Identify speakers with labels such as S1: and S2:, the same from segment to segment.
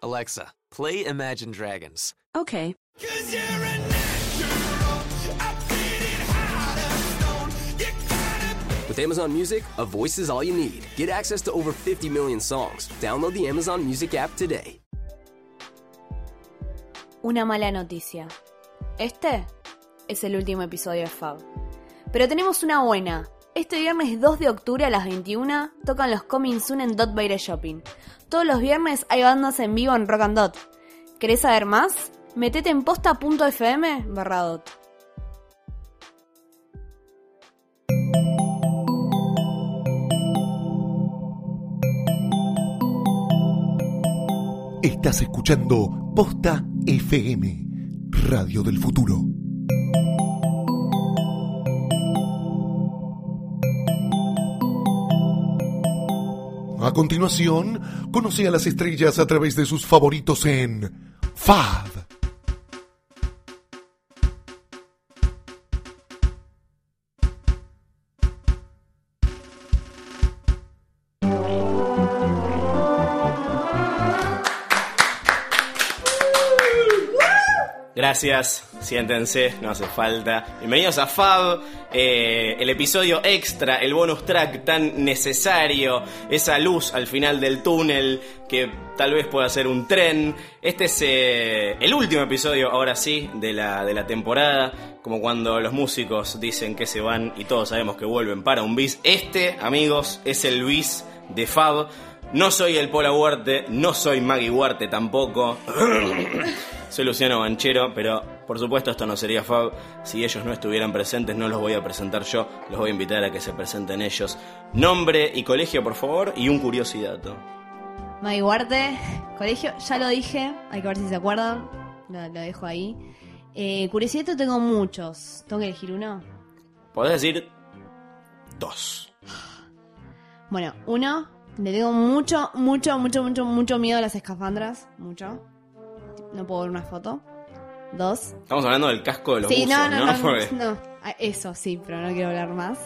S1: Alexa, play Imagine Dragons.
S2: Okay.
S3: Cause you're a natural. I'm getting hot as stone. You gotta
S4: With Amazon Music, a voice is all you need. Get access to over 50 million songs. Download the Amazon Music app today.
S2: Una mala noticia. Este es el último episodio de Fab. Pero tenemos una buena. Este viernes 2 de octubre a las 21 tocan los Coming Soon en Dot Baile Shopping. Todos los viernes hay bandas en vivo en Rock and Dot. ¿Querés saber más? Metete en posta.fm barra dot.
S5: Estás escuchando Posta FM, Radio del Futuro. A continuación, conoce a las estrellas a través de sus favoritos en FAD.
S6: Gracias, siéntense, no hace falta. Bienvenidos a Fab, eh, el episodio extra, el bonus track tan necesario, esa luz al final del túnel que tal vez pueda ser un tren. Este es eh, el último episodio, ahora sí, de la, de la temporada, como cuando los músicos dicen que se van y todos sabemos que vuelven para un bis. Este, amigos, es el bis de Fab. No soy el Pola Huarte, no soy Maggie Huarte tampoco. Soy Luciano Banchero, pero por supuesto esto no sería Fab. Si ellos no estuvieran presentes, no los voy a presentar yo. Los voy a invitar a que se presenten ellos. Nombre y colegio, por favor, y un curiosidad.
S7: Maggie Huarte, colegio, ya lo dije, hay que ver si se acuerdan, lo, lo dejo ahí. Eh, curiosidad tengo muchos, tengo que elegir uno.
S6: Podés decir dos.
S7: Bueno, uno, le tengo mucho, mucho, mucho, mucho, mucho miedo a las escafandras, mucho. No puedo ver una foto. Dos.
S6: Estamos hablando del casco de los
S7: sí, no,
S6: buzos,
S7: no, no, no,
S6: Porque-
S7: no. Ah, Eso sí, pero no quiero hablar más.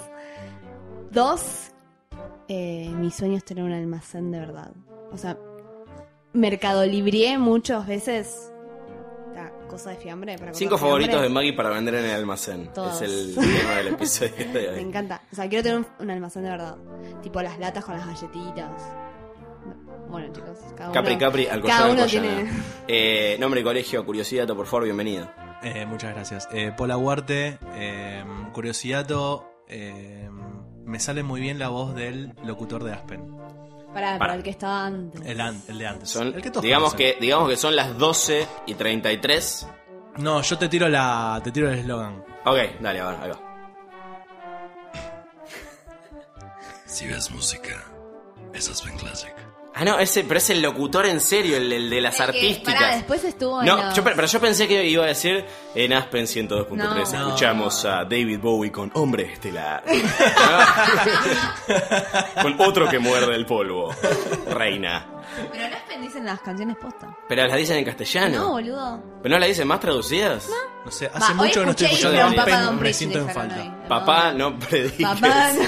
S7: Dos, eh, mi sueño es tener un almacén de verdad. O sea, mercadolibrié muchas veces la cosa de fiambre. Para cortar
S6: Cinco
S7: fiambre.
S6: favoritos de Maggie para vender en el almacén.
S7: Todos.
S6: Es el tema del episodio de
S7: Me
S6: hoy.
S7: encanta. O sea, quiero tener un, un almacén de verdad. Tipo las latas con las galletitas. Bueno, chicos, cada uno.
S6: Capri Capri, al
S7: Cada
S6: collar
S7: uno
S6: de Collana.
S7: tiene.
S6: Eh, nombre y colegio, curiosidad, por favor, bienvenido.
S8: Eh, muchas gracias. Eh, Paula Huarte, eh, Curiosidato, eh, me sale muy bien la voz del locutor de Aspen.
S7: Para,
S6: Para.
S7: para el que estaba antes.
S8: El, an- el de antes.
S6: Son,
S8: el que todos
S6: digamos,
S8: conocen.
S6: que, digamos que son las 12 y 33.
S8: No, yo te tiro la. te tiro el eslogan.
S6: Ok, dale, a ver, ahí va.
S9: Si ves música, es Aspen Classic.
S6: Ah, no, ese, pero es el locutor en serio, el, el de las
S7: Es que,
S6: artísticas.
S7: pará, después estuvo en.
S6: no,
S7: los-
S6: yo, pe- pero yo pensé que iba a decir en Aspen 102.3
S7: No.
S6: escuchamos a David Bowie con Hombre Estelar. con otro que muerde el polvo. Reina.
S7: Pero no dicen las canciones posta.
S6: Pero las dicen en castellano.
S7: No, boludo.
S6: ¿Pero no las dicen más traducidas?
S8: No sé, hace
S7: Va, hoy
S8: mucho que no estoy
S7: escuché
S8: escuchando
S7: Isla
S8: a
S7: Papá
S8: Aspen,
S7: Don
S8: me
S7: Preach,
S8: siento en
S7: dejaron
S8: falta.
S7: ahí.
S6: Papá, no prediques.
S7: Papá, no.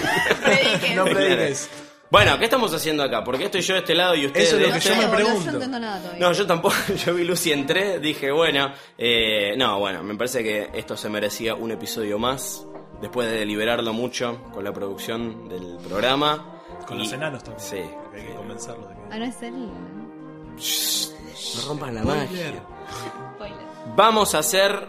S7: prediques.
S8: No
S6: Claro.
S8: prediques.
S6: Bueno, ¿qué estamos haciendo acá? Porque estoy yo de este lado y ustedes
S8: Eso es lo
S6: de
S8: que
S6: este.
S8: yo me
S7: sé, boludo,
S8: pregunto.
S7: Yo no entiendo nada todavía.
S6: No, yo tampoco. Yo vi Lucy entré, dije, bueno, eh, no, bueno, me parece que esto se merecía un episodio más. Después de deliberarlo mucho con la producción del programa.
S8: Con
S6: Y-
S8: los enanos también.
S6: Sí.
S8: Hay que convencerlos de que.
S7: Ah, no es él.
S6: No rompan la magia. Vamos a hacer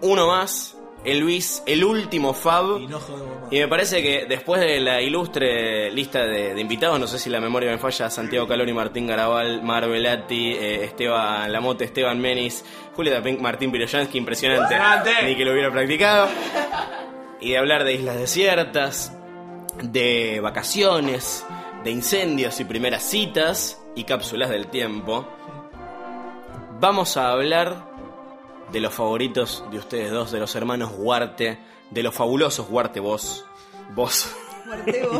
S6: uno más. El Luis, el último Fab.
S8: Y no jodemos más.
S6: Y me parece que después de la ilustre lista de, de invitados, no sé si la memoria me falla, Santiago Calori, Martín Garabal, Marvelati, eh, Esteban Lamote, Esteban Menis, Julieta Pink, Martín Piroyansky, impresionante, ni que lo hubiera practicado. Y de hablar de islas desiertas, de vacaciones, de incendios y primeras citas y cápsulas del tiempo, vamos a hablar de los favoritos de ustedes dos, de los hermanos Huarte, de los fabulosos Huarte vos, vos,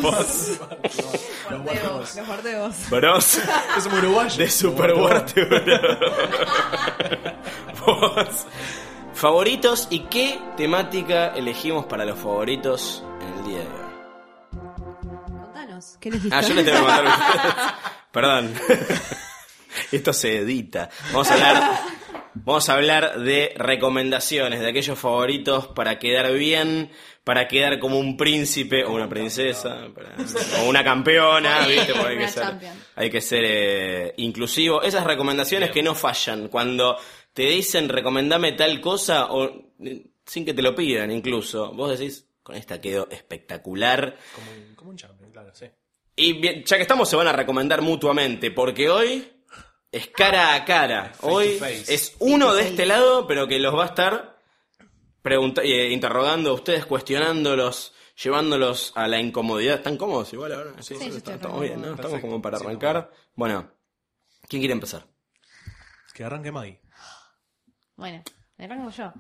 S6: vos,
S7: Los guardebos.
S6: bros,
S8: Es un uruguayo.
S6: de Super Huarte, bro. vos. Favoritos y qué temática elegimos para los favoritos en el día de hoy.
S7: Contanos, ¿qué elegiste?
S6: Ah, yo les tengo que contar. Perdón. Esto se edita. Vamos a hablar, vamos a hablar de recomendaciones, de aquellos favoritos para quedar bien, para quedar como un príncipe o una princesa, para- o una campeona, ¿viste? Porque hay que
S7: Una
S6: ser,
S7: champion.
S6: hay que ser eh, inclusivo. Esas recomendaciones que no fallan. Cuando te dicen recomendame tal cosa, o eh, sin que te lo pidan incluso, vos decís, con esta quedó espectacular.
S8: Como un, como un champion, claro, sí.
S6: Y bien, ya que estamos, se van a recomendar mutuamente, porque hoy es cara a cara. Hoy
S8: to face.
S6: es uno de este lado, pero que los va a estar pregunta- eh, interrogando a ustedes, cuestionándolos, llevándolos a la incomodidad. ¿Están cómodos igual ahora? Sí,
S7: yo estoy
S6: estamos bien, ¿no? Estamos
S8: Perfecto.
S6: como para
S8: Sí,
S6: arrancar. Bueno, ¿quién quiere empezar?
S8: Que arranque Maggie.
S7: Bueno, me arranco yo.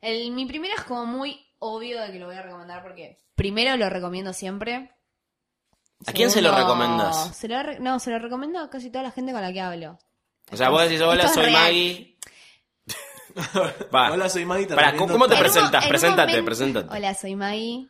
S7: El- mi primero es como muy obvio de que lo voy a recomendar porque primero lo recomiendo siempre.
S6: ¿A quién se lo
S7: Segundo,
S6: recomendás?
S7: se lo re- no, se lo recomiendo a casi toda la gente con la que hablo.
S6: O sea, vos decís,
S7: Esto
S6: hola,
S7: es
S6: soy
S7: real.
S6: Maggie. Va.
S8: Hola, soy Maggie. te
S6: Ah. Pará,
S8: recomiendo
S6: ¿cómo te
S8: tal-
S7: En un-
S6: presentás?
S7: en un
S6: Preséntate,
S7: momento-
S6: preséntate.
S7: Hola, soy Maggie.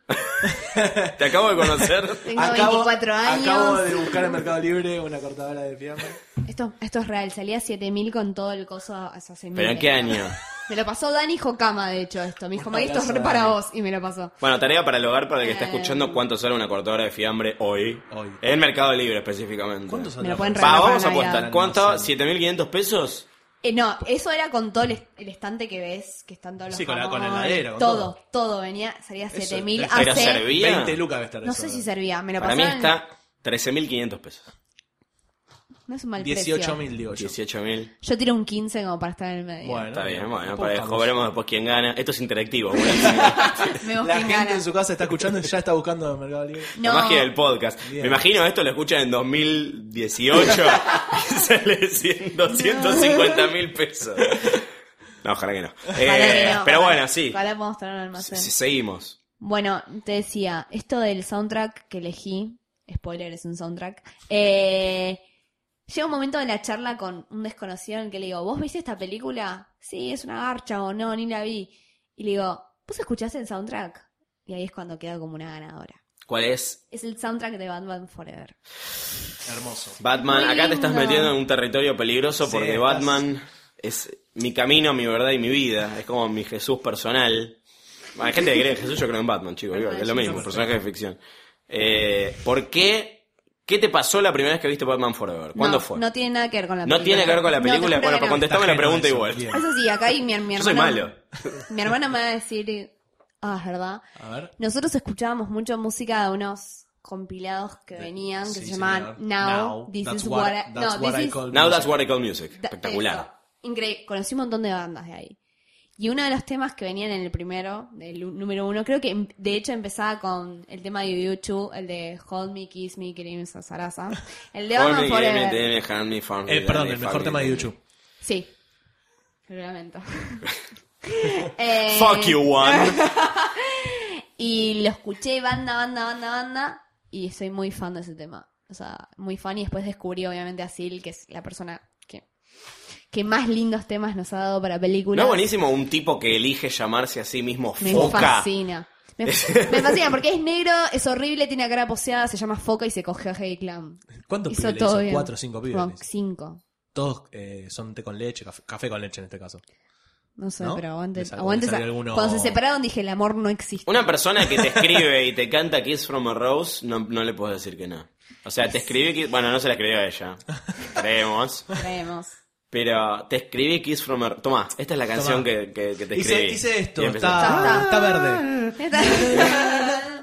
S6: Te acabo de conocer.
S7: Tengo 24 años.
S8: Acabo de buscar en Mercado Libre una cortadora de piernas.
S7: Esto, esto es real. Salía 7000 con todo el coso hace hace
S6: ¿Pero en
S7: miles.
S6: qué año?
S7: Me lo pasó Dani Jocama, de hecho, esto. Me dijo, Maggie, esto es re
S8: abrazo,
S7: para
S8: Dani.
S7: vos. Y me lo pasó.
S6: Bueno, tarea para el hogar para el que está
S7: Eh.
S6: escuchando cuánto sale una cortadora de fiambre hoy.
S8: Hoy.
S6: En Mercado Libre específicamente.
S8: ¿Cuántos
S7: Me lo pueden
S6: Va,
S7: Para
S6: vamos a
S7: Navidad.
S6: apostar. ¿Cuánto? ¿7.500 pesos?
S7: Eh, no, eso era con todo el, est- el estante que ves, que están todos los
S8: Sí, con la- con la
S7: jamones,
S8: heladera, con
S7: todo,
S8: todo.
S7: todo, venía, salía
S8: Eso,
S7: 7000
S8: pero
S6: ¿Pero
S7: AC.
S6: servía?
S8: 20 lucas va a estar
S7: No
S8: eso,
S7: sé si
S8: ¿verdad?
S7: servía, me lo
S6: Para mí
S7: pasaron.
S6: está 13.500 pesos.
S7: No es un mal precio.
S8: 18.000, digo yo.
S6: 18.000.
S7: Yo tiro un 15 como para estar en el medio.
S8: Bueno,
S6: Está bien, bueno, pues,
S8: tampoco
S6: para
S8: estamos-
S6: veremos después quién gana. Esto es interactivo. güey.
S7: Me
S8: La
S7: busquen
S8: gente
S7: ganas.
S8: en su casa está escuchando y ya está buscando en Mercado Libre.
S7: No,
S6: La magia del podcast.
S8: Bien.
S6: Me imagino esto lo escuchan en 2018 y sale 100, 250 mil pesos. No, ojalá que no.
S7: ojalá
S6: Eh,
S7: que no,
S6: pero
S7: ojalá-
S6: bueno, sí.
S7: Ojalá podamos tener un almacén.
S6: Si- Seguimos.
S7: Bueno, te decía, esto del soundtrack que elegí, spoiler, es un soundtrack. eh, llega un momento de la charla con un desconocido en el que le digo, ¿vos viste esta película? Sí, es una garcha o no, ni la vi. Y le digo, ¿vos escuchaste el soundtrack? Y ahí es cuando queda como una ganadora.
S6: ¿Cuál es
S7: Es el soundtrack de Batman Forever.
S8: Hermoso.
S6: Batman,
S7: Muy
S6: acá te estás
S7: lindo.
S6: metiendo en un territorio peligroso
S8: Sí,
S6: porque
S8: estás-
S6: Batman es mi camino, mi verdad y mi vida. Es como mi Jesús personal. Bueno, hay gente que cree en Jesús, yo creo en Batman, chicos. digo, es lo mismo, personaje de ficción. Eh, ¿Por qué? ¿Qué te pasó la primera vez que viste Batman Forever? ¿Cuándo
S7: no,
S6: fue?
S7: No tiene nada que ver con la
S6: ¿No
S7: película.
S6: tiene que ver con la
S7: No, te
S6: película.
S7: juro
S6: bueno,
S7: que
S6: pues
S7: no.
S6: contestame la
S8: Está
S6: pregunta
S8: ajeno a
S6: igual.
S8: eso, bien.
S7: Eso sí, acá y mi, mi hermana.
S6: Yo soy malo.
S7: Mi hermana me va a decir, ah, es verdad.
S8: A ver.
S7: Nosotros escuchábamos mucho música de unos compilados que venían, que
S8: Sí,
S7: se llamaban
S8: señor.
S7: Now, This
S8: that's
S7: is What I...
S8: that's
S7: No,
S8: what
S7: This
S8: I
S7: is-
S8: call
S6: Now
S8: music.
S6: that's what I call music.
S7: da-
S6: Espectacular.
S7: eso. Increíble. Conocí un montón de bandas de ahí. Y uno de los temas que venían en el primero, del u- número uno, creo que em- de hecho empezaba con el tema de YouTube, el de Hold Me, Kiss Me, Kirim Sarasa. El de
S6: Hold
S7: Batman
S6: me, give me,
S7: Forever.
S6: give me, hand me, found me,
S8: Eh, perdón,
S6: daddy,
S8: el mejor
S6: found
S8: tema
S6: me.
S8: de YouTube.
S7: Sí. Lo lamento. Eh,
S6: Fuck you, one.
S7: Y lo escuché banda, banda, banda, banda. Y soy muy fan de ese tema. O sea, muy fan. Y después descubrí, obviamente, a Sil, que es la persona que, que más lindos temas nos ha dado para películas.
S6: No, buenísimo un tipo que elige llamarse a sí mismo
S7: Me
S6: foca.
S7: fascina. Me, me fascina porque es negro, es horrible, tiene la cara poseada, se llama Foca y se coge a Heidi Klum.
S8: ¿Cuántos
S7: Hizo
S8: pibes le
S7: todo
S8: hizo?
S7: bien.
S8: ¿Cuatro o cinco pibes?
S7: Como
S8: le hizo?
S7: cinco.
S8: Todos eh, son té con leche, café, café con leche en este caso.
S7: No sé,
S8: ¿No?
S7: pero aguante.
S8: Me sal-
S7: aguante
S8: me salió
S7: esa-
S8: alguno-
S7: Cuando se separaron dije, el amor no existe.
S6: Una persona que te escribe y te canta Kiss from a Rose, no, no le puedes decir que no. O sea, te escribe Kiss- Bueno, no se la escribió a ella. Creemos.
S7: Creemos.
S6: Pero te escribí Kiss from a Rose. Tomá, esta es la canción
S8: Tomá.
S6: que, que- que te
S8: Hice,
S6: escribí.
S8: hice esto,
S6: Y empezaste.
S8: está,
S7: Ya
S8: está verde.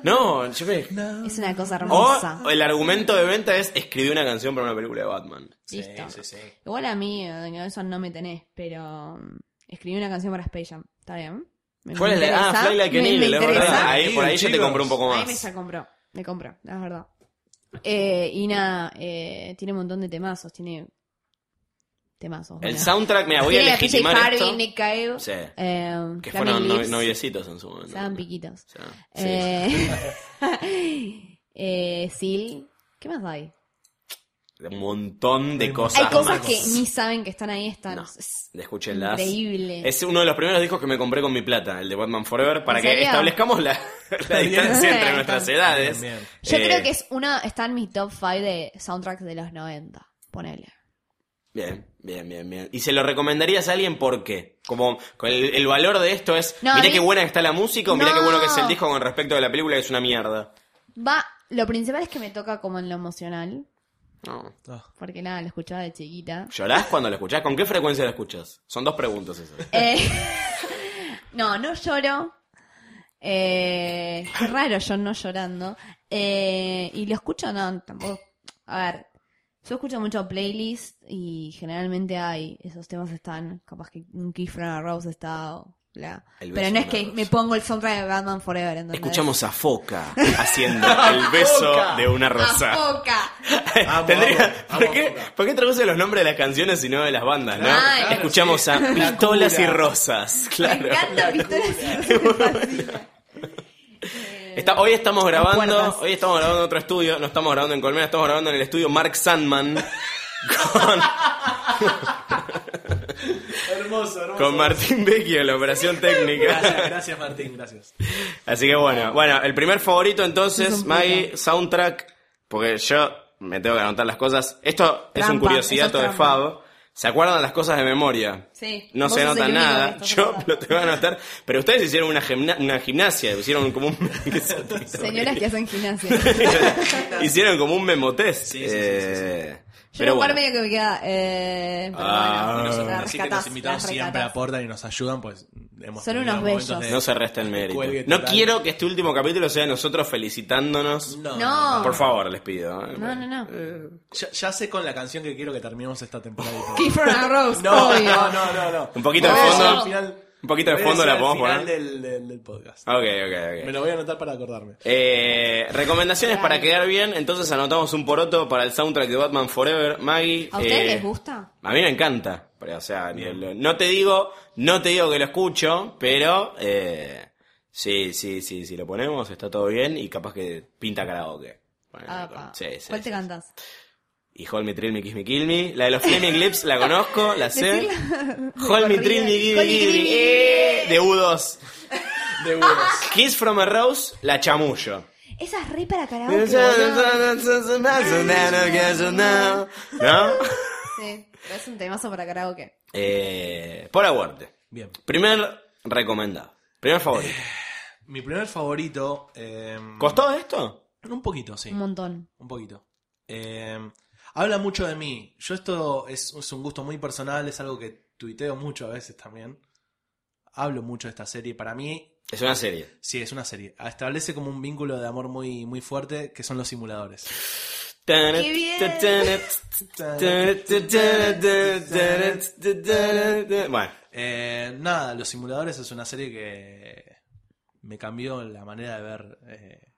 S6: No, yo me-
S7: Es una
S6: Oh,
S7: cosa hermosa.
S6: O el argumento de venta es escribí una canción para una película de Batman.
S7: Listo.
S8: Sí, sí, sí.
S7: Igual a mí, eh, eso no me tenés, pero mm, escribí una canción para Space Jam. ¿Está bien? Me-
S6: ¿Cuál
S7: me
S6: es la? Ah,
S7: interesa,
S6: Fly Like an
S7: me- me
S6: Eagle, es verdad.
S7: interesa.
S6: Ahí, por ahí yo te
S8: Chicos.
S6: compro un poco
S7: Ahí me
S6: más.
S7: ya compró, me compró, la verdad. Eh, y nada, eh, tiene un montón de temazos, tiene temazos.
S6: El
S7: bueno.
S6: soundtrack, mira, voy a
S7: Tiene PJ
S6: legitimar
S7: Harvey,
S6: esto.
S7: Nick Cave,
S6: Sí.
S7: eh,
S6: Que
S7: Flaming
S6: fueron no-
S7: Lips,
S6: noviecitos en su momento.
S7: estaban piquitos.
S6: O sea,
S7: Eh,
S6: sí.
S7: eh, Sil, ¿qué más hay?
S6: un montón de
S8: Hay
S6: cosas.
S7: Hay cosas
S6: más.
S7: que ni saben que están ahí, están.
S6: No.
S7: es-
S6: Escúchenlas.
S7: Increíble.
S6: Es uno de los primeros discos que me compré con mi plata, el de Batman Forever, para
S7: ¿En
S6: que
S7: serio?
S6: establezcamos la, la distancia entre
S7: Bien.
S6: nuestras edades.
S8: Bien, bien.
S7: Yo
S6: Eh,
S7: creo que es una, está en mi top 5 de soundtracks de los 90. Ponele.
S6: Bien, bien, bien, bien. ¿Y se lo recomendarías a alguien por qué? Como con el, el valor de esto es,
S7: No, a
S6: mirá
S7: mí-
S6: qué buena que está la música o mirá
S7: No.
S6: qué bueno que es el disco con respecto de la película que es una mierda.
S7: Va, lo principal es que me toca como en lo emocional,
S6: No.
S8: Ah,
S7: porque nada, lo escuchaba de chiquita.
S6: ¿Llorás cuando lo escuchás? ¿Con qué frecuencia lo escuchás? Son dos preguntas esas.
S7: Eh, no, no lloro. Eh, qué raro yo no llorando. Eh, y lo escucho, no, tampoco. A ver, yo escucho mucho playlist y generalmente hay, esos temas están, capaz que un Keith Fran Rose está, o bla.
S6: El
S7: Pero
S6: beso
S7: no es
S6: de
S7: que
S6: Rose.
S7: me pongo el soundtrack de Batman Forever, ¿entendés?
S6: Escuchamos a Foca haciendo el beso de una
S7: ¡A
S6: rosa.
S7: Ah, poca!
S6: Amo, Tendría- ¿por, qué, ¿Por qué traduce los nombres de las canciones y no de las bandas, no?
S7: Claro, claro,
S6: Escuchamos a Pistolas y Rosas, claro.
S7: Ah, Me encanta Pistolas y Rosas, me fascina.
S6: Está- hoy estamos grabando,
S7: Puertas.
S6: hoy estamos grabando en otro estudio, no estamos grabando en Colmena, estamos grabando en el estudio Mark Sandman con,
S8: Hermoso, hermoso.
S6: con Martín Vecchio en la operación técnica.
S8: Gracias, gracias Martín, gracias.
S6: Así que bueno, bueno, el primer favorito entonces,
S7: un
S6: Maggie, soundtrack, porque yo me tengo que anotar las cosas. Esto es un
S7: Trampa, eso
S6: curiosidato de
S7: es trampa.
S6: Fab. ¿Se acuerdan las cosas de memoria?
S7: Sí.
S6: No
S7: Vos
S6: se
S7: sos
S6: anota
S7: el único
S6: nada.
S7: que estás
S6: Yo
S7: anotando.
S6: lo tengo que anotar. Pero ustedes hicieron una, gimna- una gimnasia, hicieron como un.
S7: Señoras que hacen gimnasia.
S6: hicieron como un memotest.
S8: sí, sí, sí, sí.
S6: Eh,
S7: Yo
S6: Pero
S7: en un par
S6: bueno.
S7: medio que me queda. Eh, pero
S6: Ah.
S7: bueno,
S6: Nosotros
S7: las
S8: Así que
S7: rescatás,
S8: los invitados
S7: las
S8: siempre
S7: rescatás.
S8: aportan y nos ayudan, pues hemos
S7: Son
S8: tenido
S7: unos
S8: momentos
S7: bellos.
S8: de-
S6: No se resta el
S8: de
S6: mérito.
S8: cuelgue
S6: No
S8: total.
S6: quiero que este último capítulo sea nosotros felicitándonos.
S8: No.
S7: No.
S6: Por favor, les pido. eh.
S7: No, no, no.
S8: Ya, ya sé con la canción que quiero que terminemos esta temporada. y todo.
S7: Kiefer and Rose,
S8: No,
S7: obvio.
S8: no, no, no, no.
S6: Un poquito de
S8: Voy a
S6: fondo.
S8: decir al final-
S6: Un poquito de
S8: voy a
S6: fondo
S8: decir
S6: la
S8: al
S6: podemos
S8: final
S6: poner.
S8: Del, del, del podcast.
S6: Ok, ok, ok.
S8: Me lo voy a anotar para acordarme.
S6: Eh, recomendaciones para quedar bien, entonces anotamos un poroto para el soundtrack de Batman Forever, Maggie.
S7: ¿A ustedes
S6: eh,
S7: les gusta?
S6: A mí me encanta. Pero, o sea, ni el- no te digo, no te digo que lo escucho, pero eh, sí, sí, sí, si lo ponemos está todo bien y capaz que pinta karaoke. Bueno,
S7: Ah, pa.
S6: eh, sí, sí,
S7: ¿Cuál
S6: sí.
S7: te cantás?
S6: Y Hold Me Trill Me Kiss Me Kill Me. La de los Flaming Lips la conozco, la sé. Hold Me Trill Me Kiss Me
S7: Hold Me,
S6: Kill
S7: Thrill
S6: Me.
S7: Me.
S6: eh, De U2.
S8: De Burgos.
S6: Kiss from a Rose, la chamullo.
S7: Esa es re para karaoke. boludo.
S6: ¿No?
S7: Sí, es un temazo para karaoke.
S6: Eh, por aguarte.
S8: Bien.
S6: Primer recomendado. Primer favorito.
S8: Mi primer favorito. eh,
S6: ¿Costó esto?
S8: Un poquito, sí.
S7: Un montón.
S8: Un poquito. Eh, habla mucho de mí. Yo esto es, es un gusto muy personal, es algo que tuiteo mucho a veces también. Hablo mucho de esta serie. Para mí,
S6: Es una serie.
S8: sí, es una serie. Establece como un vínculo de amor muy, muy fuerte que son los simuladores.
S6: ¡Qué bien! Bueno,
S8: Eh, nada, Los Simuladores es una serie que me cambió la manera de ver eh,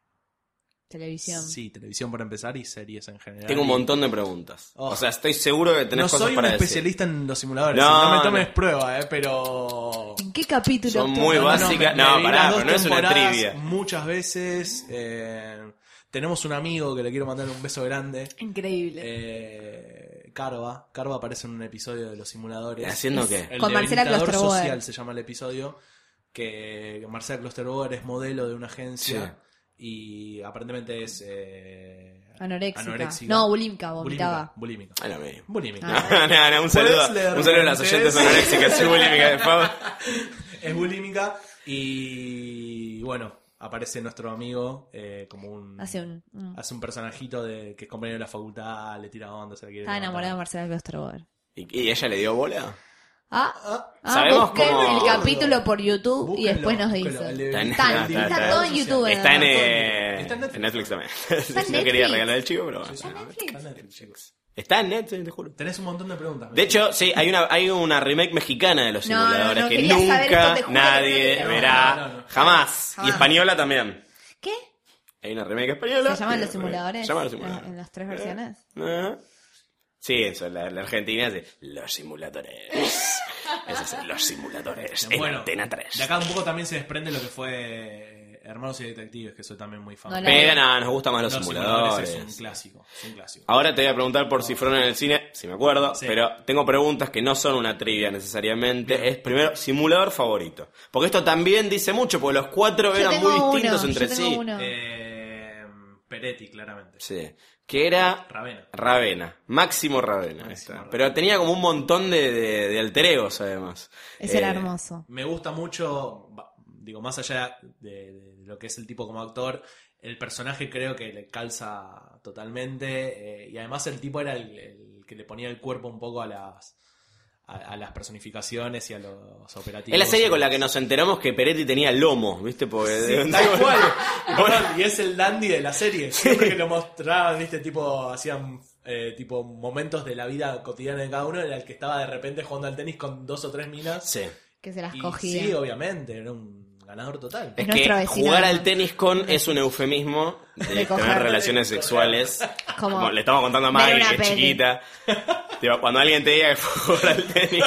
S7: Televisión.
S8: sí, televisión por empezar y series en general.
S6: tengo un montón de preguntas. O sea, estoy seguro que tenés
S8: Oh. No
S6: cosas
S8: soy un
S6: para decir.
S8: especialista en los simuladores,
S6: No,
S8: no, me tomes
S6: no.
S8: prueba, eh, pero
S7: ¿En qué capítulo?
S6: Son
S7: tú?
S6: muy
S7: No, no, no.
S6: básicas.
S8: me- me vi
S6: pará,
S8: las dos
S6: pero no es una
S8: temporadas
S6: trivia.
S8: Muchas veces eh, tenemos un amigo que le quiero mandar un beso grande.
S7: Increíble.
S8: eh, Carva, Carva aparece en un episodio de los simuladores.
S6: ¿Haciendo qué?
S8: El
S7: Con
S8: de
S7: Marcela
S8: habilitador
S7: Klosterboer.
S8: social se llama el episodio. Que Marcela Klosterboer es modelo de una agencia y aparentemente es. eh,
S7: Anoréxica.
S8: anoréxica.
S7: No, bulímica, vomitaba.
S8: Bulímica.
S6: Ay, lo mismo.
S8: Bulímica.
S7: Ah.
S6: No, no, no, un saludo.
S8: Puedes
S6: Un saludo a las
S8: leer
S6: oyentes
S8: antes.
S6: anoréxicas y bulímicas de Pablo.
S8: Es bulímica y. Bueno, aparece nuestro amigo eh, como un.
S7: Hace un. mm.
S8: hace un personajito de, que es compañero de la facultad, le tira onda, se la quiere.
S7: Estaba
S8: levantar.
S7: enamorada de Marcela Klosterboer.
S6: ¿Y, y ella le dio bola?
S7: Ah, ah
S6: Sabemos
S7: busquen
S6: cómo-
S7: el capítulo por YouTube y
S8: Búsquenlo,
S7: después nos
S8: búsquenlo,
S7: dicen.
S8: el de-
S6: Está en-
S7: Está,
S6: está-
S7: está,
S6: está-
S7: todo en YouTube.
S6: Está en,
S7: además, todo
S6: eh,
S8: Está en Netflix.
S6: en Netflix también. no
S7: Netflix.
S6: quería regalar el chivo, pero bueno.
S8: Sí, sí.
S7: Netflix.
S8: Está en Netflix, chicos.
S6: Está en Netflix, te juro.
S8: Tenés un montón de preguntas.
S6: De hecho, sí, hay una, hay una remake mexicana de los
S7: No,
S6: simuladores
S7: no, no,
S6: que
S7: quería saber esto,
S6: nunca
S7: te juro que
S6: nadie
S7: no quería.
S6: verá.
S8: No, no, no.
S6: Jamás. Y
S7: Jamás.
S6: española también.
S7: ¿Qué?
S6: Hay una remake española.
S7: ¿Se llaman los
S6: Eh,
S7: simuladores?
S6: Se llaman los
S7: Ah, ¿En
S6: simuladores.
S7: las tres versiones?
S6: Ah. Sí, eso, la, la Argentina es de los simuladores. Eso es, los simuladores. En
S8: bueno,
S6: Antena 3.
S8: de acá un poco también se desprende lo que fue eh, Hermanos y Detectives, que soy también muy fan.
S7: No la-
S6: Pero nada, nos gustan más los,
S8: Los
S6: simuladores.
S8: es un clásico. Es un clásico.
S6: Ahora te voy a preguntar por si fueron en el cine, si me acuerdo,
S8: Sí.
S6: pero tengo preguntas que no son una trivia necesariamente. Es primero, simulador favorito. Porque esto también dice mucho, porque los cuatro
S7: Yo
S6: eran
S7: tengo
S6: muy
S7: uno,
S6: distintos Eh,
S7: yo
S6: entre
S7: tengo
S6: sí.
S7: uno.
S8: Eh, Peretti, claramente.
S6: Sí. que era
S8: Ravena.
S6: Ravena, Máximo Ravena. ahí está.
S8: Ravena.
S6: Pero tenía como un montón de, de, de alter egos, además.
S7: Ese era
S6: Eh,
S7: hermoso.
S8: Me gusta mucho, va, digo, más allá de, de lo que es el tipo como actor, el personaje creo que le calza totalmente. eh, y además el tipo era el, el que le ponía el cuerpo un poco a las, a, a las personificaciones y a los operativos.
S6: Es la serie con la que nos enteramos que Peretti tenía lomo, ¿viste? Porque
S8: Sí,
S6: de-
S8: tal cual. Bueno, y es el dandy de la serie. Siempre que lo mostraban, viste, tipo, hacían eh, tipo momentos de la vida cotidiana de cada uno, era el que estaba de repente jugando al tenis con dos o tres minas.
S6: Sí.
S7: Que se las
S8: Y
S7: cogía.
S8: sí, obviamente, era un ganador total.
S6: Es
S7: Nuestro
S6: que
S7: vecino.
S6: jugar al tenis con es un eufemismo
S7: De
S6: de tener
S7: coger.
S6: relaciones sexuales.
S7: Como-
S6: Como le estamos contando a
S7: Ver
S6: Maggie,
S7: una
S6: que es
S7: peli.
S6: chiquita. Tipo, cuando alguien te diga que fue jugar al tenis,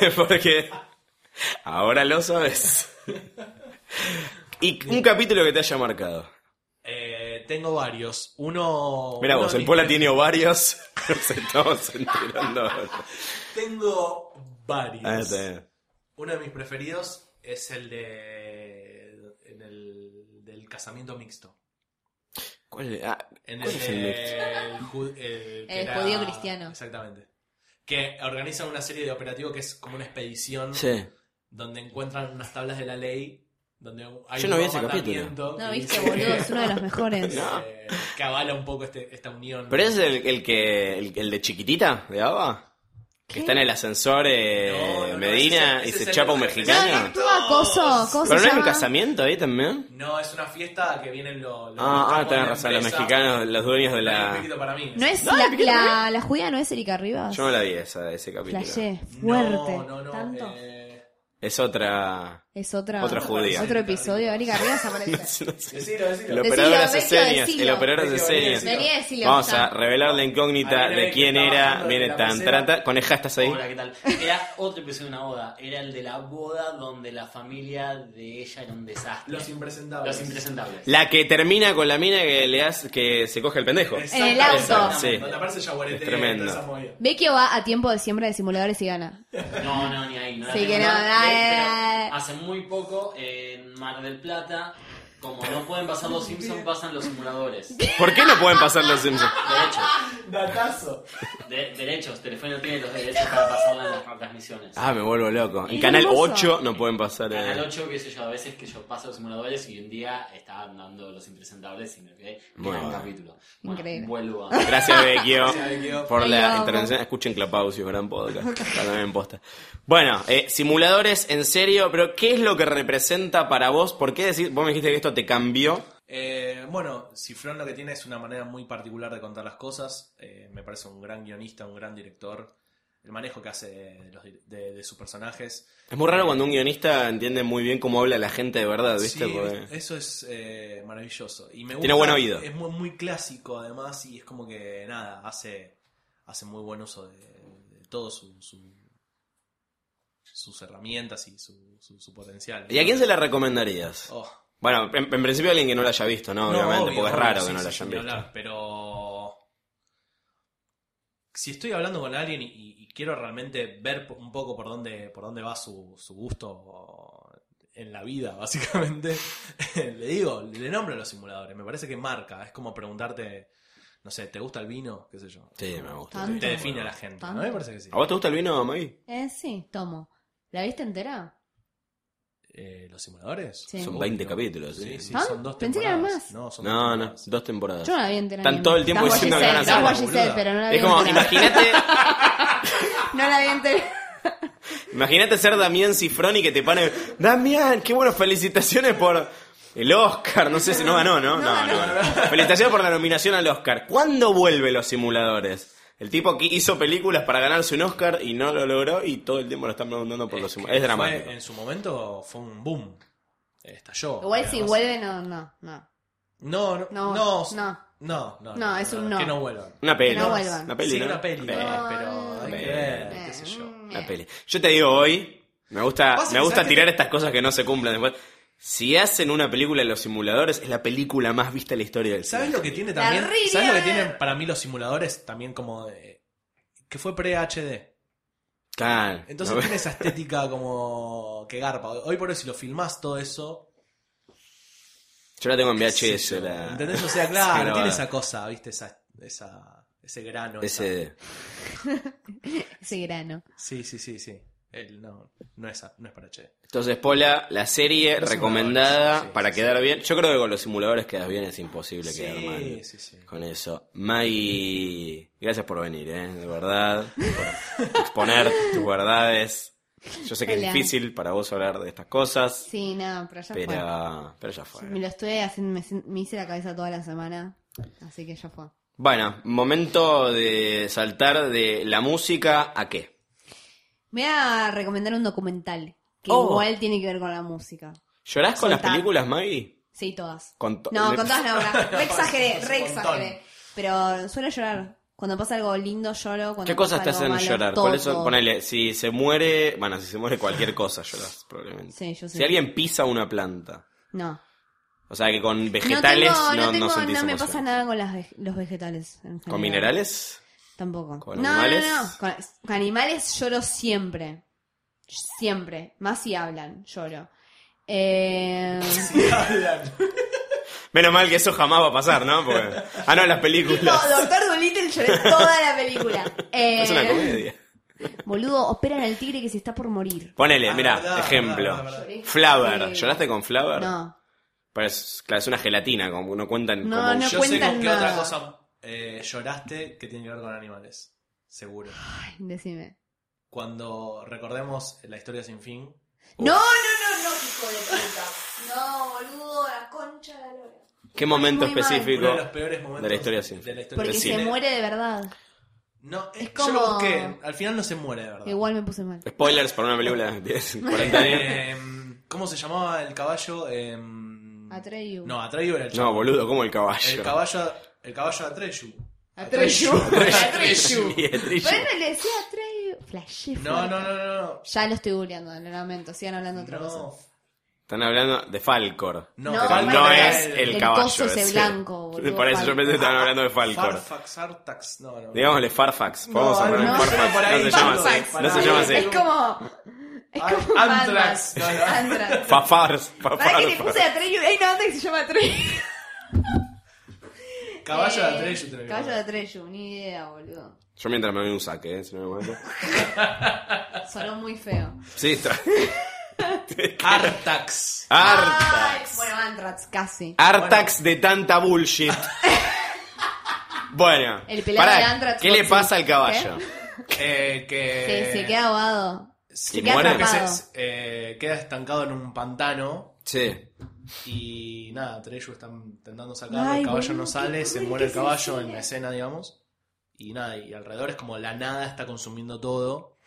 S6: es porque ahora lo sabes. Y un capítulo que te haya marcado.
S8: Eh, tengo varios. Uno.
S6: Mira
S8: uno
S6: vos, el
S8: de-
S6: Pola tiene ovarios. Nos estamos enterando. ahora.
S8: Tengo
S6: Ah,
S8: varios.
S6: está bien.
S8: Uno de mis preferidos es el de. En el, del casamiento mixto.
S6: ¿Cuál es? Ah,
S8: En
S6: ¿Cuál
S8: el,
S6: es el mixto?
S8: ju- el que
S7: El
S8: era-
S7: judío cristiano.
S8: Exactamente. Que organizan una serie de operativos que es como una expedición
S6: Sí.
S8: donde encuentran unas tablas de la ley. Donde hay
S6: Yo
S8: un
S6: no vi
S8: nuevo
S6: ese capítulo.
S8: mandamiento
S7: No,
S8: que
S7: viste,
S8: dice
S7: boludo,
S8: que-
S7: es uno de los mejores.
S8: eh, que avala un poco este- esta unión.
S6: ¿Pero ese es el, el que el, el de chiquitita de Ava? Que está en el ascensor eh,
S8: No, no, no,
S6: Medina
S8: ese-
S6: y
S8: ese
S6: se
S8: es el
S6: chapa un
S8: de-
S7: No,
S6: mexicano.
S7: no actúa Coso. Coso
S6: ¿Pero no
S7: se
S6: hay un
S7: llama-
S6: casamiento ahí también?
S8: No, es una fiesta que vienen los. los
S6: Ah, ah
S8: capos de
S6: tenés
S8: la
S6: razón, los
S8: empresa.
S6: mexicanos, los dueños de
S8: Un
S6: la...
S8: poquito para mí.
S7: ¿No es la, la, la judía no es Erika Rivas?
S6: Yo no la vi esa, ese capítulo.
S7: Flashé,
S8: No,
S7: fuerte.
S8: No, no,
S7: Tanto.
S8: eh,
S6: Es otra...
S7: es otra,
S6: otra judía.
S7: Otro episodio. Erika Rivas aparece.
S6: No sé.
S8: decilo, decilo.
S6: El operador hace
S7: Vecino, vecino,
S6: señas, el
S7: vecino.
S6: operador hace
S8: Vecino,
S6: señas.
S8: vecino.
S7: Vení, decilo,
S6: Vamos
S7: ya.
S6: a revelar la incógnita
S8: Ahí viene
S6: de
S8: que
S6: quién
S8: estaba
S6: era.
S8: hablando de
S6: Viene
S8: la
S6: tan,
S8: mesera.
S6: trata. Coneja, ¿estás ahí?
S10: Hola, ¿qué tal? Era otro episodio de una boda. Era el de la boda donde la familia de ella era un desastre.
S8: Los impresentables.
S10: Los impresentables.
S6: La que termina con la mina que le hace, que se coge el pendejo.
S8: Exactamente.
S7: En el auto.
S8: Exactamente,
S6: Sí.
S8: Donde aparece Yaguareté,
S6: Es tremendo.
S8: toda esa movida.
S7: Vecchio va a tiempo de siembra de simuladores y gana.
S10: No, no, ni ahí. No la
S7: Sí
S10: tengo
S7: que no,
S10: nada,
S7: dale,
S10: pero
S7: dale.
S10: Hace muy poco en Mar del Plata, como no pueden pasar los Simpsons, pasan los simuladores. De
S6: ¿Por qué no pueden pasar los Simpsons?
S10: hecho,
S8: Datazo.
S10: de- derechos. Telefonio tiene los derechos para pasarla en las transmisiones.
S6: Ah, me vuelvo loco. En
S7: Es
S6: Canal
S7: hermoso.
S6: 8 no pueden pasar. eh.
S10: Canal 8, qué sé yo, a veces que yo paso los simuladores y un día estaban dando los impresentables y me quedé en
S6: Muy
S10: un
S6: bueno.
S10: capítulo. Bueno,
S7: Increíble.
S10: Vuelvo a...
S6: Gracias, Vecchio,
S8: Vecchio.
S6: por
S7: Ahí
S6: la
S7: vamos.
S6: intervención. Escuchen Clapaucio, gran podcast. Está también en posta. Bueno, eh, simuladores en serio, pero ¿qué es lo que representa para vos? ¿Por qué decís, vos me dijiste que esto te cambió?
S8: Eh, bueno, Cifrón lo que tiene es una manera muy particular de contar las cosas. Eh, me parece un gran guionista, un gran director. El manejo que hace de, los di- de- de sus personajes.
S6: Es muy raro cuando un guionista entiende muy bien cómo habla la gente de verdad, ¿viste?
S8: Sí,
S6: Porque-
S8: eso es eh, maravilloso. Y me
S6: Tiene
S8: gusta,
S6: buen oído.
S8: Es muy, muy clásico además y es como que nada, hace, hace muy buen uso de, de todo su, su- sus herramientas y su, su- su potencial.
S6: ¿Y a quién se la recomendarías?
S8: Oh.
S6: Bueno, en, en principio a alguien que no la haya visto, ¿no?
S8: No,
S6: Obviamente,
S8: obvio,
S6: porque es
S8: obvio,
S6: raro
S8: sí,
S6: que no
S8: sí,
S6: la
S8: sí,
S6: hayan
S8: ni
S6: visto.
S8: hablar, pero si estoy hablando con alguien y, y- y quiero realmente ver po- un poco por dónde, por dónde va su, su gusto en la vida, básicamente, le digo, le nombro los simuladores. Me parece que marca. Es como preguntarte, no sé, ¿te gusta el vino? ¿Qué sé yo?
S6: Sí, me gusta.
S7: Tanto.
S8: Te define a la gente. ¿no?
S7: Tanto.
S8: Me parece que sí.
S6: ¿A vos te gusta el vino, Magui?
S7: Eh, sí, tomo. ¿La viste entera?
S8: Eh, ¿Los simuladores?
S7: Sí.
S6: Son
S8: Uy,
S6: 20
S8: no.
S6: capítulos,
S8: Sí,
S6: ¿eh?
S8: sí,
S7: ¿Ah?
S8: son dos
S7: Pensé que eran
S8: temporadas.
S7: más.
S8: No, son dos
S6: No, no,
S8: temporadas.
S6: dos temporadas.
S7: Yo no la vi entera.
S6: Están
S7: ni-
S6: todo el tiempo
S7: That's what
S6: diciendo
S7: she
S6: que van a
S7: said, that's what she
S6: hacerla,
S7: said,
S8: boluda.
S7: pero no la vi
S6: Es como,
S7: entera.
S6: imagínate.
S7: No la vi entera.
S6: Imagínate ser Damián Cifrón y que te pone. Damián, qué bueno, felicitaciones por el Oscar. No sé si no ganó, ¿no? No, no. Felicitaciones por la nominación al Oscar. ¿Cuándo vuelve los simuladores? El tipo que hizo películas para ganarse un Oscar y no lo logró y todo el tiempo lo están preguntando por los
S8: que
S6: simuladores. Es
S8: fue-
S6: dramático.
S8: en su momento fue un boom. Estalló.
S7: Igual si
S8: Además-
S7: vuelve, no, no, no.
S8: No, no,
S7: No,
S8: no. No,
S7: no.
S8: no,
S7: No, es un no.
S8: Que no vuelvan.
S6: Una peli.
S7: no vuelvan.
S6: Una peli,
S8: sí,
S6: ¿no?
S8: una peli,
S6: Una
S8: eh, pero hay
S6: Una
S8: que
S6: peli.
S8: ver, qué sé yo.
S7: Eh,
S6: La peli. Eh, Yo te digo hoy, me gusta,
S8: Pasa
S6: me
S8: que
S6: gusta
S8: sabes que
S6: tirar
S8: te-
S6: estas cosas que no se cumplen después. Si hacen una película de los simuladores, es la película más vista en la historia del
S8: ¿Sabes
S6: cine.
S8: lo que tiene también?
S7: Terrible.
S8: ¿Sabes lo que tienen para mí los simuladores? También como de- que fue pre-HD.
S6: Claro.
S8: Entonces
S6: No-
S8: tiene esa estética como que garpa. Hoy por hoy si lo filmás todo eso,
S6: Yo la tengo en VHS.
S8: Sí,
S6: la-
S8: ¿Entendés? O sea, claro,
S6: grabada.
S8: tiene esa cosa, ¿viste? Esa, esa, ese grano. esa-
S6: Ese-
S7: Ese grano.
S8: Sí, sí, sí, sí. El- no, no es, no es para Che.
S6: Entonces, Pola, la serie
S8: Los
S6: recomendada
S8: simuladores, sí,
S6: para
S8: sí,
S6: quedar bien. Yo creo que con los simuladores quedas bien, es imposible
S8: Sí,
S6: quedar mal.
S8: sí, sí.
S6: Con eso. May, gracias por venir, ¿eh? de verdad. Por exponer tus verdades. Yo sé que
S7: Hola.
S6: es difícil para vos hablar de estas cosas,
S7: Sí, no, pero ya fue.
S6: pero, pero ya fue.
S7: Me lo estuve haciendo, me, me hice la cabeza toda la semana, así que ya fue.
S6: Bueno, momento de saltar de la música a qué.
S7: Voy a recomendar un documental que
S6: Oh.
S7: igual tiene que ver con la música.
S6: ¿Llorás con las
S7: Soltá.
S6: películas, Maggie?
S7: Sí, todas.
S6: Con to-
S7: No, con todas no, ahora. Re
S8: No,
S7: exageré,
S8: es un
S7: re
S8: montón.
S7: exageré. Pero suelo llorar. Cuando pasa algo lindo lloro. Cuando
S6: ¿Qué cosas
S7: pasa
S6: te
S7: algo
S6: hacen
S7: malo,
S6: llorar?
S7: todo.
S6: ¿Cuáles son? Ponele, si se muere, bueno, si se muere cualquier cosa lloras probablemente.
S7: Sí, yo
S6: Si
S7: sí.
S6: alguien pisa una planta,
S7: No.
S6: o sea que con
S7: No
S6: vegetales
S7: tengo,
S6: no,
S7: no,
S6: no
S7: tengo, no,
S6: sentís
S7: me
S6: emoción.
S7: pasa nada con las veg- los vegetales. en general.
S6: ¿Con minerales?
S7: Tampoco.
S6: ¿Con
S7: no,
S6: animales?
S7: no, no. Con, con animales lloro siempre. Siempre. Más si hablan, lloro. Eh,
S6: Menos mal que eso jamás va a pasar, ¿no? Porque- Ah, no, en las
S7: no,
S6: películas.
S7: Doctor Dolittle lloré toda la película. Eh,
S6: Es una comedia.
S7: Boludo, operan al tigre que se está por morir.
S6: Ponele,
S8: Ah,
S6: mira,
S8: verdad,
S6: ejemplo.
S8: verdad, verdad.
S6: Flower.
S7: Sí.
S6: ¿Lloraste con Flower?
S7: No.
S6: Pero es, claro, es una gelatina, como no cuentan
S7: No,
S6: como
S7: no
S8: Yo sé
S7: cuentan
S8: con qué
S7: nada.
S8: otra cosa eh, lloraste que tiene que ver con animales. Seguro.
S7: Ay, decime.
S8: Cuando recordemos la historia sin fin.
S7: No, no, no, no, hijo de puta. No, boludo, la concha de la lora.
S6: qué
S7: muy
S6: momento
S7: mal.
S8: Uno
S6: específico.
S8: de los peores momentos
S6: de la historia sin fin.
S8: de la historia
S7: Porque
S8: sin
S7: se
S8: fin.
S7: muere de verdad.
S8: No,
S7: Es
S8: es
S7: como-
S8: Yo lo busqué. Al final no se muere, de
S6: Ah.
S8: verdad.
S7: Igual me puse mal.
S6: Spoilers para una película de 40 años.
S8: Eh, ¿Cómo se llamaba el caballo? Em,
S7: Atreyu.
S8: No, Atreyu era el
S6: No,
S8: chabón.
S6: boludo, como el caballo.
S8: El caballo, el caballo Atreyu.
S7: Atreyu. Atreyu.
S6: Y el trillo.
S7: Bueno, le decía Atreyu. Flashé.
S8: No,
S7: fuerte.
S8: no, no, no. no.
S7: Ya lo estoy googleando, lo lamento. Sigan hablando otra
S8: No,
S7: cosa.
S6: Están hablando de Falcor.
S8: no,
S7: No,
S6: Pero
S8: Falcor
S6: no
S7: Falcor
S6: es
S7: es
S6: el
S7: el
S6: caballo.
S7: coso ese
S6: ese.
S7: blanco, boludo,
S6: Por eso yo pensé que estaban hablando de Falcor.
S8: Farfax, Artax, no, no.
S6: Digámosle Farfax. Vamos a
S8: No,
S6: poner
S8: no,
S6: Farfax.
S8: no, por ahí,
S6: no se llama
S8: Farfax,
S6: así. No se
S8: Farfax.
S6: llama
S7: Es
S6: así.
S7: como. Es
S8: Ay,
S7: como.
S8: Anthrax.
S7: Batman.
S8: Ah, No, no.
S7: Anthrax.
S6: Fafars.
S7: ¿Para que le
S6: Fafarfar.
S7: puse Atreyu? Hay una banda que se llama Atreyu.
S8: Caballo de
S7: Eh,
S8: Atreyu. tenés que
S7: Caballo de
S8: poner.
S7: Atreyu, ni idea, boludo.
S6: Yo mientras me doy un saque, ¿eh? Si no me muero.
S7: Sonó muy feo.
S6: Sí, está. Ah.
S8: Artax.
S7: Ay,
S6: Artax.
S7: bueno, Anthrax, casi.
S6: Artax de tanta bullshit. Bueno.
S7: El pelado
S6: pará,
S7: de Anthrax
S6: ¿Qué le
S7: Foxy.
S6: pasa al caballo?
S8: Eh, que.
S7: Se, se queda ahogado.
S8: Sí,
S7: Se
S6: ¿Y
S7: queda
S6: muere?
S8: que
S7: atrapado.
S8: se- eh, queda estancado en un pantano.
S6: Sí.
S8: Y nada, Atreyu está intentando sacarlo.
S7: Ay,
S8: el caballo
S7: boludo,
S8: no
S7: qué
S8: sale, se
S7: cruel
S8: muere
S7: que
S8: el caballo
S7: sería.
S8: en la escena, digamos. Y nada, y alrededor es como la nada está consumiendo todo.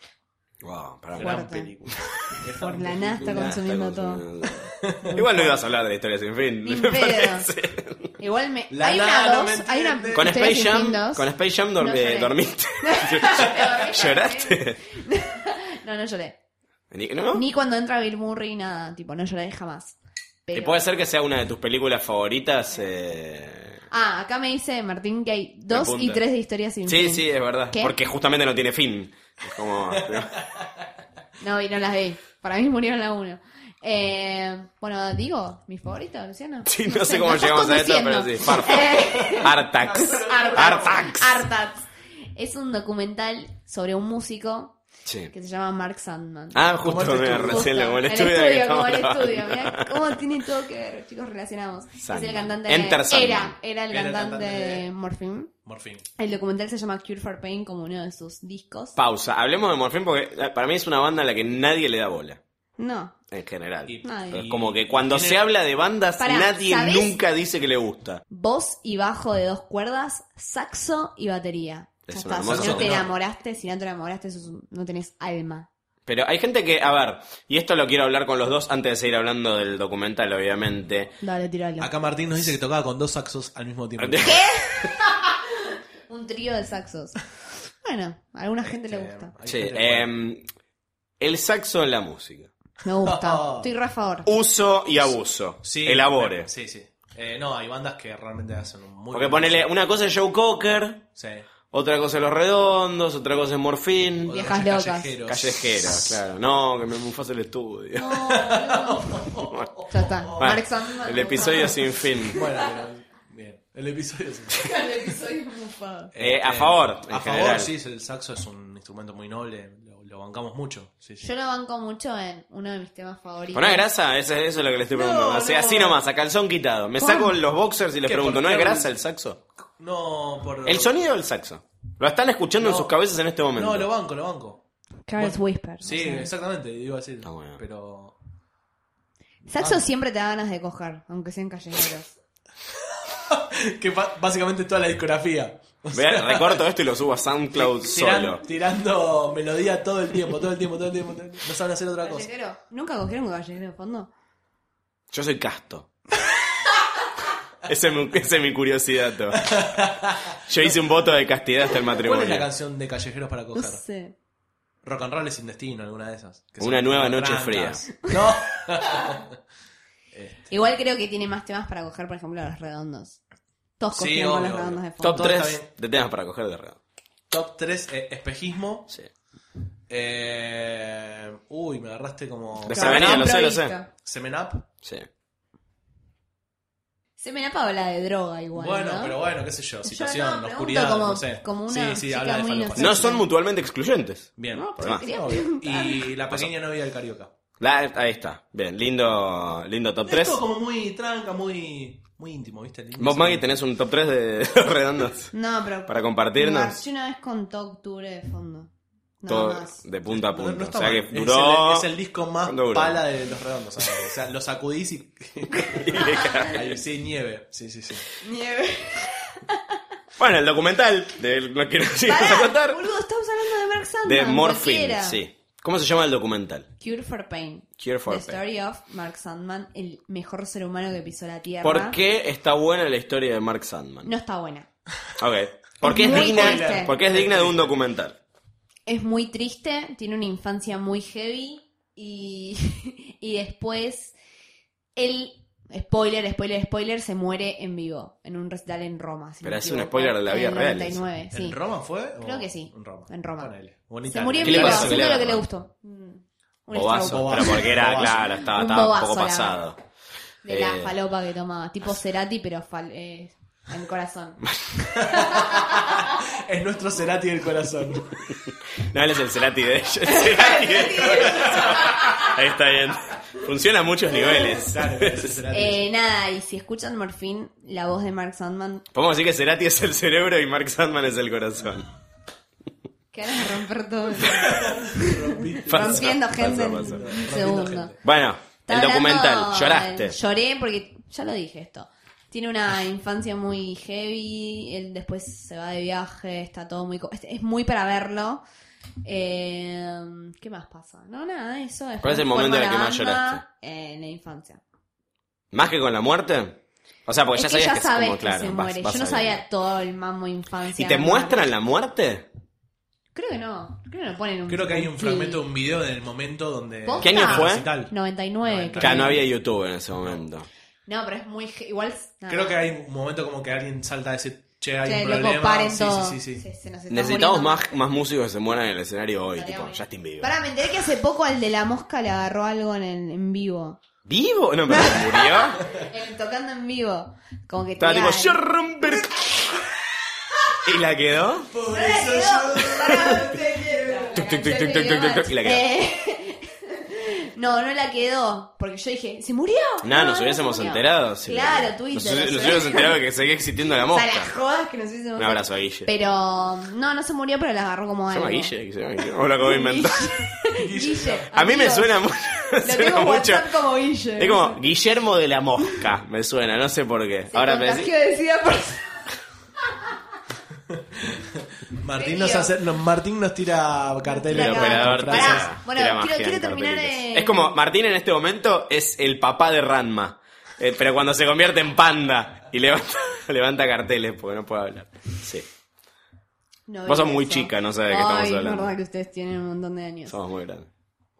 S6: Wow, pará.
S8: Gran
S7: Fuerte.
S8: película.
S7: Por la nada está
S6: Nada,
S7: consumiendo
S6: está
S7: todo.
S6: consumiendo todo. Igual no ibas a hablar de la historia sin fin.
S7: Ni en
S6: me
S7: pedo.
S6: parece.
S7: Igual me.
S8: La
S7: hay
S8: nada,
S7: una
S8: no
S7: dos.
S8: me
S7: hay una.
S8: entiende.
S6: Con
S7: ustedes
S6: Space Jam,
S7: sin dos.
S6: con Space Jam dor-
S7: No
S6: eh,
S7: lloré.
S6: dormiste. ¿Lloraste?
S7: No, no lloré.
S6: Ni- ¿No?
S7: Ni cuando entra Bill Murray, nada. Tipo, no lloré jamás.
S6: Y
S7: Pero-
S6: puede ser que sea una de tus películas favoritas. eh,
S7: Ah, acá me dice Martín que hay dos y
S6: apunta.
S7: tres de historias sin
S6: Sí,
S7: fin.
S6: sí, es verdad.
S7: ¿Qué?
S6: Porque justamente no tiene fin. Es como.
S7: No, y no las vi. Para mí murieron la uno. Eh, bueno, digo, mi favorita, Luciana.
S6: Sí, no sé cómo llegamos a esto, pero sí. Farfax. Artax.
S7: Artax.
S6: Artax.
S7: Artax. Es un documental sobre un músico
S6: Sí.
S7: que se llama Mark Sandman.
S6: Ah, justo
S8: Como este
S6: me
S8: estudio.
S6: recién
S7: Justo,
S6: como el
S7: el
S6: estudio de que
S7: como
S6: estamos
S7: el
S6: grabando.
S7: estudio. Mirá cómo tiene todo que ver, chicos, relacionados. Es
S6: Sandman.
S7: el cantante.
S6: Enter Sandman.
S7: era, era el
S8: Era el
S7: cantante
S8: cantante
S7: de
S8: de-
S7: Morphine.
S8: Morfín.
S7: El documental se llama Cure for Pain como uno de sus discos.
S6: Pausa. Hablemos de Morfín porque eh, para mí es una banda a la que nadie le da bola.
S7: no,
S6: En general.
S8: Y-
S7: Nadie.
S6: Pero es como que cuando
S8: Tiene-
S6: se habla de bandas,
S7: Pará,
S6: nadie
S7: ¿sabés?
S6: nunca dice que le gusta.
S7: voz y bajo de dos cuerdas, saxo y batería. Ya
S6: Es
S7: está,
S6: una
S7: si
S6: hermosa
S7: no te
S6: banda.
S7: enamoraste, si no te enamoraste, sos un- no tenés alma.
S6: Pero hay gente que, a ver, y esto lo quiero hablar con los dos antes de seguir hablando del documental, obviamente.
S7: Dale, tiralo.
S8: Acá Martín nos dice que tocaba con dos saxos al mismo tiempo.
S7: Un trío de saxos. Bueno, a alguna gente le
S8: Eh,
S7: gusta.
S8: hay
S6: Sí,
S8: gente que-
S6: em, el saxo en la música.
S7: Me gusta. Estoy re a favor.
S6: Uso y abuso.
S8: Sí,
S6: Elabore.
S8: Sí, sí. Eh, no, hay bandas que realmente hacen un muy
S6: Porque
S8: buen-
S6: ponele, una cosa es Joe Cocker,
S8: Sí.
S6: Otra cosa es Los Redondos, otra cosa es Morfín.
S7: Viejas locas.
S8: Callejeros.
S6: Callejeras, claro. No, que me mufas el estudio.
S7: Ya está.
S6: Bueno,
S7: Mark Sandman.
S6: el episodio sin fin.
S8: Bueno, pero, bien. El episodio es...
S7: El episodio es mufado.
S6: Eh, a favor, en
S8: Este, A favor,
S6: general.
S8: sí, el saxo es un instrumento muy noble, lo, lo bancamos mucho. Sí, sí.
S7: Yo lo banco mucho en uno de mis temas favoritos.
S6: ¿Poné grasa? Eso, eso es lo que le estoy preguntando.
S8: No,
S6: Así-
S8: no.
S6: Así nomás, a calzón quitado. Me saco los boxers y les
S8: ¿Qué,
S6: pregunto,
S8: por
S6: ¿no
S8: qué
S6: es
S8: hablan-
S6: grasa el saxo?
S8: No, por...
S6: ¿El sonido del saxo? ¿Lo están escuchando en
S8: No.
S6: sus cabezas en este momento?
S8: No, lo banco, lo banco.
S7: Carl's Whisper.
S8: Sí, exactamente, iba a decir.
S6: Ah, bueno.
S8: Pero...
S7: Saxo siempre te da ganas de coger, aunque sean callejeros.
S8: Que ba- básicamente toda la discografía.
S6: Vea, recorto esto y lo subo a SoundCloud
S8: Tiran-
S6: solo.
S8: Tirando melodía todo el tiempo, todo el tiempo, todo el tiempo. todo el tiempo. No saben hacer otra cosa.
S7: ¿Callejero? ¿Nunca cogieron un callejero de fondo?
S6: Yo soy casto. Ese es mi- Esa es mi curiosidad. todo. Yo hice un voto de castidad hasta el
S8: ¿Cuál es la
S6: matrimonio.
S8: canción de Callejeros para
S7: No
S8: coger?
S7: sé.
S8: Rock and Roll es sin destino, alguna de esas. Que
S6: Una
S8: son
S6: nueva
S8: como
S6: noche
S8: trancas. No.
S7: Igual creo que tiene más temas para coger, por ejemplo, los redondos. Todos
S8: Sí,
S7: cogieron con
S8: obvio,
S7: los
S8: obvio.
S7: redondos de fondo.
S6: Top
S8: Todo está
S6: 3
S8: bien.
S6: de temas para coger de redondo.
S8: Top 3, espejismo.
S6: Sí.
S8: Eh, uy, me agarraste como...
S6: De Semenap, lo sé, lo sé.
S7: Improvisto.
S8: Semen Up.
S6: Sí.
S7: Se me la paga la de droga igual.
S8: Bueno,
S7: ¿no?
S8: pero bueno, qué sé yo, situación,
S7: no, pregunto
S8: oscuridad,
S7: como-
S8: no sé.
S7: como una
S8: sí, sí,
S7: chica
S8: habla de
S7: muy
S8: falopa.
S6: No son mutualmente excluyentes.
S8: Bien,
S7: No,
S6: pero
S8: Sí,
S7: quería
S8: obvio. y la pequeña novia del carioca.
S6: La- ahí está. Bien, lindo, lindo top 3.
S8: Es todo como muy tranca, muy, muy íntimo, ¿viste? Lindo,
S6: Vos,
S8: sí.
S6: Maggie, tenés un top 3 de los redondos
S7: No, pero.
S6: para compartirnos.
S7: García una vez contó octubre de fondo. Nada
S6: Todo
S7: más.
S6: de punta a
S8: No, no
S6: punta. O
S8: está
S6: sea que
S8: mal.
S6: duró.
S8: Es el, es el disco más
S6: ¿Cuándo duró?
S8: pala de los redondos. ¿sabes? O sea, lo sacudís y. Ahí sí, nieve. Sí, sí, sí.
S7: Nieve.
S6: Bueno, el documental de lo que nos ibas a
S7: Pará,
S6: contar.
S7: Boludo, estamos hablando de Mark Sandman.
S6: De Morphine,
S7: cualquiera.
S6: sí. ¿Cómo se llama el documental?
S7: Cure for Pain.
S6: Cure for
S7: The
S6: Pain.
S7: Story of Mark Sandman, el mejor ser humano que pisó la Tierra.
S6: ¿Por qué está buena la historia de Mark Sandman?
S7: No está buena.
S6: Ok. ¿Por qué es,
S7: Muy
S6: digna,
S7: triste.
S6: ¿Por qué es digna de un documental?
S7: Es muy triste, tiene una infancia muy heavy y, y después él, spoiler, spoiler, spoiler, se muere en vivo, en un recital en Roma. si no
S6: Pero
S7: me
S6: es un
S7: equivoco,
S6: spoiler de la
S7: en
S6: vida
S7: el
S6: real,
S7: 99, Eh, sí.
S8: ¿En Roma fue? o-
S7: Creo que sí.
S8: En Roma.
S7: En Roma.
S8: Ponele. Bonita.
S7: Se murió en
S6: ¿Qué le
S7: vivo,
S6: pasó? ¿Qué le
S7: haciendo lo que
S6: pasó?
S7: le gustó. Mm, Un
S6: Bobazo.
S7: strauch
S8: Bobazo.
S6: Pero porque era,
S8: Bobazo.
S6: claro, estaba,
S7: Un
S6: estaba un
S7: bobazo
S6: poco
S7: la
S6: pasado.
S7: de la
S6: Eh.
S7: falopa que tomaba, tipo Cerati, pero fal- eh, en el corazón.
S8: Es nuestro Cerati del corazón.
S6: No, él es el Cerati de ellos. El Cerati de Ahí está bien. Funciona a muchos niveles.
S8: Claro, es el Cerati.
S7: Eh, nada, y si escuchan Morfín, la voz de Mark Sandman,
S6: Podemos decir que Cerati es el cerebro y Mark Sandman es el corazón.
S7: que van a romper todo.
S6: Pasa,
S7: rompiendo
S6: pasa,
S7: gente en
S6: pasa.
S7: un segundo.
S6: Bueno, el
S7: Está hablando- eh,
S6: documental. Lloraste. Ah.
S7: Lloré porque ya lo dije esto. Tiene una infancia muy heavy, él después se va de viaje, está todo muy... co- Es, es muy para verlo. Eh, ¿Qué más pasa? No, nada, eso. después
S6: es el
S7: fue
S6: momento en el
S7: con
S6: que
S7: la
S6: más
S7: banda,
S6: lloraste?
S7: eh, en la infancia.
S6: ¿Más que con la muerte? O sea, porque
S7: es
S6: Pues
S7: que ya
S6: ya sabías que, se-
S7: sabes
S6: como,
S7: que
S6: claro,
S7: se
S6: vas-
S7: muere.
S6: vas
S7: Yo no
S6: sabiendo.
S7: sabía todo el mambo infancia.
S6: ¿Y te
S7: No.
S6: muestran la muerte?
S7: Creo que no. Creo que no ponen un...
S8: Creo que hay un
S7: clip.
S8: fragmento de un video del momento donde.
S7: ¿Posta?
S6: ¿Qué año fue?
S8: Recital.
S7: 99.
S8: Noventa.
S6: Ya
S7: creo.
S6: no había YouTube en ese momento.
S7: No, pero es muy... ge- Igual... nada.
S8: Creo que hay un momento como que alguien salta a decir, che, hay
S7: Che,
S8: un
S7: loco,
S8: problema.
S7: paren
S8: sí,
S7: todo.
S8: sí, sí, sí.
S7: Se- se nos está
S6: Necesitamos
S7: muriendo.
S6: más, más músicos que se mueran en el escenario hoy,
S7: Estaría
S6: tipo
S7: bueno.
S6: Justin Bieber.
S7: Pará, me enteré que hace poco al de la mosca le agarró algo en, el- en vivo.
S6: ¿Vivo? No, pero se murió.
S7: El tocando en vivo. Como que
S6: Estaba tipo,
S7: tira-
S6: yo romper. ¿Y la quedó?
S7: No le quedó. Pará, me enteré.
S6: Tuc, tuc, tuc, tuc, tuc, tuc, tuc, y la quedó.
S7: Eh, No, no la quedó. Porque yo dije, ¿se murió?
S6: Nada, nos
S7: se
S6: hubiésemos
S7: murió.
S6: enterado. sí.
S7: Claro, Twitter.
S6: Nos,
S7: o sea.
S6: nos hubiésemos enterado que seguía existiendo la
S7: O sea, las
S6: mosca.
S7: jodas que nos hubiésemos
S6: Un abrazo a Guille.
S7: Pero, no, no se murió, pero la agarró como
S6: ¿Se
S7: algo.
S6: llama Guille? ¿Se llama Guille? ¿O lo acabo de inventar?
S7: Guille.
S6: A mí me
S7: amigos,
S6: suena mu- me
S7: Lo
S6: suena
S7: tengo en
S6: mucho.
S7: WhatsApp como Guille.
S6: Es como Guillermo de la Mosca, me suena, no sé por qué.
S7: Se
S6: Ahora me
S7: contagió
S6: decís-
S7: de sida por...
S8: Martín, nos hace- no, Martín nos tira carteles.
S6: El
S7: Pará,
S6: operador
S7: pará.
S6: tira-
S7: Bueno,
S6: tira
S7: quiero-
S6: magia
S7: quiero
S6: en
S7: terminar
S6: cartelitos.
S7: en-
S6: Es como Martín en este momento es el papá de Ranma, eh, pero cuando se convierte en panda y levanta, levanta carteles porque no puede hablar. Sí,
S7: No
S6: Vos sos
S7: veo
S6: muy
S7: eso.
S6: chica, no sabés de qué estamos
S7: Ay,
S6: hablando.
S7: Es verdad que ustedes tienen un montón de años.
S6: somos muy grandes.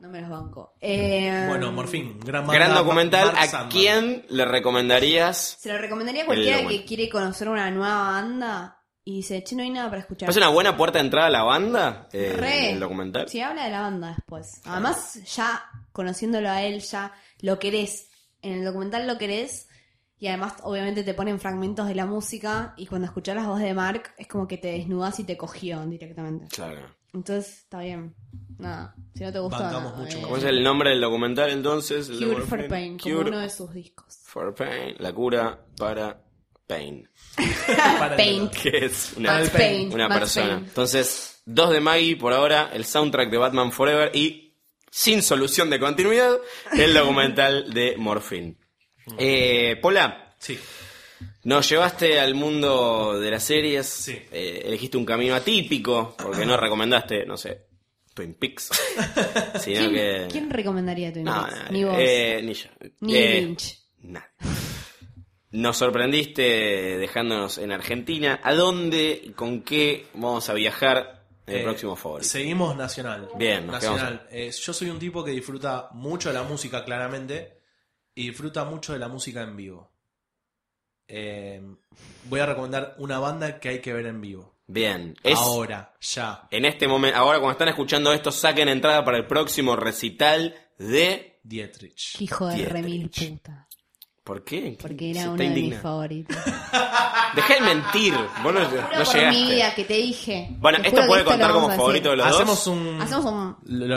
S7: No me los banco.
S6: Mm.
S7: Eh,
S8: Bueno, Morfín, gran,
S6: Gran
S8: banda,
S6: documental,
S8: Mark
S6: ¿a
S8: Sandman.
S6: quién le recomendarías?
S7: se lo recomendaría a cualquiera
S6: El
S7: que
S6: Lowen.
S7: quiere conocer una nueva banda. y dice, che, no hay nada para escuchar.
S6: ¿Es una buena puerta de entrada a la banda? eh,
S7: Re.
S6: El documental.
S7: Sí, habla de la banda después. Además, ya conociéndolo a él, ya lo querés. En el documental lo querés. Y además, obviamente, te ponen fragmentos de la música. Y cuando escuchás las voces de Mark, es como que te desnudás y te cogió directamente.
S6: Claro.
S7: Entonces, está bien. Nada. Si no te gustó.
S8: Bancamos
S7: nada,
S8: mucho
S7: eh,
S6: ¿Cómo es el nombre del documental entonces? El
S7: Cure
S6: de
S7: for Pain,
S6: Warpain.
S7: como
S6: Cure
S7: uno de sus discos.
S6: for Pain. La cura para Pain.
S8: Para
S7: Paint.
S6: Que es una,
S7: Max Payne.
S6: una
S7: Max
S6: persona.
S7: Payne.
S6: Entonces, dos de Maggie por ahora, el soundtrack de Batman Forever y, sin solución de continuidad, el documental de Morphine. Eh, Pola,
S8: Sí.
S6: nos llevaste al mundo de las series.
S8: Sí.
S6: Eh, elegiste un camino atípico, porque no recomendaste, no sé, Twin Peaks. sino
S7: ¿Quién,
S6: que...
S7: quién recomendaría tu
S6: No,
S7: Peaks?
S6: nadie.
S7: Ni vos.
S6: Eh, ni yo.
S7: Ni
S6: Eh,
S7: Lynch.
S6: nadie. Nos sorprendiste dejándonos en Argentina. ¿A dónde y con qué vamos a viajar en el
S8: Eh,
S6: próximo favorito?
S8: Seguimos nacional.
S6: Bien, nos
S8: nacional. Eh, yo soy un tipo que disfruta mucho de la música, claramente, y disfruta mucho de la música en vivo. Eh, voy a recomendar una banda que hay que ver en vivo.
S6: Bien. Es
S8: Ahora, ya.
S6: en este momento, ahora cuando están escuchando esto, saquen entrada para el próximo recital de.
S8: Dietrich.
S7: Qué hijo de
S6: Dietrich.
S7: remil puta.
S6: ¿Por qué?
S7: Porque
S6: Se
S7: era
S6: está
S7: uno de mis
S6: indignando.
S7: favoritos.
S6: Dejá de mentir. Vos no, no
S7: Juro por mi vida
S6: llegaste.
S7: que te dije.
S6: Bueno,
S7: Te juro
S6: esto
S7: que
S6: puede
S7: lo
S6: contar como
S7: vamos a
S6: favorito de
S7: decir.
S6: los
S8: Hacemos
S6: dos.
S8: un.
S7: Hacemos un.
S8: Lo-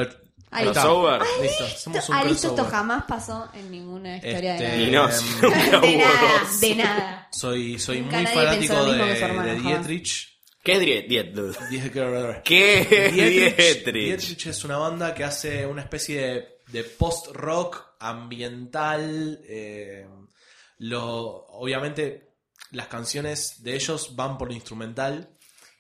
S7: Ahí
S8: Ahí
S7: está.
S6: Crossover.
S8: Listo, hacemos un
S7: Ah, listo, esto
S8: crossover.
S7: jamás pasó en ninguna historia
S8: Este,
S6: Y
S7: de
S6: no,
S8: Em,
S6: nunca
S7: nada. De
S6: hubo
S7: nada,
S6: dos.
S7: de nada.
S8: Soy, soy
S7: Nunca
S8: muy
S7: nadie pensó
S8: fanático
S7: lo mismo
S8: de,
S7: que su hermano,
S8: de
S7: jamás.
S8: Dietrich.
S6: ¿Qué es Drie- Diet?
S8: Die- Dietrich.
S6: ¿Qué es
S8: Dietrich,
S6: Dietrich?
S8: es una banda que hace una especie de, de post-rock ambiental. eh, lo, obviamente, las canciones de ellos van por lo instrumental.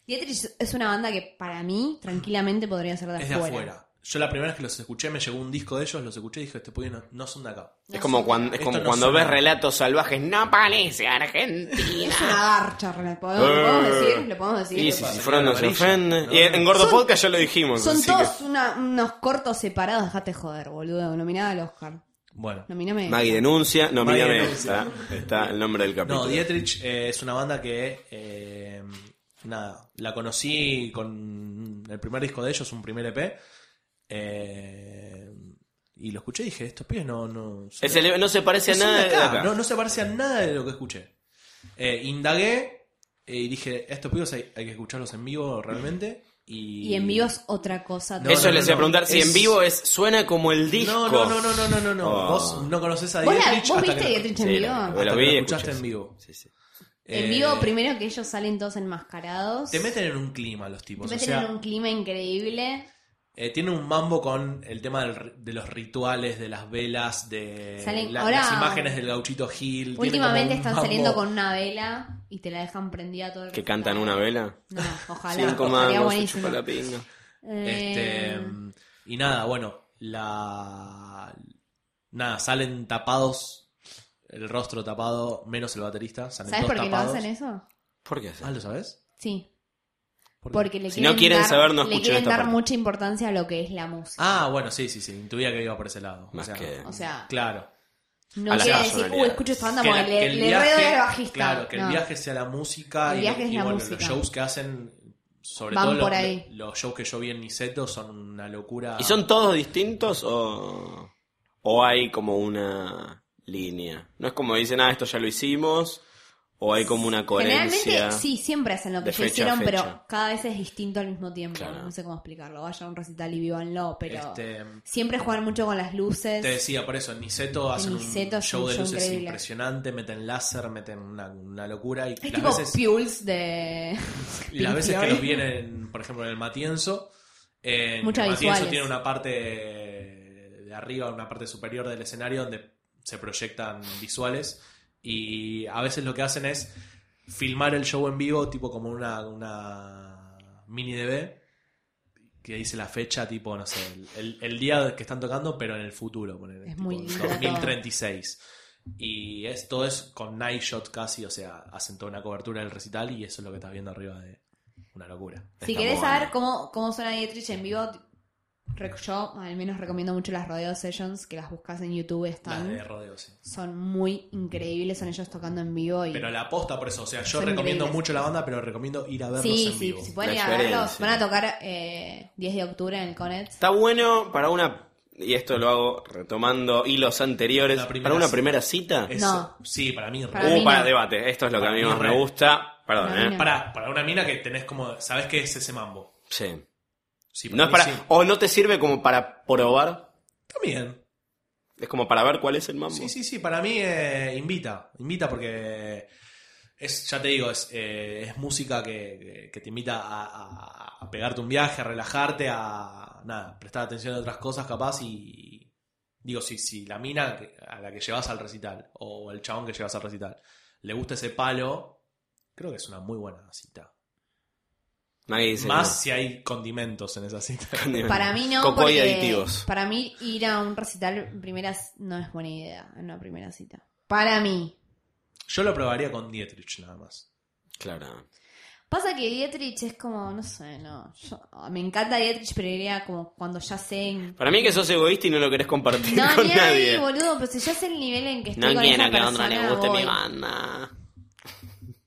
S7: Dietrich es una banda que para mí tranquilamente podría ser de
S8: es de
S7: afuera.
S8: afuera. Yo la primera vez que los escuché, me llegó un disco de ellos, los escuché y dije, este pollo no, no son de acá.
S6: Es como cuando, es
S8: Esto
S6: como
S8: no
S6: cuando
S8: suena.
S6: ves relatos salvajes, no parece Argentina.
S7: Es una garcha, René. ¿Lo
S6: Eh.
S7: podemos decir? ¿Lo podemos decir?
S6: Y
S7: ¿Qué
S6: si,
S7: pasa?
S6: si fueron no se
S8: Amarillo,
S6: ofende.
S8: ¿no?
S6: Y en Gordo
S7: Son-
S6: Podcast ya lo dijimos.
S7: Son
S6: así
S7: todos una- unos cortos separados. Dejate joder, boludo. Nominada al Oscar.
S8: Bueno.
S6: que-
S7: Nominame.
S6: Maggie denuncia, no
S8: Maggie
S6: mírame.
S8: denuncia.
S6: Está, está el nombre del capítulo.
S8: No, Dietrich eh, es una banda que. eh, nada, la conocí con el primer disco de ellos, un primer EP. eh, y lo escuché y dije, estos pibes no. no
S6: Es el- no se parece a
S8: no son
S6: nada
S8: de
S6: de
S8: acá,
S6: acá.
S8: No, no se parece a nada de lo que escuché. Eh, indagué eh, y dije, estos pibes hay, hay que escucharlos en vivo realmente. Y,
S7: Y en vivo es otra cosa.
S8: No,
S6: Eso
S8: no,
S6: les
S8: no,
S6: iba a preguntar si
S8: es-
S6: en vivo es suena como el disco.
S8: No, no, no, no, no, no, no. no.
S6: Oh.
S8: Vos no conocés a
S7: ¿Vos, la-
S8: Dietrich.
S7: vos
S8: hasta
S7: viste
S8: que lo-
S7: Dietrich en
S6: Sí,
S7: vivo?
S6: la-
S8: hasta
S6: Lo
S8: que
S6: vi,
S8: lo escuchaste
S6: escuché.
S8: en vivo.
S6: Sí, sí.
S7: En
S8: Eh,
S7: vivo, primero que ellos salen todos enmascarados.
S8: Te meten en un clima los tipos.
S7: Te
S8: o
S7: meten
S8: sea,
S7: en un clima increíble.
S8: eh, tiene un mambo con el tema del ri- de los rituales, de las velas, de
S7: Salen-
S8: la-
S7: ahora-
S8: las imágenes del gauchito Gil.
S7: Últimamente están saliendo con una vela y te la dejan prendida todo el
S6: Que
S7: recital.
S6: cantan una vela.
S7: No, ojalá.
S6: Cinco
S7: Estaría
S6: manos, se
S7: buenísimo.
S6: chupa la pinga.
S7: Eh,
S8: Este, mm, y nada, bueno, la. Nada, salen tapados, el rostro tapado, menos el baterista. Salen
S7: ¿Sabes
S8: todos
S7: por qué lo
S8: tapados.
S7: hacen eso?
S6: ¿Por qué hace?
S8: Ah, ¿lo sabes?
S7: Sí.
S8: ¿Por qué?
S7: Porque le
S6: Si no
S7: quieren
S6: quieren
S7: dar,
S6: saber, no
S7: le
S6: escuchen
S7: quieren
S6: esta
S7: dar
S6: parte.
S7: mucha importancia a lo que es la música.
S8: Ah, bueno, sí, sí, sí. Intuía que iba por ese lado.
S6: Más
S8: o sea,
S6: que-
S7: o sea,
S8: Claro.
S7: no
S6: a la
S7: quieren decir,
S6: personalidad.
S7: uy, escucho esta banda,
S8: Que la-
S7: porque le,
S8: que el
S7: le
S8: viaje-
S7: redoy al bajista.
S8: Claro, que el
S7: No.
S8: viaje sea la música
S7: El
S8: y,
S7: viaje es
S8: y
S7: la
S8: bueno,
S7: música.
S8: los shows que hacen, sobre
S7: Van
S8: todo
S7: por
S8: los,
S7: ahí.
S8: los shows que yo vi en Niceto, son una locura.
S6: ¿Y son todos distintos o, o hay como una línea? No es como dicen, ah, esto ya lo hicimos, o hay como una coherencia.
S7: Generalmente sí, siempre hacen lo que
S6: de
S7: ya
S6: fecha a
S7: hicieron, pero
S6: fecha.
S7: cada vez es distinto al mismo tiempo.
S6: Claro.
S7: No sé cómo explicarlo. Vayan a un recital y vívanlo, pero
S8: Este,
S7: siempre juegan mucho con las luces.
S8: te decía, por eso, en Niceto hacen
S7: Niceto
S8: un
S7: es
S8: show
S7: un
S8: de
S7: show
S8: luces
S7: increíble.
S8: impresionante, meten láser, meten una, una locura. Y
S7: es
S8: las
S7: tipo
S8: veces,
S7: Pules de.
S8: y las
S7: Pink
S8: veces que
S7: Floyd.
S8: los vienen, por ejemplo, en el Matienzo, en
S7: Muchas
S8: Matienzo
S7: visuales.
S8: tiene una parte de arriba, una parte superior del escenario donde se proyectan visuales y a veces lo que hacen es filmar el show en vivo tipo como una, una mini DB que dice la fecha tipo, no sé, el, el- el día que están tocando pero en el futuro, ponele,
S7: Es
S8: tipo,
S7: muy lindo
S8: 2036. Y es, todo es con night shot casi, o sea, hacen toda una cobertura del recital y eso es lo que estás viendo arriba de una locura.
S7: Si
S6: Está
S7: querés
S6: bueno.
S7: saber cómo, cómo suena Dietrich en vivo, Rec- Yo al menos recomiendo mucho las Rodeo Sessions, que las buscas en YouTube,
S8: Las
S7: están.
S8: de rodeo, sí.
S7: Son muy increíbles, son ellos tocando en vivo y.
S8: Pero la posta por eso, o sea, yo
S7: Son
S8: recomiendo
S7: increíbles.
S8: mucho la banda, pero recomiendo ir a verlos
S7: sí,
S8: en
S7: sí,
S8: vivo.
S7: si pueden
S6: La
S7: ir a verlos.
S6: experiencia.
S7: Van a tocar eh, 10 de octubre en el Conet.
S6: Está bueno para una. Y esto lo hago retomando hilos anteriores.
S8: La primera
S6: para una
S8: cita.
S6: primera cita.
S8: Eso,
S7: No.
S8: Sí, para mí. re-
S7: Para
S6: uh,
S7: mí
S6: para
S7: no.
S6: debate. Esto es lo que
S8: Para
S6: a mí
S8: mí
S6: más
S8: re.
S6: me gusta. Perdón,
S7: Para mí
S6: ¿eh?
S7: no.
S8: Para, para una mina que tenés como. ¿Sabés qué es ese mambo?
S6: Sí.
S8: Sí,
S6: No es
S8: mí
S6: para,
S8: sí.
S6: O no te sirve como para probar.
S8: También.
S6: Es como para ver cuál es el mambo.
S8: Sí, sí, sí. Para mí eh, invita. Invita porque. Es, ya te digo, es, eh, es música que, que te invita a, a- a pegarte un viaje, a relajarte, a nada, prestar atención a otras cosas capaz y digo, si, si la mina que- a la que llevas al recital o el chabón que llevas al recital le gusta ese palo, creo que es una muy buena cita.
S6: Nadie dice
S8: Más si hay condimentos en esa cita.
S6: que no.
S7: Para mí no,
S6: Cocoy
S7: porque
S6: aditivos.
S7: para mí ir a un recital en primeras no es buena idea en una primera cita. Para mí.
S8: Yo lo probaría con Dietrich nada más.
S6: Claro.
S7: Pasa que Dietrich es como, no sé, no. yo- ah, me encanta Dietrich, pero iría como cuando ya sé. en-
S6: Para mí que sos egoísta y no lo querés compartir
S7: No,
S6: con
S7: ni ahí,
S6: nadie.
S7: boludo, pero si ya sé el nivel en que estoy
S6: no
S7: con
S6: quiero
S7: esa
S6: que a otra le
S7: persona,
S6: guste mi
S7: voy.
S6: banda.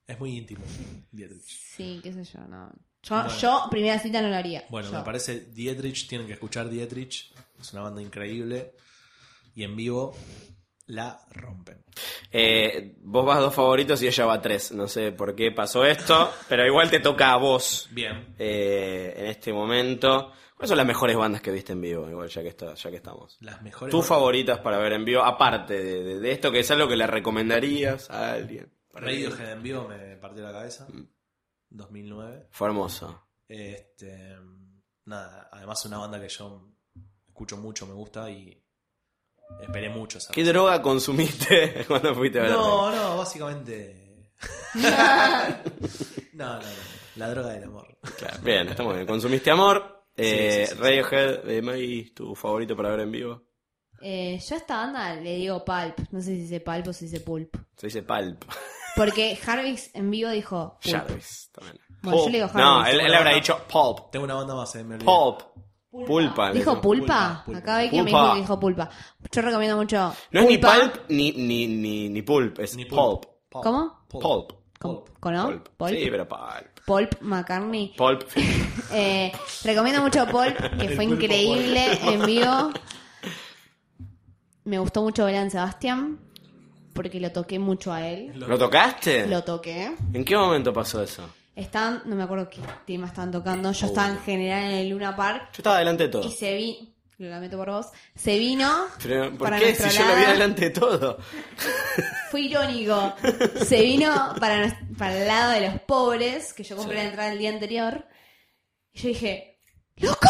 S8: Es muy íntimo, Dietrich.
S7: Sí, qué sé yo, no. Yo, yo primera cita no lo haría.
S8: Bueno,
S7: Yo.
S8: me parece Dietrich, tienen que escuchar Dietrich. Es una banda increíble. Y en vivo la rompen.
S6: Eh, vos vas dos favoritos y ella va tres. No sé por qué pasó esto, pero igual te toca a vos
S8: Bien.
S6: eh, en este momento. ¿Cuáles son las mejores bandas que viste en vivo? Igual ya que, está, ya que estamos.
S8: Las mejores.
S6: Tus favoritas para ver en vivo, aparte de, de- de esto, que es algo que le recomendarías a alguien.
S8: Radiohead en vivo me partió la cabeza. 2009.
S6: Fue hermoso.
S8: Este, nada, además una banda que yo escucho mucho, me gusta y esperé mucho. esa
S6: ¿Qué droga consumiste cuando fuiste a ver
S8: No, no, básicamente. no, no, no. La droga del amor.
S6: Claro, bien, estamos bien. Consumiste amor. Eh,
S8: sí, sí, sí.
S6: Radiohead, eh, Maggie, tu favorito para ver en vivo.
S7: Eh, yo a esta banda le digo pulp. No sé si dice pulp o si dice pulp.
S6: Se dice Palp.
S7: Porque Harvix en vivo dijo pulp.
S6: Jarvis también.
S7: Bueno, yo le digo
S6: Pulp.
S7: Jarvis.
S6: No, él, él habrá dicho Pulp.
S8: Tengo una banda más, eh, me olvidé.
S6: Pulp. Pulpa. le
S7: ¿Dijo
S6: decimos.
S7: pulpa?
S8: pulpa.
S7: Acá ve que me
S6: Pulpa.
S7: dijo que dijo pulpa. Yo recomiendo mucho.
S6: No es ni
S7: pulpa.
S6: Pulp ni, ni, ni, ni Pulp, es
S8: Ni
S6: Pulp.
S8: pulp.
S7: ¿Cómo?
S6: Pulp.
S7: ¿Con, con O?
S6: Pulp.
S7: Pulp.
S6: Sí, pero Pulp.
S7: Pulp McCartney.
S6: Pulp.
S7: Eh, recomiendo mucho Pulp, que fue increíble en vivo. Me gustó mucho Belán Sebastián, porque lo toqué mucho a él.
S6: ¿Lo tocaste?
S7: Lo toqué.
S6: ¿En qué momento pasó eso?
S7: Estaban, no me acuerdo qué tema estaban tocando. Yo estaba
S6: Oh.
S7: en general en el Luna Park
S6: Yo estaba delante de todo.
S7: y se vi. Lo lamento por vos. Se vino.
S6: Pero, ¿Por
S7: para
S6: qué? Si
S7: nuestro
S6: yo lo vi
S7: lado.
S6: delante de todo.
S7: Fue irónico. Se vino para, nos- para el lado de los pobres, que yo compré la entrada el día anterior. Y yo dije, ¡Loco!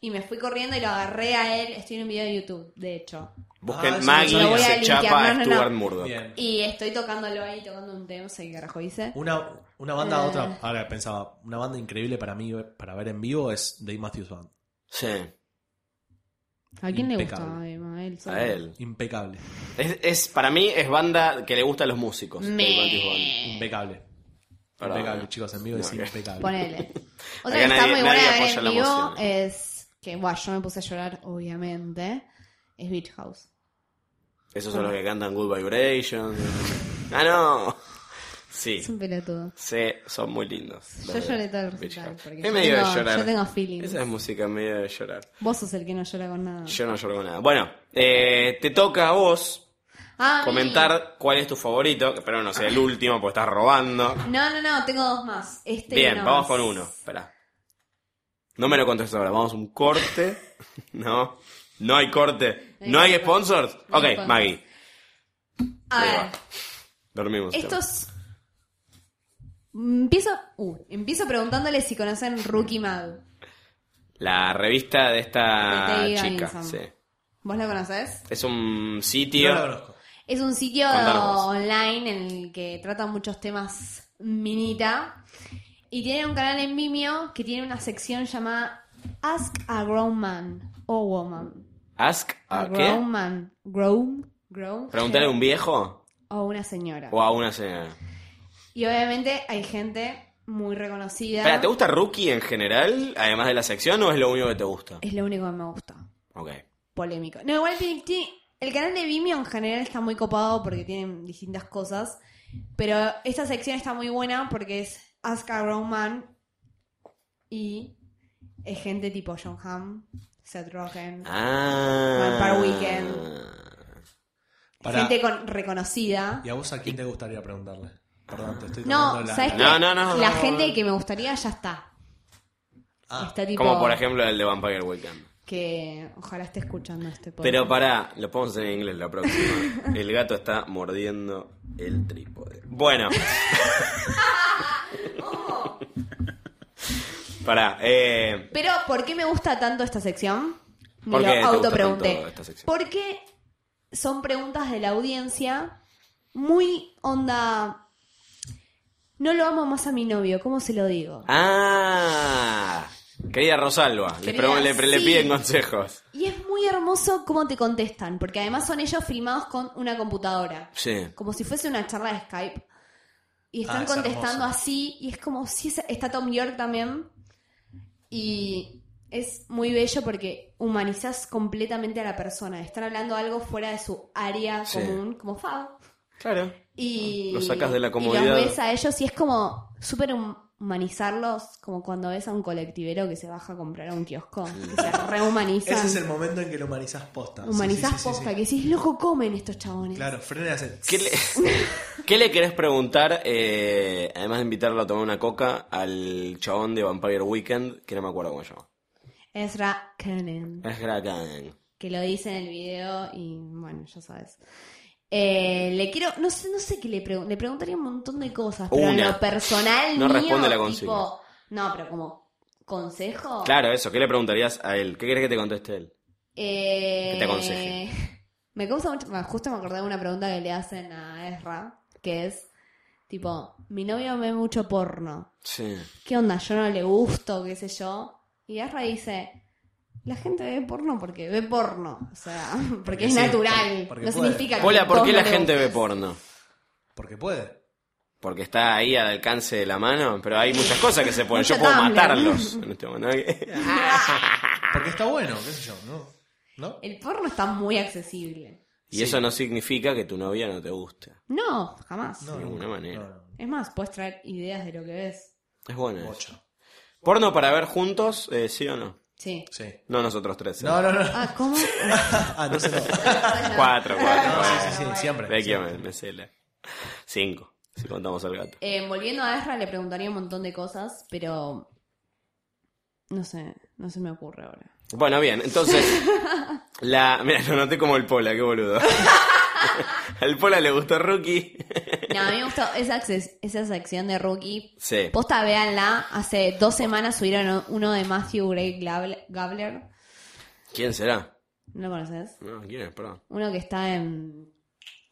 S7: Y me fui corriendo y lo agarré a él. Estoy en un video de YouTube, de hecho.
S6: Busquen
S8: eso
S6: Maggie
S8: no lo
S6: y
S8: voy
S7: a
S6: se
S7: linkear,
S6: chapa
S7: no,
S6: a
S7: no, no.
S6: Stuart Murdoch.
S8: Ah, Bien.
S7: Y estoy tocándolo ahí, tocando un tema, no sé qué carajo hice.
S8: Una, una banda,
S7: Eh.
S8: otra. Ahora pensaba, una banda increíble para mí, para ver en vivo es Dave Matthews Band.
S6: Sí.
S7: ¿A quién le gusta? eh,
S8: impecable.
S7: Emma? él solo.
S6: A él.
S8: Impecable.
S6: Es, es- para mí es banda que le gusta a los músicos. Dave Matthews Band.
S7: Me...
S8: Impecable.
S6: Perdón.
S8: Impecable, chicos, en vivo es
S6: No, que-
S8: impecable.
S7: Ponele.
S6: Acá
S7: Otra que está
S6: nadie-
S7: muy
S6: nadie
S7: buena de ver
S6: apoya
S7: en
S6: la
S7: vivo
S6: emoción.
S7: es... Que, bueno, yo me puse a llorar, obviamente. Es Beach House.
S6: Esos son los que cantan Good Vibrations. ah, no. Sí.
S7: Es un pelotudo.
S6: Sí, son muy lindos.
S7: Yo lloré todo el
S6: Beach
S7: recital,
S6: House.
S7: porque
S6: Es
S7: yo
S6: medio
S7: tengo-
S6: de llorar.
S7: yo tengo feelings.
S6: Esa es música medio de llorar.
S7: Vos sos el que no llora con nada.
S6: Yo no lloro con nada. Bueno, eh, te toca a vos
S7: Ah,
S6: comentar cuál es tu favorito, pero no sé, el último, porque estás robando.
S7: y- No, no, no, tengo dos más. Este y
S6: Bien,
S7: uno más.
S6: vamos con uno. Espera. No me lo contestes ahora, vamos a un corte. no, no hay corte.
S7: No hay
S6: ¿No hay
S7: corte.
S6: sponsors?
S7: No
S6: Ok,
S7: hay sponsors.
S6: Maggie,
S7: A
S6: Ahí
S7: ver,
S6: va. dormimos.
S7: estos. Empiezo, uh, empiezo preguntándole si conocen Rookie Mag.
S6: La revista de esta
S7: De Teddy
S6: chica.
S7: Gainsam.
S6: sí.
S7: ¿Vos la conocés?
S6: Es un
S8: No
S6: sitio.
S8: la conozco.
S7: Es un sitio
S6: Contanos vos.
S7: online en el que tratan muchos temas minita. Y tiene un canal en Vimeo que tiene una sección llamada Ask a Grown Man o Woman.
S6: Ask a
S7: Grown
S6: qué?
S7: Man. Grown. Grown.
S6: Preguntarle a un viejo
S7: O una señora.
S6: o a una señora.
S7: Y obviamente hay gente muy reconocida.
S6: Espera, ¿te gusta Rookie en general, además de la sección, o es lo único que te gusta?
S7: Es lo único que me gusta.
S6: Ok.
S7: Polémico. No, igual tiene- tiene- el canal de Vimeo en general está muy copado porque tienen distintas cosas. Pero esta sección está muy buena porque es Ask a Grown Man y es gente tipo John Hamm, Seth Rogen,
S6: Ah.
S7: Vampire Weekend.
S8: Pará.
S7: gente con- reconocida.
S8: ¿Y a vos a quién te gustaría preguntarle? Perdón, te estoy
S7: No,
S8: tomando la-
S7: ¿sabes qué?
S6: No, no, no,
S7: La
S6: no,
S7: gente que me gustaría ya está.
S8: Ah.
S7: Está tipo
S6: Como por ejemplo el de Vampire Weekend.
S7: que ojalá esté escuchando este podcast.
S6: Pero pará, lo podemos hacer en inglés la próxima. El gato está mordiendo el trípode. Bueno. pará, eh,
S7: Pero, ¿por qué me gusta tanto esta sección? Me
S6: ¿Por qué te
S7: lo
S6: gusta
S7: autopregunté.
S6: tanto esta sección?
S7: Porque son preguntas de la audiencia muy onda. No lo amo más a mi novio, ¿cómo se lo digo?
S6: Ah, querida Rosalba, le,
S7: Querida,
S6: pregun- le, pre- le
S7: sí.
S6: piden consejos.
S7: Y es muy hermoso cómo te contestan, porque además son ellos filmados con una computadora.
S6: Sí.
S7: como si fuese una charla de Skype. Y
S8: Ah,
S7: están
S8: es
S7: contestando
S8: hermoso.
S7: así, y es como si es- está Tom York también. Y es muy bello porque humanizas completamente a la persona. Están hablando algo fuera de su área
S6: Sí.
S7: común, como Fab.
S6: Claro.
S7: Y
S6: Los sacas de la
S7: Y
S6: comodidad.
S7: los ves a ellos y es como súper hum- humanizarlos, como cuando ves a un colectivero que se baja a comprar a un kiosco. Que se rehumanizan.
S8: Ese es el momento en que lo humanizás posta. Sí,
S7: Humanizás
S8: sí, sí, sí,
S7: posta,
S8: sí.
S7: que decís, loco, comen estos chabones.
S8: Claro, frena y hace-
S6: ¿Qué le, ¿Qué le querés preguntar, eh, además de invitarlo a tomar una coca, al chabón de Vampire Weekend, que no me acuerdo cómo se llama?
S7: Ezra Conan.
S6: Es Dragan.
S7: que lo dice en el video y bueno, ya sabes. Eh, le quiero, no sé, no sé qué le pregunto, le preguntaría un montón de cosas, pero en
S6: Una.
S7: lo personal
S6: No
S7: mío,
S6: responde la consigna.
S7: tipo, no, pero como consejo,
S6: Claro, eso. ¿Qué le preguntarías a él? ¿Qué querés que te conteste él?
S7: eh,
S6: Que te aconseje.
S7: Me causa mucho, bueno, justo me acordé de una pregunta que le hacen a Ezra, que es tipo, mi novio ve mucho porno.
S6: Sí.
S7: ¿Qué onda? Yo no le gusto, qué sé yo. Y Ezra dice, la gente ve porno porque ve porno, o sea, porque, es
S8: sí,
S7: natural,
S8: porque
S7: no
S8: puede.
S7: significa que...
S6: Hola, ¿por
S7: vos
S6: qué
S7: no
S6: la
S7: le
S6: gente ve
S7: gustes.
S6: porno?
S8: Porque puede.
S6: Porque está ahí al alcance de la mano, pero hay muchas cosas que se pueden. Yo
S7: Mucho
S6: puedo
S7: Tumblr.
S6: matarlos en este momento.
S8: Porque está bueno, qué sé yo, ¿no? ¿No?
S7: El porno está muy accesible.
S6: Y eso no significa que tu novia no te guste.
S7: No, jamás.
S8: No,
S6: de
S8: nunca.
S6: ninguna manera.
S8: No, no.
S7: Es más, puedes traer ideas de lo que ves.
S6: Es bueno. eso.
S8: Bocha.
S6: ¿Porno para ver juntos? eh, ¿Sí o no?
S7: Sí.
S8: Sí.
S6: No nosotros tres. ¿eh?
S8: No, no, no.
S7: Ah, ¿cómo?
S8: Ah, no sé. No.
S6: Cuatro, cuatro.
S8: No,
S6: cuatro.
S8: sí, sí, sí, siempre.
S6: Vecchio
S8: siempre.
S6: me, me cela. Cinco, si contamos al gato.
S7: Eh, volviendo a Ezra, le preguntaría un montón de cosas, pero... No sé, no se me ocurre ahora.
S6: Bueno, bien, entonces. la Mira, lo noté como el Pola, qué boludo. Al Pola le gustó Rookie.
S7: No, a mí me gustó esa, acces- esa sección de Rookie.
S6: Sí.
S7: Posta, véanla. Hace dos semanas subieron uno de Matthew Gray Gabler. Gabler.
S6: ¿Quién será?
S7: ¿No lo conoces?
S6: No, ¿quién es? Perdón.
S7: Uno que está en...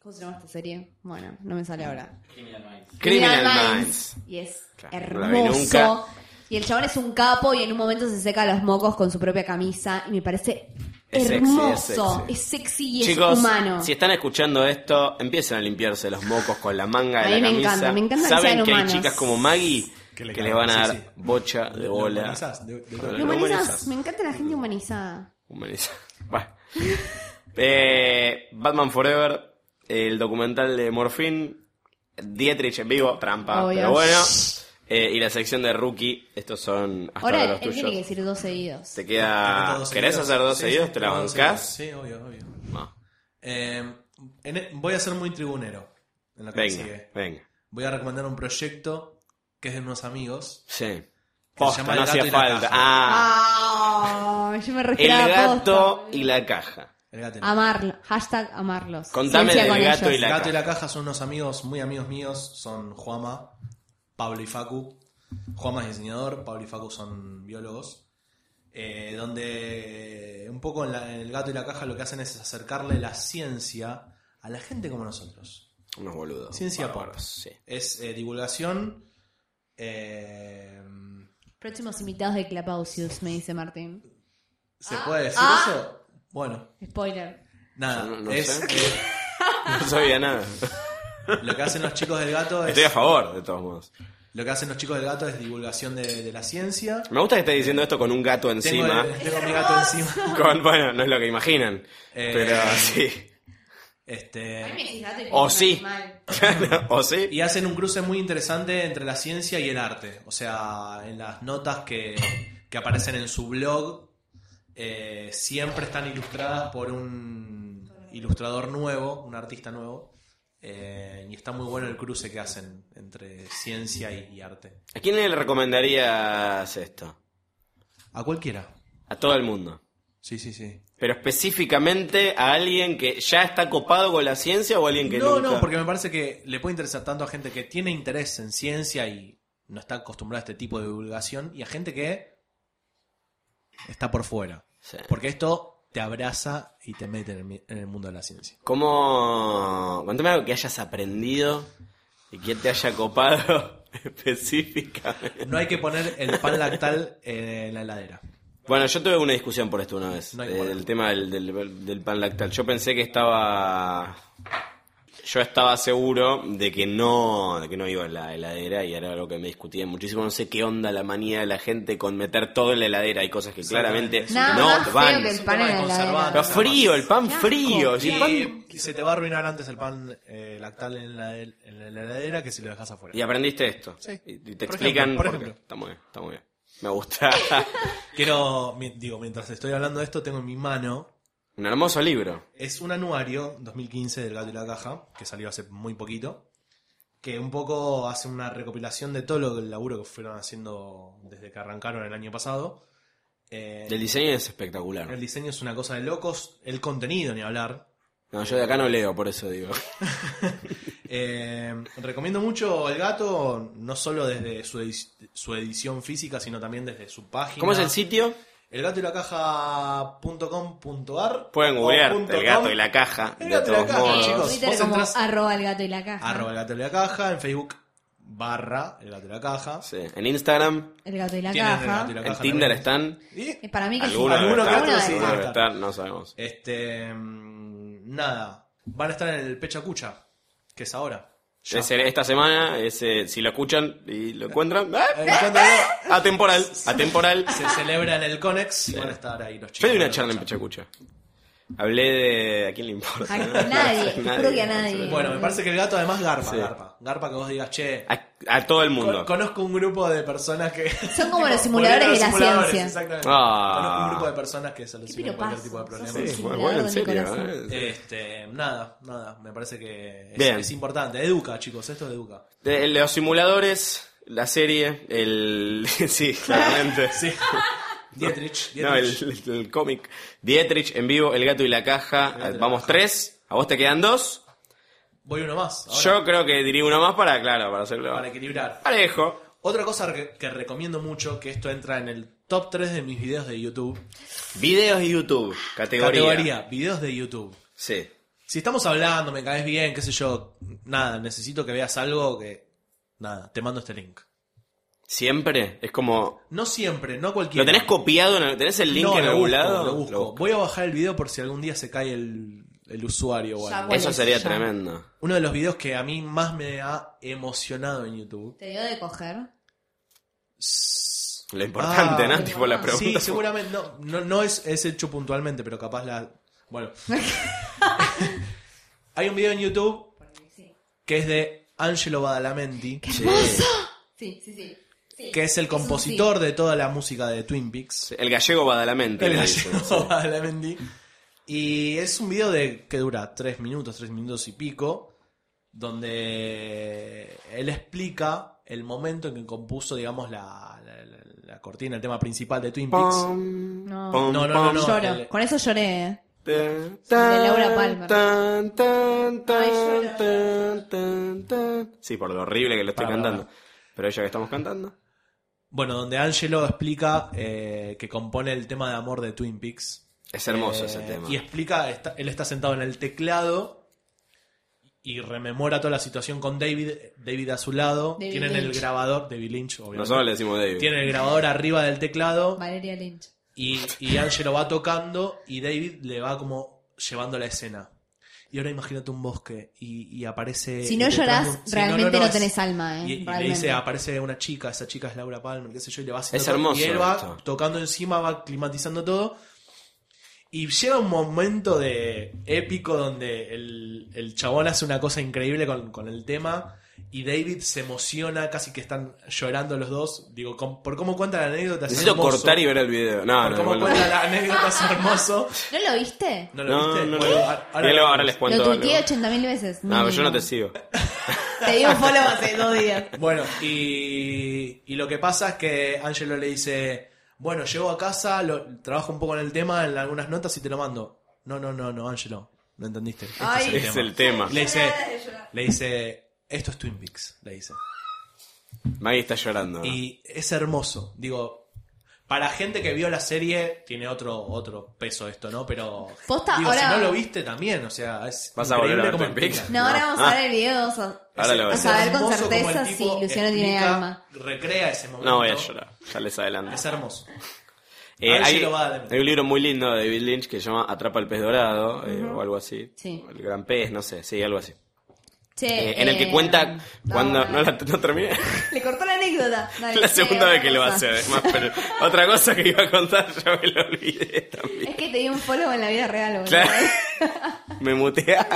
S7: ¿Cómo se llama esta serie? Bueno, no me sale ahora.
S10: Criminal Minds.
S6: Criminal Minds.
S7: Y es
S6: Claro, no la vi nunca.
S7: hermoso. Y el chabón es un capo y en un momento se seca los mocos con su propia camisa y me parece
S6: Es sexy, es
S7: hermoso.
S6: sexy.
S7: es, sexy y
S6: Chicos,
S7: es humano.
S6: si están escuchando esto, empiecen a limpiarse los mocos con la manga de
S7: A mí
S6: la
S7: me
S6: camisa.
S7: encanta, me encanta que
S6: Saben
S7: sean
S6: que hay
S7: humanos.
S6: chicas como Maggie que
S8: Que le
S6: le,
S8: cagan,
S6: van a dar
S8: sí, sí.
S6: bocha de
S8: Lo
S6: bola.
S8: humanizás, de- de-
S6: Lo
S8: de-
S7: Me
S6: humanizás.
S7: humanizás, me encanta la gente humanizada.
S6: Humaniza. Bueno. Eh, Batman Forever, el documental de Morfin, Dietrich en vivo, trampa,
S7: Obvio.
S6: Ah, pero bueno. Eh, y la sección de Rookie, estos son hasta
S7: Ahora
S6: ahora
S7: él
S6: los
S7: tiene que
S6: tuyos.
S7: decir dos seguidos.
S6: Te
S8: Tengo
S6: queda.
S8: todos
S6: Ah, ¿Querés
S8: seguidos.
S6: hacer dos
S8: Sí,
S6: seguidos?
S8: sí,
S6: ¿Te la
S8: todos
S6: bancás?
S8: seguidos. Sí, obvio, obvio.
S6: No.
S8: Eh, en- voy a ser muy tribunero en lo que
S6: Venga,
S8: sigue.
S6: venga.
S8: Voy a recomendar un proyecto que es de unos amigos.
S6: Sí.
S8: se
S6: Posta,
S8: llama
S6: no
S8: El gato
S6: hacía
S8: y la
S6: falta.
S8: caja.
S6: Ah,
S7: Ah, yo me
S6: el
S7: respiraba
S6: gato
S7: posta.
S6: y la caja.
S8: El gato y la-
S7: Amarlo. Hashtag amarlos.
S6: Contame
S7: Ciencia
S6: del
S7: con
S6: gato
S7: ellos.
S6: y la-
S8: El gato y
S6: caja.
S8: la caja son unos amigos, muy amigos míos. Son Juama, Pablo y Facu. Juama es diseñador, Pablo y Facu son biólogos. Eh, donde un poco en, la- en el gato y la caja lo que hacen es acercarle la ciencia a la gente como nosotros.
S6: Unos boludos.
S8: Ciencia
S6: Bárbaros,
S8: pop.
S6: Sí.
S8: Es eh, divulgación. eh,
S7: Próximos invitados de Clapausius, me dice Martín.
S8: ¿Se puede decir eso? Bueno,
S7: Spoiler.
S8: nada.
S6: Yo no- no
S8: es,
S6: sé.
S8: eh,
S6: No sabía nada.
S8: lo que hacen los chicos del gato es.
S6: Estoy a favor, de todos modos.
S8: Lo que hacen los chicos del gato es divulgación de, de la ciencia.
S6: Me gusta que estés diciendo esto con un gato
S8: Tengo,
S6: encima.
S8: el- tengo mi gato encima.
S6: Con- bueno, no es lo que imaginan.
S8: Eh,
S6: pero sí.
S8: Este,
S6: O Oh, sí. o sí.
S8: Y hacen un cruce muy interesante entre la ciencia y el arte. O sea, en las notas que, que aparecen en su blog, eh, siempre están ilustradas por un ilustrador nuevo, un artista nuevo. Eh, y está muy bueno el cruce que hacen entre ciencia y, y arte.
S6: ¿A quién le recomendarías esto?
S8: A cualquiera.
S6: A todo el mundo.
S8: Sí, sí, sí.
S6: Pero específicamente a alguien que ya está copado con la ciencia o alguien que
S8: no,
S6: nunca.
S8: no, porque me parece que le puede interesar tanto a gente que tiene interés en ciencia y no está acostumbrada a este tipo de divulgación y a gente que está por fuera.
S6: Sí.
S8: Porque esto te abraza y te mete en el, mi- en el mundo de la ciencia.
S6: ¿Cómo? Contame algo que hayas aprendido y que te haya copado específicamente.
S8: No hay que poner el pan lactal en la heladera.
S6: Bueno, yo tuve una discusión por esto una vez,
S8: No hay
S6: eh,
S8: por qué.
S6: del tema del, del- del pan lactal. Yo pensé que estaba... Yo estaba seguro de que no, de que no iba a la heladera y era algo que me discutían muchísimo. No sé qué onda la manía de la gente con meter todo en la heladera. Hay cosas que claramente
S8: Exactamente.
S6: no,
S11: Nada más
S6: van.
S11: feo que el
S8: un
S11: pan en
S8: tema de
S11: la heladera.
S8: conservantes.
S6: Pero frío, el pan
S11: Qué
S6: frío.
S11: asco.
S6: si el
S8: Y
S6: pan-
S8: se te va a arruinar antes el pan eh, lactal en la, en la heladera que si lo dejas afuera.
S6: Y aprendiste esto.
S8: Sí.
S6: Y y te
S8: Por
S6: explican...
S8: ejemplo, por
S6: qué.
S8: ejemplo.
S6: Está muy bien, está muy bien. Me gusta.
S8: Quiero, mi- digo, mientras estoy hablando de esto, tengo en mi mano
S6: Un hermoso libro.
S8: Es un anuario 2015 del Gato y la Caja, que salió hace muy poquito, que un poco hace una recopilación de todo lo, el laburo que fueron haciendo desde que arrancaron el año pasado. Eh,
S6: El diseño es espectacular.
S8: el diseño es una cosa de locos, el contenido ni hablar.
S6: No, yo de acá no leo, por eso digo.
S8: Eh, recomiendo mucho El Gato, no solo desde su, edi- su edición física, sino también desde su página.
S6: ¿Cómo es el sitio?
S8: El gato y la caja.com.ar
S6: Pueden googlear el gato y la caja.
S8: El
S6: de
S8: gato y la
S6: todos
S8: caja,
S6: modos.
S8: chicos.
S11: Twitter
S8: vos
S11: como
S8: entrás-
S11: arroba el gato y la caja.
S8: arroba el gato de la caja, en Facebook barra el gato de la caja.
S6: Sí, En Instagram,
S11: El gato y la
S8: Tienen el
S11: caja.
S8: gato y la
S6: en
S8: caja
S6: Tinder
S8: también.
S6: están.
S8: Y,
S11: Eh, Para mí que sí.
S6: Algunos
S8: Alguno
S6: deben
S8: que
S6: estar,
S8: otro
S11: Alguno
S8: sí.
S11: de-
S6: algunos deben
S8: Ah.
S6: estar, no sabemos.
S8: este mm, nada. Van a estar en el Pecha Cucha, que es ahora. Ya.
S6: Es en- esta semana, es, eh, si lo escuchan y lo encuentran, ¡ah!
S8: Eh, cuéntalo.
S6: atemporal, atemporal.
S8: Se celebra en el Conex y van a estar ahí los
S6: Yo
S8: chicos.
S6: di una
S8: del
S6: charla en
S8: Pecha
S6: Pechacucha. Hablé de... ¿A quién le importa?
S11: A nadie,
S6: A
S11: juro que a nadie.
S8: Cucha. Bueno, me parece que el gato además garpa,
S6: Sí.
S8: garpa. Garpa que vos digas, che,
S6: A, a todo el
S8: con-
S6: mundo.
S8: conozco un grupo de personas que...
S11: Son como los
S8: Volver a
S11: simuladores de
S8: los
S11: la
S8: simuladores,
S11: ciencia.
S8: Exactamente.
S6: Ah.
S8: Conozco un grupo de personas que
S11: Qué
S8: solucionan cualquier tipo de
S11: piropazo.
S8: problemas.
S11: Sos un
S6: Sí, bueno, en serio,
S11: simulador, Nicolás.
S6: eh.
S8: Este, nada, nada, me parece que es,
S6: Bien.
S8: es importante. Educa, chicos, esto educa.
S6: De- los simuladores, la serie, el... sí, claramente.
S8: Sí. Dietrich, Dietrich.
S6: No, el, el- el cómic. Dietrich en vivo, El gato y la caja.
S8: gato y la
S6: Vamos
S8: caja.
S6: tres. A vos te quedan dos.
S8: Voy uno más. ahora,
S6: Yo creo que diría uno más para, claro, para hacerlo
S8: Para equilibrar.
S6: parejo.
S8: Otra cosa que, que recomiendo mucho, que esto entra en el top 3 de mis videos de YouTube.
S6: Videos de YouTube. Categoría.
S8: Categoría, videos de YouTube.
S6: Sí.
S8: Si estamos hablando, me caes bien, qué sé yo, nada, necesito que veas algo que... Nada, te mando este link.
S6: Siempre. Es como.
S8: No siempre, no cualquiera.
S6: ¿Lo tenés copiado? en el- ¿Tenés el link
S8: No,
S6: en
S8: lo
S6: algún
S8: busco,
S6: lado?
S8: lo busco.
S6: Lo busco.
S8: Voy a bajar el video por si algún día se cae el, el usuario. o
S11: Ya
S8: algo.
S11: voy.
S6: Eso sería
S11: Ya.
S6: tremendo.
S8: Uno de los videos que a mí más me ha emocionado en YouTube.
S11: ¿Te dio de coger?
S6: Lo importante,
S8: Ah.
S6: ¿no? Tipo la pregunta.
S8: Sí, seguramente. No, no, no es, es hecho puntualmente, pero capaz la. Bueno. Hay un video en YouTube que es de Angelo Badalamenti,
S6: Sí.
S11: Sí, sí, sí. Sí.
S8: que es el compositor de toda la música de Twin Peaks.
S6: El gallego Badalamenti.
S8: El
S6: le dicen,
S8: gallego
S6: sí.
S8: Badalamenti. Y es un video de que dura 3 minutos, 3 minutos y pico, donde él explica el momento en que compuso, digamos, la, la- la- la cortina, el tema principal de Twin Peaks.
S6: Pom,
S11: No.
S6: pom,
S8: No, no, no,
S6: pom.
S8: no.
S11: Lloro.
S8: el-
S11: Con eso lloré. eh.
S6: De
S11: Laura Palmer.
S6: Tan, tan, tan,
S11: Ay, lloro.
S6: tan, tan, tan. Sí, por lo horrible que lo estoy
S8: Para, para,
S6: cantando. Pero ya que estamos cantando.
S8: Bueno, donde Angelo explica eh, que compone el tema de amor de Twin Peaks.
S6: Es hermoso
S8: Eh,
S6: ese tema.
S8: Y explica, está- él está sentado en el teclado y rememora toda la situación con David, David a su lado.
S11: David
S8: Tienen el
S11: Lynch.
S8: grabador, David Lynch, obviamente.
S6: Nosotros le decimos David.
S8: Tiene el grabador arriba del teclado
S11: Valeria Lynch.
S8: y, y Angelo va tocando y David le va como llevando la escena. y ahora imagínate un bosque y, y aparece...
S11: Si no
S8: y detrás
S11: llorás,
S8: de un-
S11: realmente no tenés alma, eh,
S8: Y, y le
S11: realmente.
S8: dice, aparece una chica, esa chica es Laura Palmer, qué sé yo, y le va haciendo
S6: Es
S8: todo,
S6: hermoso
S8: Y él va
S6: esto.
S8: tocando encima, va climatizando todo. Y llega un momento de épico donde el, el chabón hace una cosa increíble con, con el tema y David se emociona, casi que están llorando los dos. Digo, com- por cómo cuenta la anécdota. es
S6: Necesito
S8: hermoso.
S6: cortar y ver el video. No,
S8: Por
S6: no,
S8: cómo
S6: igual no.
S8: cuenta la anécdota es hermoso.
S11: ¿No lo viste?
S8: ¿No lo
S6: No, no
S8: viste?
S6: lo
S8: Bueno,
S6: vi.
S8: a-
S6: Y luego ahora
S8: lo-
S6: les
S11: Lo
S6: cuento algo.
S11: tuiteé 80.000 veces.
S6: No, pero yo no
S11: mínimo.
S6: te sigo.
S11: Te di un follow hace dos días.
S8: Bueno, y, y lo que pasa es que Angelo le dice, bueno, llego a casa, lo- trabajo un poco en el tema, en algunas notas y te lo mando. No, no, no, no, Angelo, no entendiste. Este
S11: Ay.
S8: es el,
S6: Es
S8: tema.
S6: el tema.
S8: Le dice, le dice, esto es Twin Peaks, le dice.
S6: Maggie está llorando.
S8: Y es hermoso, digo... Para gente que vio la serie, tiene otro, otro peso esto, ¿no? Pero.
S11: Posta,
S8: digo, si
S11: ahora-
S8: no lo viste también, o sea, es.
S6: ¿Vas a volver
S8: increíble
S6: a ver
S8: cómo
S6: Twin Peaks?
S8: explica.
S11: No, ahora vamos
S6: Ah.
S11: a ver el video. o sea,
S6: Ahora lo
S11: a
S6: ves.
S11: saber con
S8: hermoso como el
S11: certeza si
S8: tipo
S11: Luciano tiene
S8: explica,
S11: alma.
S8: Recrea ese momento.
S6: No voy a llorar, ya les adelanto.
S8: Es hermoso.
S6: Eh,
S8: Ahora sí
S6: hay,
S8: lo va a dar.
S6: hay un libro muy lindo de David Lynch que se llama Atrapa el pez dorado eh, o algo así.
S11: Sí.
S6: El gran pez, no sé, sí, algo así.
S11: Che,
S6: Eh, en el que
S11: eh,
S6: cuenta cuando.
S11: no,
S6: No, la no terminé.
S11: Le cortó la anécdota. Dale,
S6: la
S11: sí,
S6: segunda
S11: otra
S6: vez que lo
S11: cosa.
S6: hace, además. Pero otra cosa que iba a contar, ya me lo olvidé también.
S11: Es que te di un follow en la vida real, boludo.
S6: Claro. Me muteas.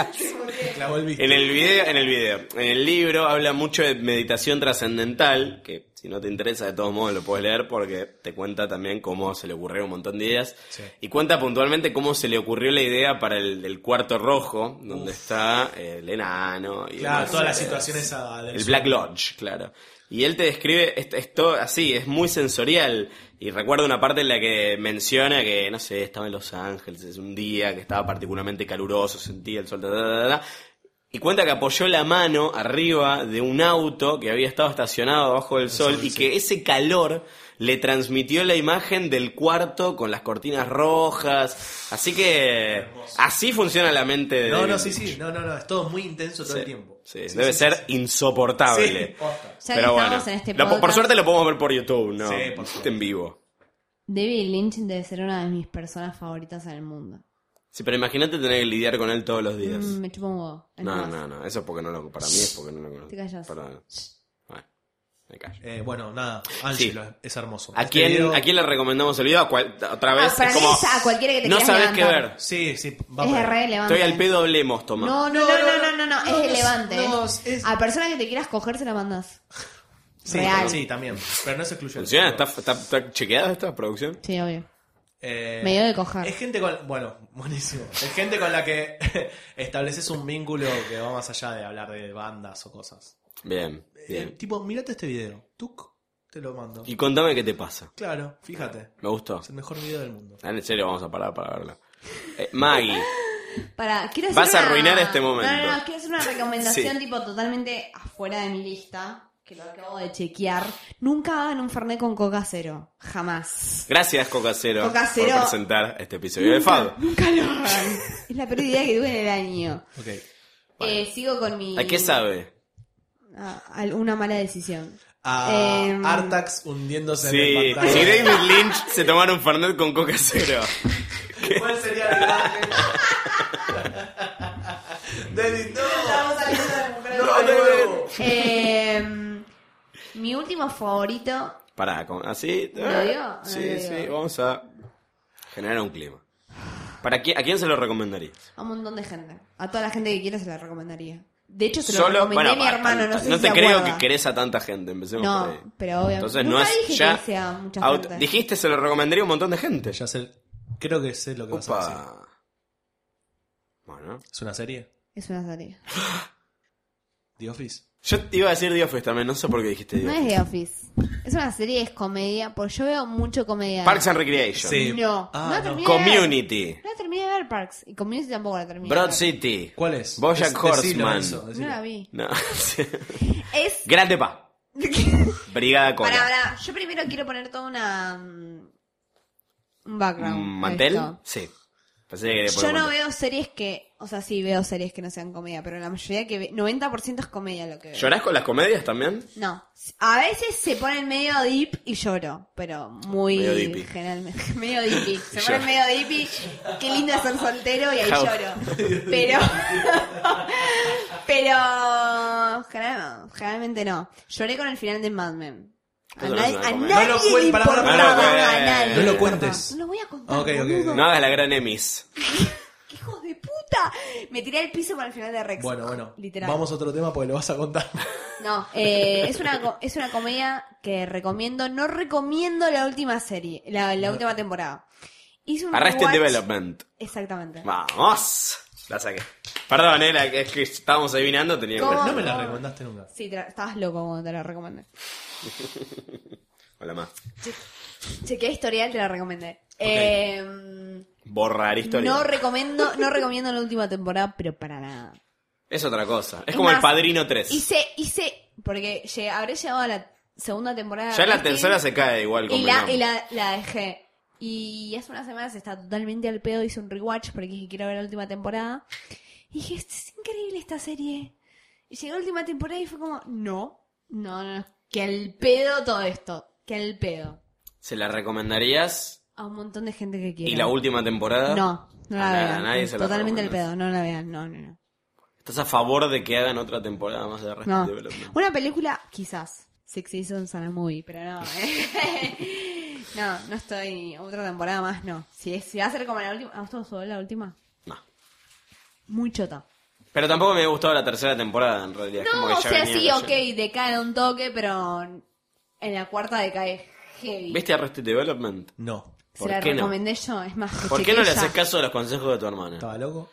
S8: Clavó el visto.
S6: En el video, en el video, en el libro habla mucho de meditación trascendental, que si no te interesa de todos modos lo puedes leer porque te cuenta también cómo se le ocurrió un montón de ideas
S8: Sí.
S6: y cuenta puntualmente cómo se le ocurrió la idea para el, el cuarto rojo, donde está el enano y
S8: Claro,
S6: demás.
S8: todas las
S6: Eh,
S8: situaciones a- del
S6: el
S8: sueño.
S6: Black Lodge, claro. Y él te describe esto, esto así, es muy sensorial. Y recuerdo una parte en la que menciona que, no sé, estaba en Los Ángeles, es un día que estaba particularmente caluroso, sentía el sol, ta, ta, ta, ta, ta. y cuenta que apoyó la mano arriba de un auto que había estado estacionado bajo del sol, y que ese calor le transmitió la imagen del cuarto con las cortinas rojas. Así que así funciona la mente de...
S8: No, no,
S6: David
S8: sí, sí, no, no, no, es todo muy intenso todo el tiempo.
S6: Sí,
S8: Sí,
S6: debe
S8: sí,
S6: ser
S8: sí, sí.
S6: insoportable.
S8: Sí, posta.
S11: Ya que
S6: Pero
S11: estamos
S6: bueno,
S11: en este
S6: Lo po- por
S11: podcast-
S6: suerte lo podemos ver por YouTube, ¿no? Este
S8: Sí, por suerte.
S6: en vivo.
S7: David Lynch debe ser una de mis personas favoritas en el mundo.
S6: Sí, pero imagínate tener que lidiar con él todos los días.
S7: Mm, me chupa un huevo. Es
S6: no,
S7: más,
S6: no, no, eso es porque no lo para mí es porque no lo conozco.
S7: Te callas.
S6: Perdón. Bueno, me callo.
S8: Eh, bueno, nada, Ángelo, es hermoso.
S6: ¿A
S8: Este
S6: quién,
S8: video-
S6: ¿A quién le recomendamos el video? ¿A cual- otra vez?
S11: Ah, para
S6: es
S11: mí
S6: como,
S11: es a cualquiera que te
S6: No
S11: quieras
S6: sabes qué
S11: levantar. Ah,
S6: ver.
S8: Sí, sí, va por ahí.
S7: Es relevante.
S6: Estoy al pedo, hablemos, toma.
S7: No, no, no, no, no, no, no,
S8: no,
S7: es relevante.
S8: no,
S7: es-
S8: es-
S7: A persona que te quieras coger se la mandas.
S8: Sí,
S7: Real.
S8: sí, también. Pero no es excluyente.
S6: ¿Funciona? ¿Está, está, está chequeada esta producción?
S7: Sí, obvio.
S8: Eh,
S7: Me dio de cojar.
S8: Es gente con. Bueno, buenísimo. Es gente con la que estableces un vínculo que va más allá de hablar de bandas o cosas.
S6: Bien,
S8: Eh,
S6: bien.
S8: tipo, mirate este video. Tuk, te lo mando.
S6: Y contame qué te pasa.
S8: Claro, fíjate.
S6: Me gustó.
S8: Es el mejor video del mundo.
S6: En serio, vamos a parar para verlo. Eh, Maggie.
S7: Para, quiero
S6: Vas
S7: hacer
S6: a
S7: una-
S6: arruinar este momento.
S7: No, no, no, quiero hacer una recomendación
S6: Sí.
S7: tipo totalmente afuera de mi lista, que lo acabo de chequear. Nunca hagan un fernet con coca cero, jamás.
S6: Gracias, Coca Cero,
S7: Coca Cero.
S6: por presentar este episodio de FAD.
S7: Nunca lo hagan. es la peor idea que tuve en el año.
S8: Ok.
S7: Eh, sigo con mi
S6: ¿A qué sabe?
S7: a- a una mala decisión.
S8: A
S7: Eh,
S8: Artax hundiéndose en
S6: Sí,
S8: el
S6: si
S8: pantano.
S6: David Lynch se tomara un Fernet con Coca Cero.
S8: ¿Cuál sería la imagen? David, no. No, David.
S7: Eh, mi último favorito.
S6: Pará, con- así.
S7: ¿Lo digo?
S6: Sí,
S7: No lo
S6: sí,
S7: digo.
S6: vamos a generar un clima. ¿Para quién, ¿A quién se lo recomendarías?
S7: A un montón de gente. A toda la gente que quiera se la recomendaría. De hecho, se lo
S6: Solo,
S7: recomendé
S6: bueno,
S7: a mi
S6: para-
S7: hermano. No, sé si
S6: te
S7: se
S6: creo
S7: acuerda.
S6: que querés a tanta gente, empecemos por ahí.
S7: No, pero obviamente.
S6: Entonces
S7: Nunca
S6: no es
S7: dije
S6: ya.
S7: que sea mucha
S6: auto-
S7: gente.
S6: Dijiste se lo recomendaría a un montón de gente.
S8: Ya sé, creo que sé lo que vas a decir.
S6: Opa. Bueno.
S8: ¿Es una serie?
S7: Es una serie.
S8: ¿The Office?
S6: Yo te iba a decir The Office también, no sé por qué dijiste The
S7: No
S6: Office.
S7: es The Office. Es una serie, es comedia. Porque yo veo mucho comedia.
S6: Parks and Recreation.
S8: Sí.
S7: No,
S8: Ah,
S7: no la
S8: no.
S7: terminé de ver.
S6: Community.
S7: No la terminé de ver Parks. Y Community tampoco la terminé. de
S6: Broad
S7: ver.
S6: City.
S8: ¿Cuál es?
S6: Bojack
S8: Es- decilo
S6: Horseman.
S8: eso,
S7: No
S8: decilo.
S7: la vi.
S6: No.
S7: Es.
S6: Grande Pa. Brigada Cola.
S7: Para, para, yo primero quiero poner toda una. mm, Un background.
S6: Mm,
S7: a
S6: ¿Mantel?
S7: esto.
S6: Sí. Pensé que por
S7: Yo
S6: un
S7: no
S6: momento-
S7: veo series que, o sea, sí veo series que no sean comedia, pero la mayoría que ve, 90% es comedia lo que veo.
S6: ¿Llorás con las comedias también?
S7: No, a veces se ponen medio deep y lloro, pero muy
S6: Medio dippy.
S7: generalmente medio deepy. Se
S6: Y
S7: ponen
S6: lloro.
S7: medio deepy, qué lindo ser soltero y ahí
S6: How-
S7: lloro. Pero pero general- generalmente no. Lloré con el final de Mad Men. A,
S6: Eso no
S7: nadie-
S6: es una
S7: a
S6: comedia.
S7: nadie
S6: No lo
S7: le
S6: cuen- pará, pará,
S7: importaba,
S6: pará, pará.
S7: a nadie.
S6: No lo
S8: cuentes.
S7: No lo voy a contar.
S8: Ok, ok.
S7: boludo.
S6: No hagas la gran Emis.
S7: ¡Hijos de puta! Me tiré al piso para el final de Rex.
S8: Bueno, bueno.
S7: Literal.
S8: Vamos a otro tema porque lo vas a contar.
S7: No, eh, es, una, co- es una comedia que recomiendo. No recomiendo la última serie, la, la última temporada. Hice un
S6: Arrested
S7: rewatch-
S6: Development.
S7: Exactamente.
S6: Vamos. La saqué. Perdón, eh, la- es que estábamos adivinando, tenía que
S7: ¿Cómo?
S6: ver.
S7: No me la
S8: recomendaste nunca.
S7: Sí, te la- estabas loco cuando te la recomendé.
S6: Hola, más.
S7: Chequeé historial, te la recomendé. Eh,
S6: Borrar historia.
S7: no recomiendo, no recomiendo la última temporada, pero para nada.
S6: Es otra cosa. Es
S7: Es
S6: como el
S7: más,
S6: Padrino 3.
S7: Hice, hice, porque llegué- habré llegado a la segunda temporada.
S6: ya en la
S7: Arrested.
S6: tercera se cae igual con
S7: Y, la, y la, la dejé. Y hace unas semanas estaba totalmente al pedo, hice un rewatch porque dije quiero ver la última temporada. Y dije, es increíble esta serie. Y llegó la última temporada y fue como, no, no, no, no, que al pedo todo esto, que al pedo.
S6: ¿Se la recomendarías?
S7: A un montón de gente que quiere.
S6: ¿Y la última temporada?
S7: No, no la
S6: A nada,
S7: vean.
S6: a nadie se la
S7: totalmente al
S6: recomiendas.
S7: pedo, no la vean, no, no, no.
S6: ¿Estás a favor de que hagan otra temporada más de Arrested
S7: No.
S6: Development?
S7: Una película, quizás. Six Seasons and a Movie, pero no. ¿eh? no, no estoy. Otra temporada más, no. Si, es- si va a ser como la última. ¿A ustedes gustó la última?
S6: No.
S7: Muy chota.
S6: Pero tampoco me gustó la tercera temporada, en realidad.
S7: No,
S6: como que
S7: o
S6: ya
S7: sea,
S6: venía
S7: sí,
S6: cayendo.
S7: ok, decae un toque, pero en la cuarta decae heavy.
S6: ¿Viste Arrested Development?
S8: No.
S7: Se
S6: ¿Por
S7: la
S6: qué no?
S7: recomendé yo, es más. lo
S6: ¿Por qué no le
S7: chequeé ya.
S6: haces caso a los consejos de tu hermana?
S8: ¿Estaba loco?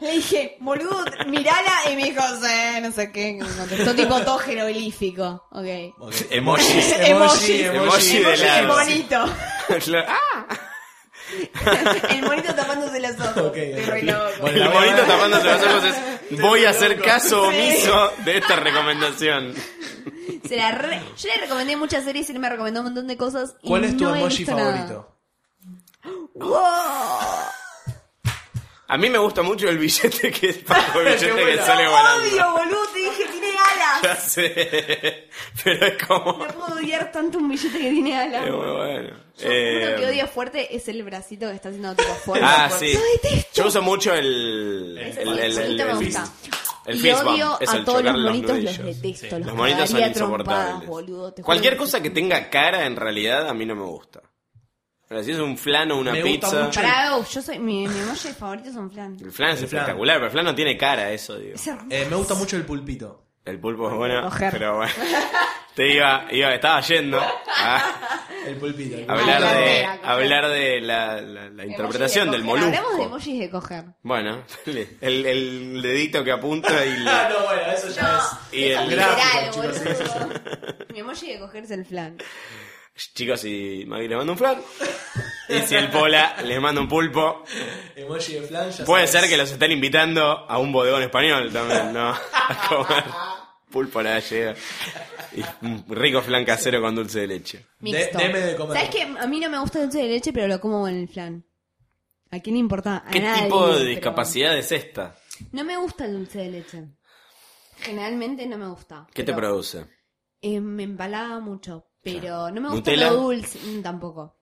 S7: Le dije, boludo, mirala, y me dijo, "Sí", no sé qué. me contestó tipo todo jeroglífico. Ok.
S6: Emojis.
S7: Emoji,
S6: Emoji de
S7: el
S6: lado.
S7: bonito.
S6: Claro.
S7: El bonito tapándose los ojos. Estoy re loco.
S6: el bonito tapándose los ojos es voy a hacer caso omiso de esta recomendación.
S7: Se la re- Yo le recomendé muchas series y él me recomendó un montón de cosas. y
S8: ¿Cuál es tu
S7: no he
S8: emoji
S7: visto nada. ¡Oh!
S8: favorito?
S6: A mí me gusta mucho el billete que es Paco, el billete que
S7: Lo
S6: sale volando.
S7: odio, boludo, te dije, tiene alas.
S6: Ya sé. Pero es como.
S7: No puedo odiar tanto un billete que tiene alas.
S6: Es muy Eh, bueno.
S7: Uno que
S6: Eh,
S7: odio fuerte es el bracito que está haciendo tipo fuerza.
S6: Ah, sí. Yo uso mucho el. El, el, el,
S7: Chiquito
S6: el-
S7: me gusta.
S6: el
S7: y
S6: fist bump,
S7: odio
S6: es
S7: a
S6: el
S7: todos los
S6: chocar los
S7: monitos, los,
S6: nudillos.
S7: detesto. Los,
S6: Los monitos son
S7: cagaría a trompadas,
S6: insoportables.
S7: boludo, te juro
S6: Cualquier
S7: que-
S6: cosa que tenga cara, en realidad, a mí no me gusta. Pero si es un flan o una
S8: Me gusta
S6: pizza.
S8: mucho
S7: Pará, oh, yo soy. Mi, mi emoji favorito es un flan.
S6: El flan es
S8: El flan.
S6: espectacular, pero el flan no tiene cara, eso digo.
S7: Es hermoso.
S8: Eh, me gusta mucho el pulpito.
S6: El pulpo es bueno,
S7: Ojer.
S6: pero bueno. Te iba, iba, estaba yendo a
S8: El pulpito. el pulpito.
S6: hablar de,
S7: coger.
S6: hablar de la, la- la interpretación del
S7: Emojis de coger. Hablamos de
S6: molusco.
S7: emojis de coger.
S6: Bueno, el, el dedito que apunta y,
S8: Ah,
S6: la-
S8: no, bueno, eso ya es.
S6: y el
S7: Literal,
S8: gráfico, chicos,
S7: boludo. Mi emoji de cogerse el flan.
S6: Chicos, y Maggie le manda un flan. Y si el pola les manda un pulpo,
S8: Emoji de flan. ya
S6: puede
S8: sabes.
S6: ser que los estén invitando a un bodegón español también, ¿no? A comer pulpo a la gallega. Y un rico flan casero con dulce de leche.
S7: Mixto.
S8: deme de comer.
S7: ¿Sabes que a mí no me gusta el dulce de leche, pero lo como con el flan? ¿A quién le importa? A
S6: ¿Qué
S7: nadie,
S6: tipo de
S7: pero-
S6: discapacidad es esta?
S7: No me gusta el dulce de leche. Generalmente no me gusta.
S6: ¿Qué te
S7: pero,
S6: produce?
S7: eh, me empalaba mucho, pero no me gusta
S6: ¿Nutella?
S7: lo dulce. mm, Tampoco.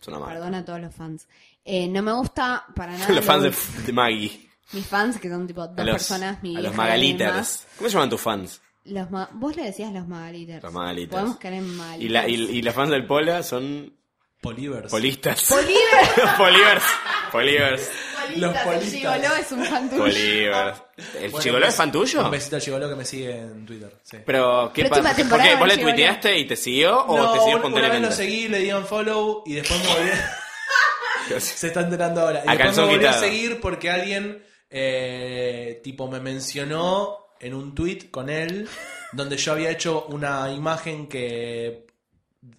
S6: Es una marca.
S7: Perdona a todos los fans. Eh, no me gusta para nada. lo
S6: Los fans
S7: dulce.
S6: de, de Maggie.
S7: Mis fans, que son tipo dos
S6: A los,
S7: personas, mi
S6: a los
S7: hija y demás.
S6: Magalitas. ¿Cómo se llaman tus fans?
S7: Los ma- vos le decías los magalitas.
S6: Los magalitas.
S7: Podemos caer en magalitas.
S6: Y, la, y, y los fans del Pola son
S8: Polivers.
S6: polistas. Polivers. Polivers. Polivers.
S8: Los politas.
S7: El gigoló es un fan tuyo.
S6: Polivers. ¿El
S8: Bueno, pues,
S6: chigoló es fan tuyo?
S8: Un besito al chigoló que me sigue en Twitter. Sí.
S6: Pero, ¿qué
S7: Pero última
S6: pasa? ¿Por
S7: temporada
S6: qué? ¿Vos
S7: del
S6: le
S7: Chigoló.
S6: tuiteaste y te siguió o
S8: no,
S6: te siguió
S8: un- una vez lo
S6: espontáneamente?
S8: seguí, le di un follow y después me volví. Se está enterando ahora. Y
S6: A
S8: después
S6: calzón
S8: me volví a
S6: quitado.
S8: seguir porque alguien, eh, tipo, me mencionó en un tweet con él donde yo había hecho una imagen que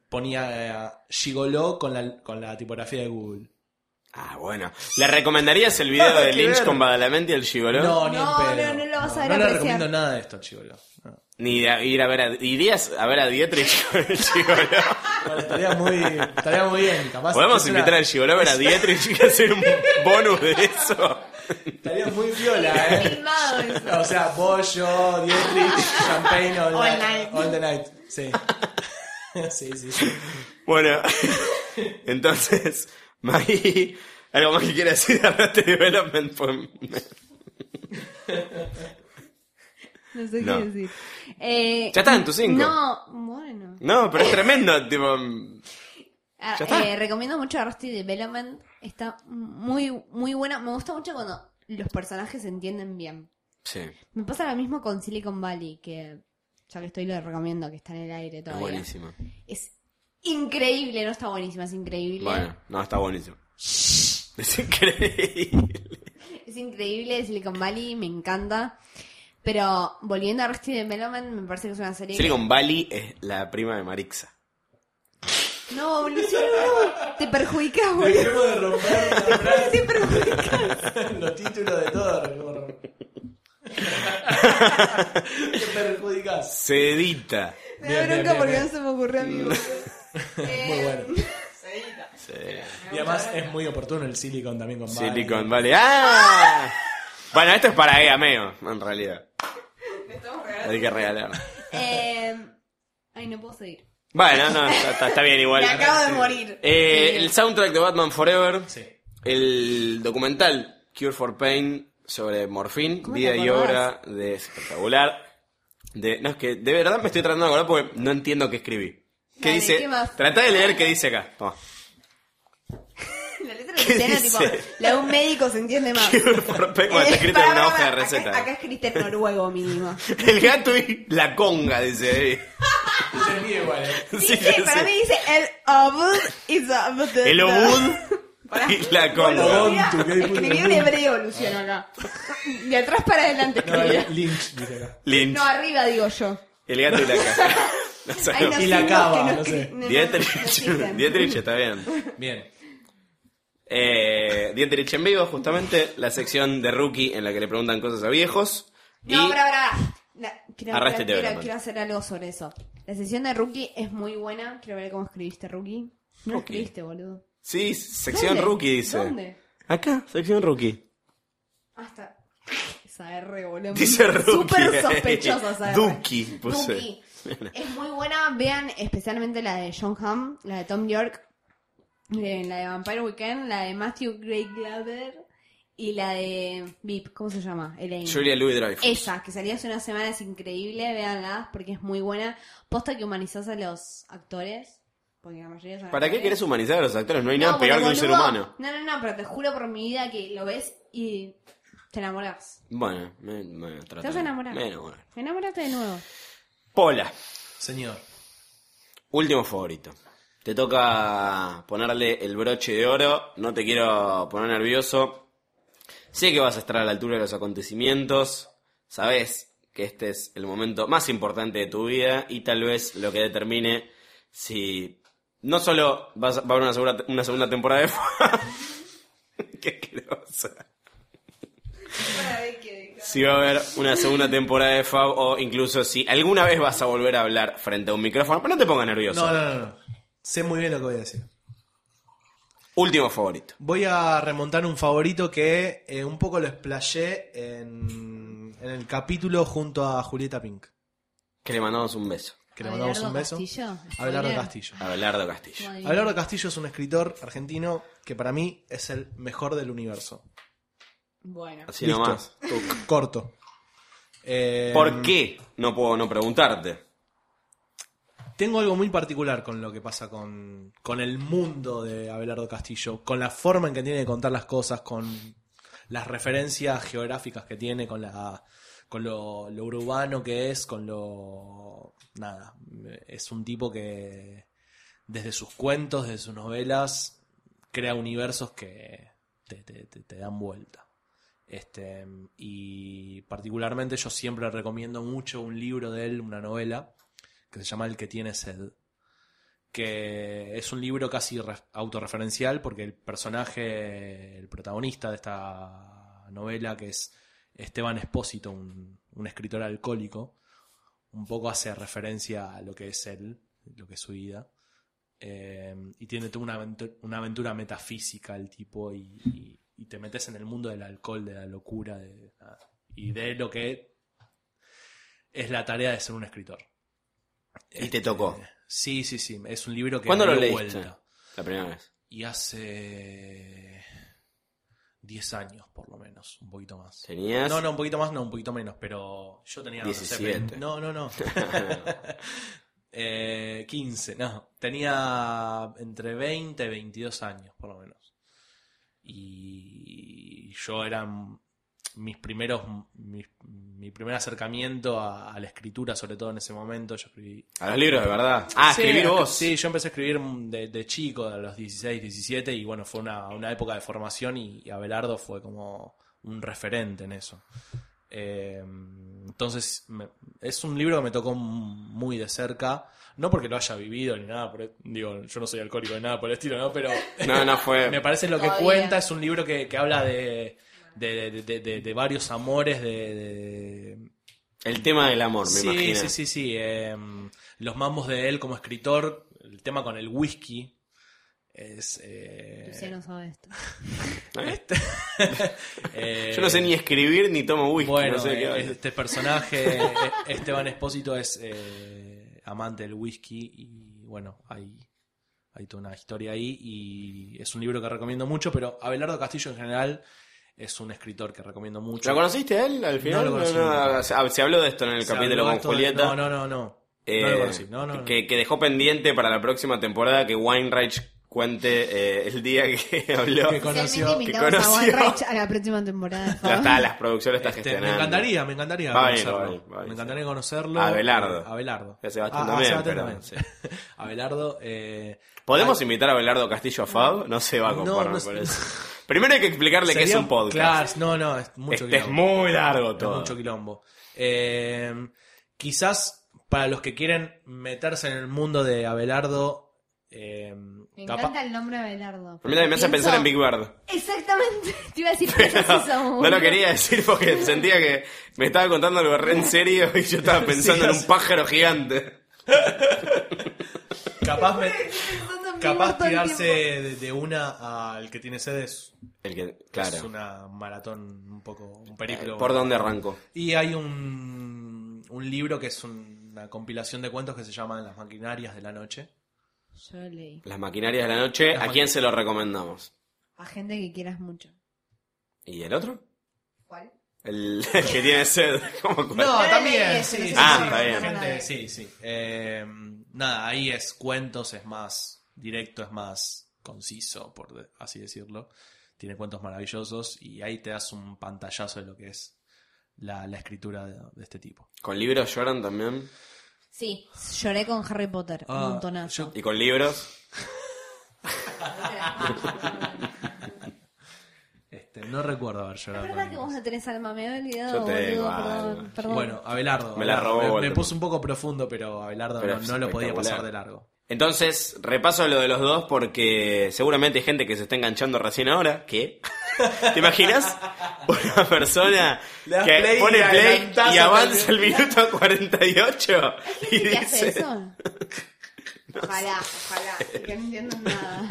S8: ponía eh, Gigoló con la, con la tipografía de Google.
S6: Ah, bueno. ¿Le recomendarías el video de
S8: que
S6: Lynch
S8: ver.
S6: con Badalamenti y el Gigoló?
S8: No, ni
S11: No,
S8: en pedo.
S11: no, no lo vas a ver
S8: No le
S11: apreciar.
S8: recomiendo nada de esto, chivolo. No.
S6: Ni de ir a ver a... ¿Irías a ver a Dietrich con el Gigoló?
S8: Estaría muy, estaría muy bien, capaz.
S6: ¿Podemos
S8: es una-
S6: invitar al Gigoló a ver a Dietrich y hacer un bonus de eso?
S8: Estaría muy viola, ¿eh?
S11: Filmado eso.
S8: O sea, Bollo, Dietrich, Champagne, all,
S11: All
S8: night.
S11: night.
S8: All the night. Sí. sí, sí, sí.
S6: Bueno, entonces, Maggie, ¿algo más que quieras decir de Arrested Development? Pues,
S7: No sé
S6: No.
S7: qué decir. Eh,
S6: Ya está, en tus cinco.
S7: No, bueno.
S6: No, pero es tremendo, tipo...
S7: Ah,
S6: Ya está.
S7: eh, recomiendo mucho Arrested Development. Está muy, muy buena. Me gusta mucho cuando los personajes se entienden bien.
S6: Sí,
S7: Me pasa lo mismo con Silicon Valley, que ya que estoy lo recomiendo, que está en el aire
S6: es
S7: todavía.
S6: buenísimo.
S7: Es increíble, no está buenísima, es increíble.
S6: Bueno, no, está buenísimo. Es increíble.
S7: Es increíble Silicon Valley, me encanta. Pero volviendo a Arrested Development, me parece que es una serie... que-
S6: Silicon Valley es la prima de Marixa.
S7: No, Luciano, no. Te perjudicas, boludo.
S8: Dejemos de romper la frase,
S7: Te perjudicas.
S8: los títulos de todo. Te perjudicas.
S6: Sedita.
S7: Me
S8: Bien,
S7: da
S8: bien,
S7: bronca
S8: bien,
S7: porque
S8: bien.
S7: no se me ocurrió a mí. Eh, boludo.
S8: Muy bueno.
S6: Sí.
S8: Y además es muy oportuno el Silicon también con Valley.
S6: Silicon Valley. ¡Ah! Bueno, esto es para Gameo, en realidad. Hay que regalar.
S7: Eh, Ay, no puedo seguir.
S6: Bueno, no, está, está- está bien igual.
S11: Me acabo de morir.
S6: Eh, el soundtrack de Batman Forever.
S8: Sí.
S6: El documental Cure for Pain sobre morfín,
S7: ¿Cómo te
S6: vida y obra
S7: acordás?
S6: de espectacular. De, no, es que de verdad me estoy tratando de acordar porque no entiendo qué escribí. ¿Qué
S7: Dale,
S6: dice?
S7: ¿qué más?
S6: Tratá de leer qué dice acá. Toma.
S7: La letra de Luciano, tipo,
S6: dice?
S7: la de un médico se entiende más.
S6: Cure for Pain, bueno, está
S7: Eh,
S6: escrito en
S7: pará,
S6: una
S7: pará,
S6: hoja de
S7: pará,
S6: receta.
S7: Acá, acá escrita en noruego mínimo.
S6: El gato y la conga, dice ahí.
S8: Se ríe igual, eh.
S6: Sí,
S7: Dice,
S6: sí.
S7: para mí dice el obud is a-
S6: El obud y la conga.
S8: Obud. Tonto, qué hijo de
S11: Escribí un
S8: puta.
S11: hebreo, Luciano, acá.
S7: De atrás para adelante.
S8: No, el Lynch, dice acá.
S6: Lynch.
S7: No, arriba digo yo.
S6: El gato y la caja. No sé,
S7: Hay
S6: no.
S7: unos
S8: Y la
S7: signos
S8: cava,
S7: que
S8: no sé.
S7: escri- no, no
S6: Dietrich.
S7: existen.
S6: Dietrich está bien.
S8: Bien.
S6: Eh, Dietrich en vivo, justamente, la sección de rookie en la que le preguntan cosas a viejos. Y
S7: No, pará, pará. Na- Quiero,
S6: Arrastre
S7: quiero-
S6: Development.
S7: quiero hacer algo sobre eso. La sesión de Rookie es muy buena. Quiero ver cómo escribiste Rookie. No lo
S6: Rookie.
S7: escribiste, boludo.
S6: Sí, sección
S7: ¿Dónde?
S6: rookie, dice.
S7: ¿Dónde?
S6: Acá, sección rookie.
S7: Hasta. Esa R, boludo.
S6: Dice rookie.
S7: Súper sospechosa esa R.
S6: Duki, puse.
S7: Duki. Es muy buena. Vean especialmente la de John Hamm, la de Tom York, eh, la de Vampire Weekend, la de Matthew Gray Glaber y la de. Vip, ¿cómo se llama? Elaine.
S6: Julia Louis Drive.
S7: Esa, que salió hace unas semanas, increíble, véanla, porque es muy buena. Posta que humanizás a los actores, porque la mayoría son
S6: ¿Para qué
S7: actores.
S6: querés humanizar a los actores? No hay
S7: No,
S6: nada peor que
S7: porque,
S6: un ser
S7: boludo,
S6: humano.
S7: No, no, no, pero te juro por mi vida que lo ves y te enamorás.
S6: Bueno, me, me trato.
S7: Te vas a enamorar.
S6: Me enamoro.
S7: Enamórate de nuevo.
S6: Pola,
S8: Señor.
S6: último favorito. Te toca ponerle el broche de oro. No te quiero poner nervioso. Sé que vas a estar a la altura de los acontecimientos. Sabes que este es el momento más importante de tu vida y tal vez lo que determine si no solo vas- va a haber una, segura- una segunda temporada de... ¡Qué asquerosa! si va a haber una segunda temporada de Fab o incluso si alguna vez vas a volver a hablar frente a un micrófono. Pero no te pongas nervioso.
S8: No, no, no, no. Sé muy bien lo que voy a decir.
S6: Último favorito.
S8: Voy a remontar un favorito que eh, un poco lo explayé en, en el capítulo junto a Julieta Pink.
S6: Que le mandamos un beso.
S8: Que le mandamos un
S7: ¿Abelardo
S8: beso.
S7: Castillo?
S8: Abelardo
S7: Spoiler.
S8: Castillo.
S6: Abelardo Castillo.
S7: Muy bien.
S8: Abelardo Castillo es un escritor argentino que para mí es el mejor del universo.
S7: Bueno.
S6: Así
S8: Listo.
S6: nomás.
S8: Corto. Eh,
S6: ¿Por qué? Em, No puedo no preguntarte.
S8: Tengo algo muy particular con lo que pasa con, con el mundo de Abelardo Castillo, con la forma en que tiene de contar las cosas, con las referencias geográficas que tiene, con la con lo, lo urbano que es, con lo... Nada, es un tipo que desde sus cuentos, desde sus novelas, crea universos que te, te- te- te dan vuelta. Este, y particularmente yo siempre recomiendo mucho un libro de él, una novela, que se llama El que tiene sed, que es un libro casi re- autorreferencial porque el personaje, el protagonista de esta novela, que es Esteban Espósito, un, un escritor alcohólico, un poco hace referencia a lo que es él, lo que es su vida. Eh, y tiene toda una aventura, una aventura metafísica el tipo y, y- y te metes en el mundo del alcohol, de la locura de- y de lo que es la tarea de ser un escritor. Eh,
S6: Y te tocó.
S8: Sí, sí, sí. Es un libro que
S6: ¿Cuándo
S8: me
S6: lo
S8: dio
S6: leíste?
S8: vuelta.
S6: La primera vez.
S8: Y hace 10 años, por lo menos, un poquito más.
S6: ¿Tenías?
S8: No, no, un poquito más, no, un poquito menos, pero yo tenía... no sé,
S6: 17.
S8: ve- No, no, no. Eh, 15, no. Tenía entre 20 y 22 años, por lo menos. Y yo era mis primeros, mis- mi primer acercamiento a, a la escritura, sobre todo en ese momento. Yo escribí.
S6: A los libros, de verdad. Ah,
S8: Sí,
S6: escribir vos.
S8: Sí, yo empecé a escribir de, de chico, a los 16, 17, y bueno, fue una, una época de formación y, y Abelardo fue como un referente en eso. Eh, entonces, me- es un libro que me tocó m- muy de cerca. No porque lo haya vivido ni nada, por el- digo, yo no soy alcohólico ni nada por el estilo, ¿no? Pero
S6: No, no fue-
S8: me parece lo que
S6: Todavía.
S8: cuenta es un libro que, que habla de, de, de- de- de- de varios amores, de- de,
S6: El tema del amor, me
S8: sí,
S6: imagino.
S8: Sí, sí, sí. eh, los mambos de él como escritor, el tema con el whisky. Es. eh,
S7: Luciano sabe esto.
S8: este- eh,
S6: Yo no sé ni escribir ni tomo whisky.
S8: Bueno,
S6: no sé de qué
S8: eh,
S6: hablas.
S8: este personaje, eh, Esteban Espósito, es eh, amante del whisky y bueno, hay, hay toda una historia ahí y es un libro que recomiendo mucho, pero Abelardo Castillo en general es un escritor que recomiendo mucho.
S6: ¿Lo conociste a él al final?
S8: No lo conocí
S6: No, no,
S8: nunca.
S6: se ah, se habló de esto en el
S8: Se
S6: capítulo
S8: habló
S6: con
S8: esto de-
S6: Julieta.
S8: No, no, no, no.
S6: Eh,
S8: no lo conocí. No, no, no.
S6: que, que dejó pendiente para la próxima temporada que Weinreich cuente eh, el día que habló.
S8: Que conoció-
S6: que
S7: Invitamos a Juan
S6: conoció.
S7: Reich a la próxima temporada. por
S6: Ya
S7: favor.
S6: está, las producciones están
S8: Este,
S6: gestionando.
S8: me encantaría, me encantaría
S6: Va a venir,
S8: conocerlo.
S6: va a venir, va a venir.
S8: me encantaría conocerlo.
S6: Abelardo.
S8: Abelardo.
S6: Ya Sebastián
S8: Ah, ah,
S6: también,
S8: Sebastián
S6: pero-
S8: también, sí. Abelardo, eh,
S6: ¿Podemos invitar a Belardo Castillo a Fab? No se va a
S8: No,
S6: conformar,
S8: no
S6: me
S8: sé.
S6: parece. Primero hay que explicarle que es
S8: sería-
S6: un podcast.
S8: Claro, no, no, es mucho
S6: Este es
S8: quilombo.
S6: muy largo todo.
S8: Es mucho quilombo. Eh, quizás para los que quieren meterse en el mundo de Abelardo, eh,
S7: Me
S8: capa-
S7: encanta el nombre de Belardo.
S6: A mí también me hace pensar en Big Bird.
S7: Exactamente. Te iba a decir que
S6: Pero no lo quería decir porque sentía que me estaba contando algo re en serio y yo estaba pensando en un pájaro gigante.
S8: capaz, me- capaz
S7: todo el
S8: tirarse de, de una al que tiene sed es,
S6: El que, claro.
S8: es una maratón, un poco, un
S6: Eh,
S8: periplo.
S6: ¿Por dónde arranco?
S8: Y hay un, un libro que es un- una compilación de cuentos que se llama Las maquinarias de la noche.
S7: Yo leí.
S6: Las maquinarias de la noche, ¿a quién se lo recomendamos?
S7: A gente que quieras mucho.
S6: ¿Y el otro?
S7: ¿Cuál?
S6: El, el que tiene sed. ¿Cómo cuál?
S8: No, también,
S7: ese,
S8: sí,
S7: ese
S8: sí,
S6: Ah,
S8: sí,
S6: está bien.
S8: gente- sí, sí. Eh, nada, ahí es cuentos, es más directo, es más conciso, por de- así decirlo. Tiene cuentos maravillosos y ahí te das un pantallazo de lo que es la, la escritura de, de este tipo.
S6: ¿Con libros lloran también?
S7: Sí. Lloré con Harry Potter.
S8: Ah,
S7: un montonazo.
S6: ¿Y con libros?
S8: Este, no recuerdo haber llorado.
S7: Es
S8: con
S7: verdad que
S8: libros.
S7: vos no tenés alma, me había olvidado.
S6: Yo te digo
S7: boludo,
S6: algo.
S7: perdón, perdón.
S8: Bueno, Abelardo.
S6: Me la
S8: Abelardo,
S6: robó
S8: Me,
S6: Walter.
S8: puso un poco profundo, pero Abelardo
S6: Pero
S8: no,
S6: es
S8: no lo podía
S6: espectacular.
S8: pasar de largo.
S6: Entonces, repaso lo de los dos porque seguramente hay gente que se está enganchando recién ahora. ¿Qué? ¿Te imaginas? Una persona
S8: Le das
S6: que
S8: play
S6: pone
S8: y
S6: play
S8: adelantás
S6: y
S8: a
S6: avanza el
S8: cualquier-
S6: minuto 48 y
S7: ¿Qué hace
S6: dice...
S7: eso? Ojalá, ojalá. Que no entiendan nada.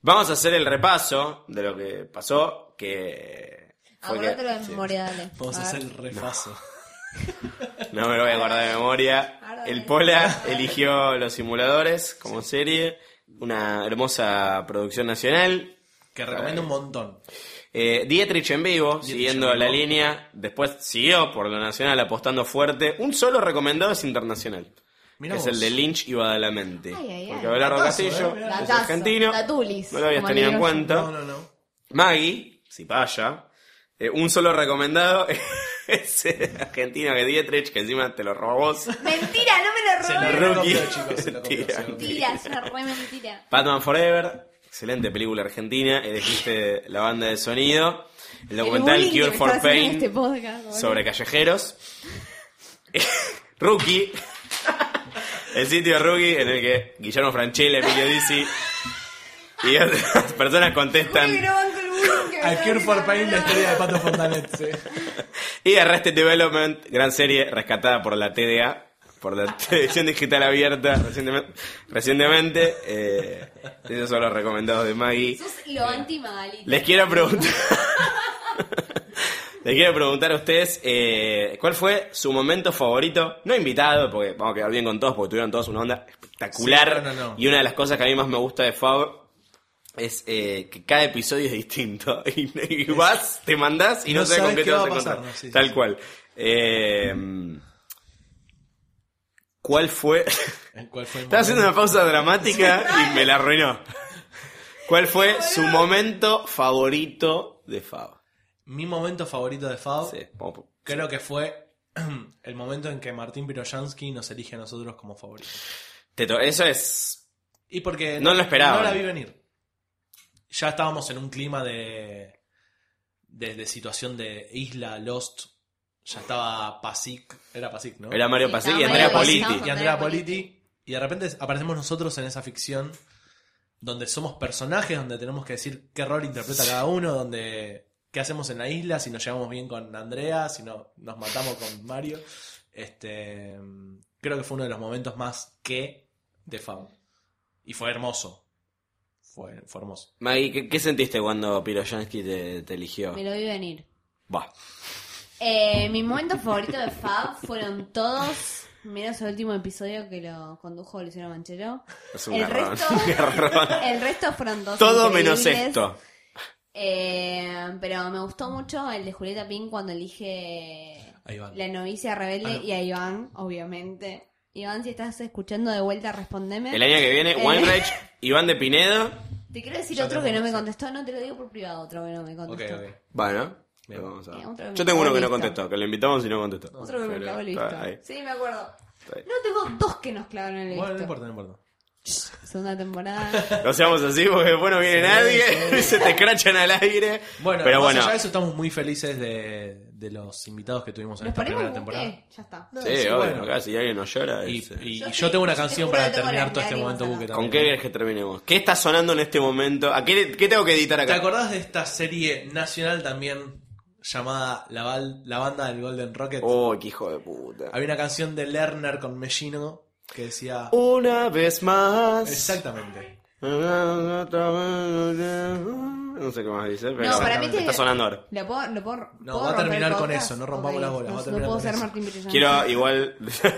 S6: Vamos a hacer el repaso de lo que pasó, que... fue que-
S7: Acordátelo de memoria, dale.
S8: Vamos a
S7: ver.
S8: hacer el repaso.
S6: No me lo voy a guardar de memoria. El Pola eligió Los Simuladores como serie, una hermosa producción nacional.
S8: Que recomiendo un montón.
S6: Eh, Dietrich en vivo, siguiendo
S8: en
S6: la
S8: vivo.
S6: línea. Después siguió por lo nacional apostando fuerte. Un solo recomendado es internacional.
S8: Mirá
S6: que es
S8: vos.
S6: el de Lynch y Badalamenti.
S7: Ay, ay, ay.
S6: Porque Abelardo
S8: Datazo,
S6: Castillo
S8: eh,
S6: es
S7: Datazo,
S6: argentino.
S7: datulis,
S6: No lo habías
S7: como
S6: tenido en
S7: digo yo.
S6: cuenta.
S8: No, no, no.
S6: Maggie, si paya. eh, un solo recomendado es el argentino que Dietrich, que encima te lo robó vos.
S7: Mentira,
S8: Se
S7: no me lo
S8: lo
S7: robé.
S8: recomiendo,
S6: Rookie.
S8: chicos. Se lo copió,
S6: Mentira.
S8: se lo copió.
S7: Mentira, es una re mentira.
S6: Batman Forever, excelente película argentina. Elegiste la banda de sonido. El documental
S7: bullying que
S6: Cure
S7: me
S6: for
S7: estás haciendo
S6: Pain
S7: en este podcast, boludo.
S6: sobre callejeros. Rookie. El sitio de Ruggy en el que Guillermo Franchella, Emilio Dizzy y otras personas contestan.
S8: A Cure for Pain, la historia de Pato Fontanet. sí.
S6: Y Arrested Development, gran serie rescatada por la TDA, por la Televisión Digital Abierta recientemente. recientemente eh, esos son los recomendados de Maggie.
S7: Lo anti-Magali.
S6: Les quiero preguntar. Les quiero preguntar a ustedes eh, cuál fue su momento favorito, no invitado, porque vamos a quedar bien con todos, porque tuvieron todos una onda espectacular.
S8: Sí, no, no, no.
S6: Y una de las cosas que a mí más me gusta de Fab es eh, que cada episodio es distinto. Y, y vas, te mandás y no,
S8: No
S6: sabes con
S8: sabes
S6: qué te
S8: qué
S6: vas
S8: va
S6: a
S8: a pasar,
S6: encontrar.
S8: no, sí,
S6: Tal
S8: sí.
S6: cual. Eh, ¿Cuál fue?
S8: ¿Cuál fue el
S6: Estaba haciendo una
S8: momento?
S6: pausa dramática y me la arruinó. ¿Cuál fue su momento favorito de Fab?
S8: Mi momento favorito de Fab
S6: Sí, vamos por-
S8: creo que fue el momento en que Martín Pirojansky nos elige a nosotros como favoritos.
S6: Te to- Eso es
S8: Y porque
S6: No lo esperaban.
S8: No la vi venir. Ya estábamos en un clima de, de, de situación de isla, Lost. Ya estaba Pasic, era Pasic, ¿no?
S6: Era Mario
S8: Sí,
S6: Pasic y
S8: estaba
S6: Andrea
S8: Mario Pasic
S6: Politi.
S8: Y Andrea Politi. Y de repente aparecemos nosotros en esa ficción donde somos personajes, donde tenemos que decir qué rol interpreta cada uno, donde qué hacemos en la isla, si nos llevamos bien con Andrea, si no, nos matamos con Mario. Este, creo que fue uno de los momentos más que de Fab. Y fue hermoso. Fue, fue hermoso.
S6: Maggie, ¿qué, qué sentiste cuando Pirojansky te, te eligió?
S7: Me lo vi venir.
S6: Bah.
S7: Eh, mi momento favorito de Fab fueron todos, menos el último episodio que lo condujo Luciano Manchero.
S6: Es un
S7: el,
S6: garrón,
S7: resto,
S6: un garrón.
S7: el resto fueron todos.
S6: Todo menos
S7: increíbles.
S6: esto.
S7: Eh, pero me gustó mucho el de Julieta Pin cuando elige
S8: A Iván.
S7: la novicia rebelde
S8: Ah, no.
S7: y a Iván, obviamente. Iván, si estás escuchando de vuelta, respondeme.
S6: El año que viene,
S7: Eh,
S6: Weinreich, Iván de Pinedo.
S7: Te quiero decir
S8: Ya
S7: otro
S8: tenemos
S7: que no
S8: que
S7: me
S8: hacer.
S7: contestó, no te lo digo por privado, otro que no me
S8: Ok,
S7: contestó.
S8: ok.
S6: Bueno,
S8: Bien.
S6: vamos a ver.
S7: Eh, otro
S6: Yo tengo uno que no
S7: listo.
S6: contestó, que lo invitamos y no contestó.
S7: Otro que me
S6: Pero
S7: clavó el visto.
S6: está ahí.
S7: Sí, me acuerdo.
S6: Está ahí.
S7: No, tengo dos que nos clavaron el
S8: Bueno, no
S7: visto.
S8: importa, no importa.
S7: Segunda temporada.
S6: No seamos así porque después no viene
S8: Sí,
S6: nadie,
S8: sí.
S6: se te crachan al aire.
S8: Bueno,
S6: pero
S8: más
S6: bueno.
S8: allá de eso estamos muy felices de, de los invitados que tuvimos en
S7: Nos
S8: esta
S7: ponemos
S8: primera
S7: un
S8: temporada.
S7: buque. Ya está.
S6: Sí,
S8: Sí,
S6: obvio,
S8: bueno.
S6: acá si alguien nos llora.
S8: Y,
S6: es, eh,
S8: y- y
S7: Yo
S8: yo,
S7: estoy-
S8: tengo una
S7: yo te
S8: canción
S7: juro
S8: para
S7: que tengo
S8: terminar
S7: las
S8: todo este
S7: lágrimas
S8: momento
S7: acá.
S8: buque
S6: ¿Con
S8: también.
S6: qué querés que terminemos? ¿Qué está sonando en este momento? ¿A qué, qué tengo que editar
S8: ¿Te
S6: acá?
S8: acordás de esta serie nacional también llamada La, Bal- La Banda del Golden Rocket?
S6: Oh, qué hijo de puta.
S8: Había una canción de Lerner con Mellino que decía...
S6: Oh. Una vez más.
S8: Exactamente.
S6: No sé qué más dice, pero
S7: No, para mí tiene-
S6: está sonando ahora.
S7: ¿Lo puedo, lo puedo,
S8: No,
S7: ¿puedo
S8: va a
S7: romper
S8: terminar
S7: el
S8: con
S7: podcast?
S8: eso, no rompamos
S7: Ok,
S8: las bolas, va a
S7: No,
S8: terminar
S7: no puedo
S8: con
S7: ser
S8: eso.
S7: Martín Brillante.
S6: Quiero igual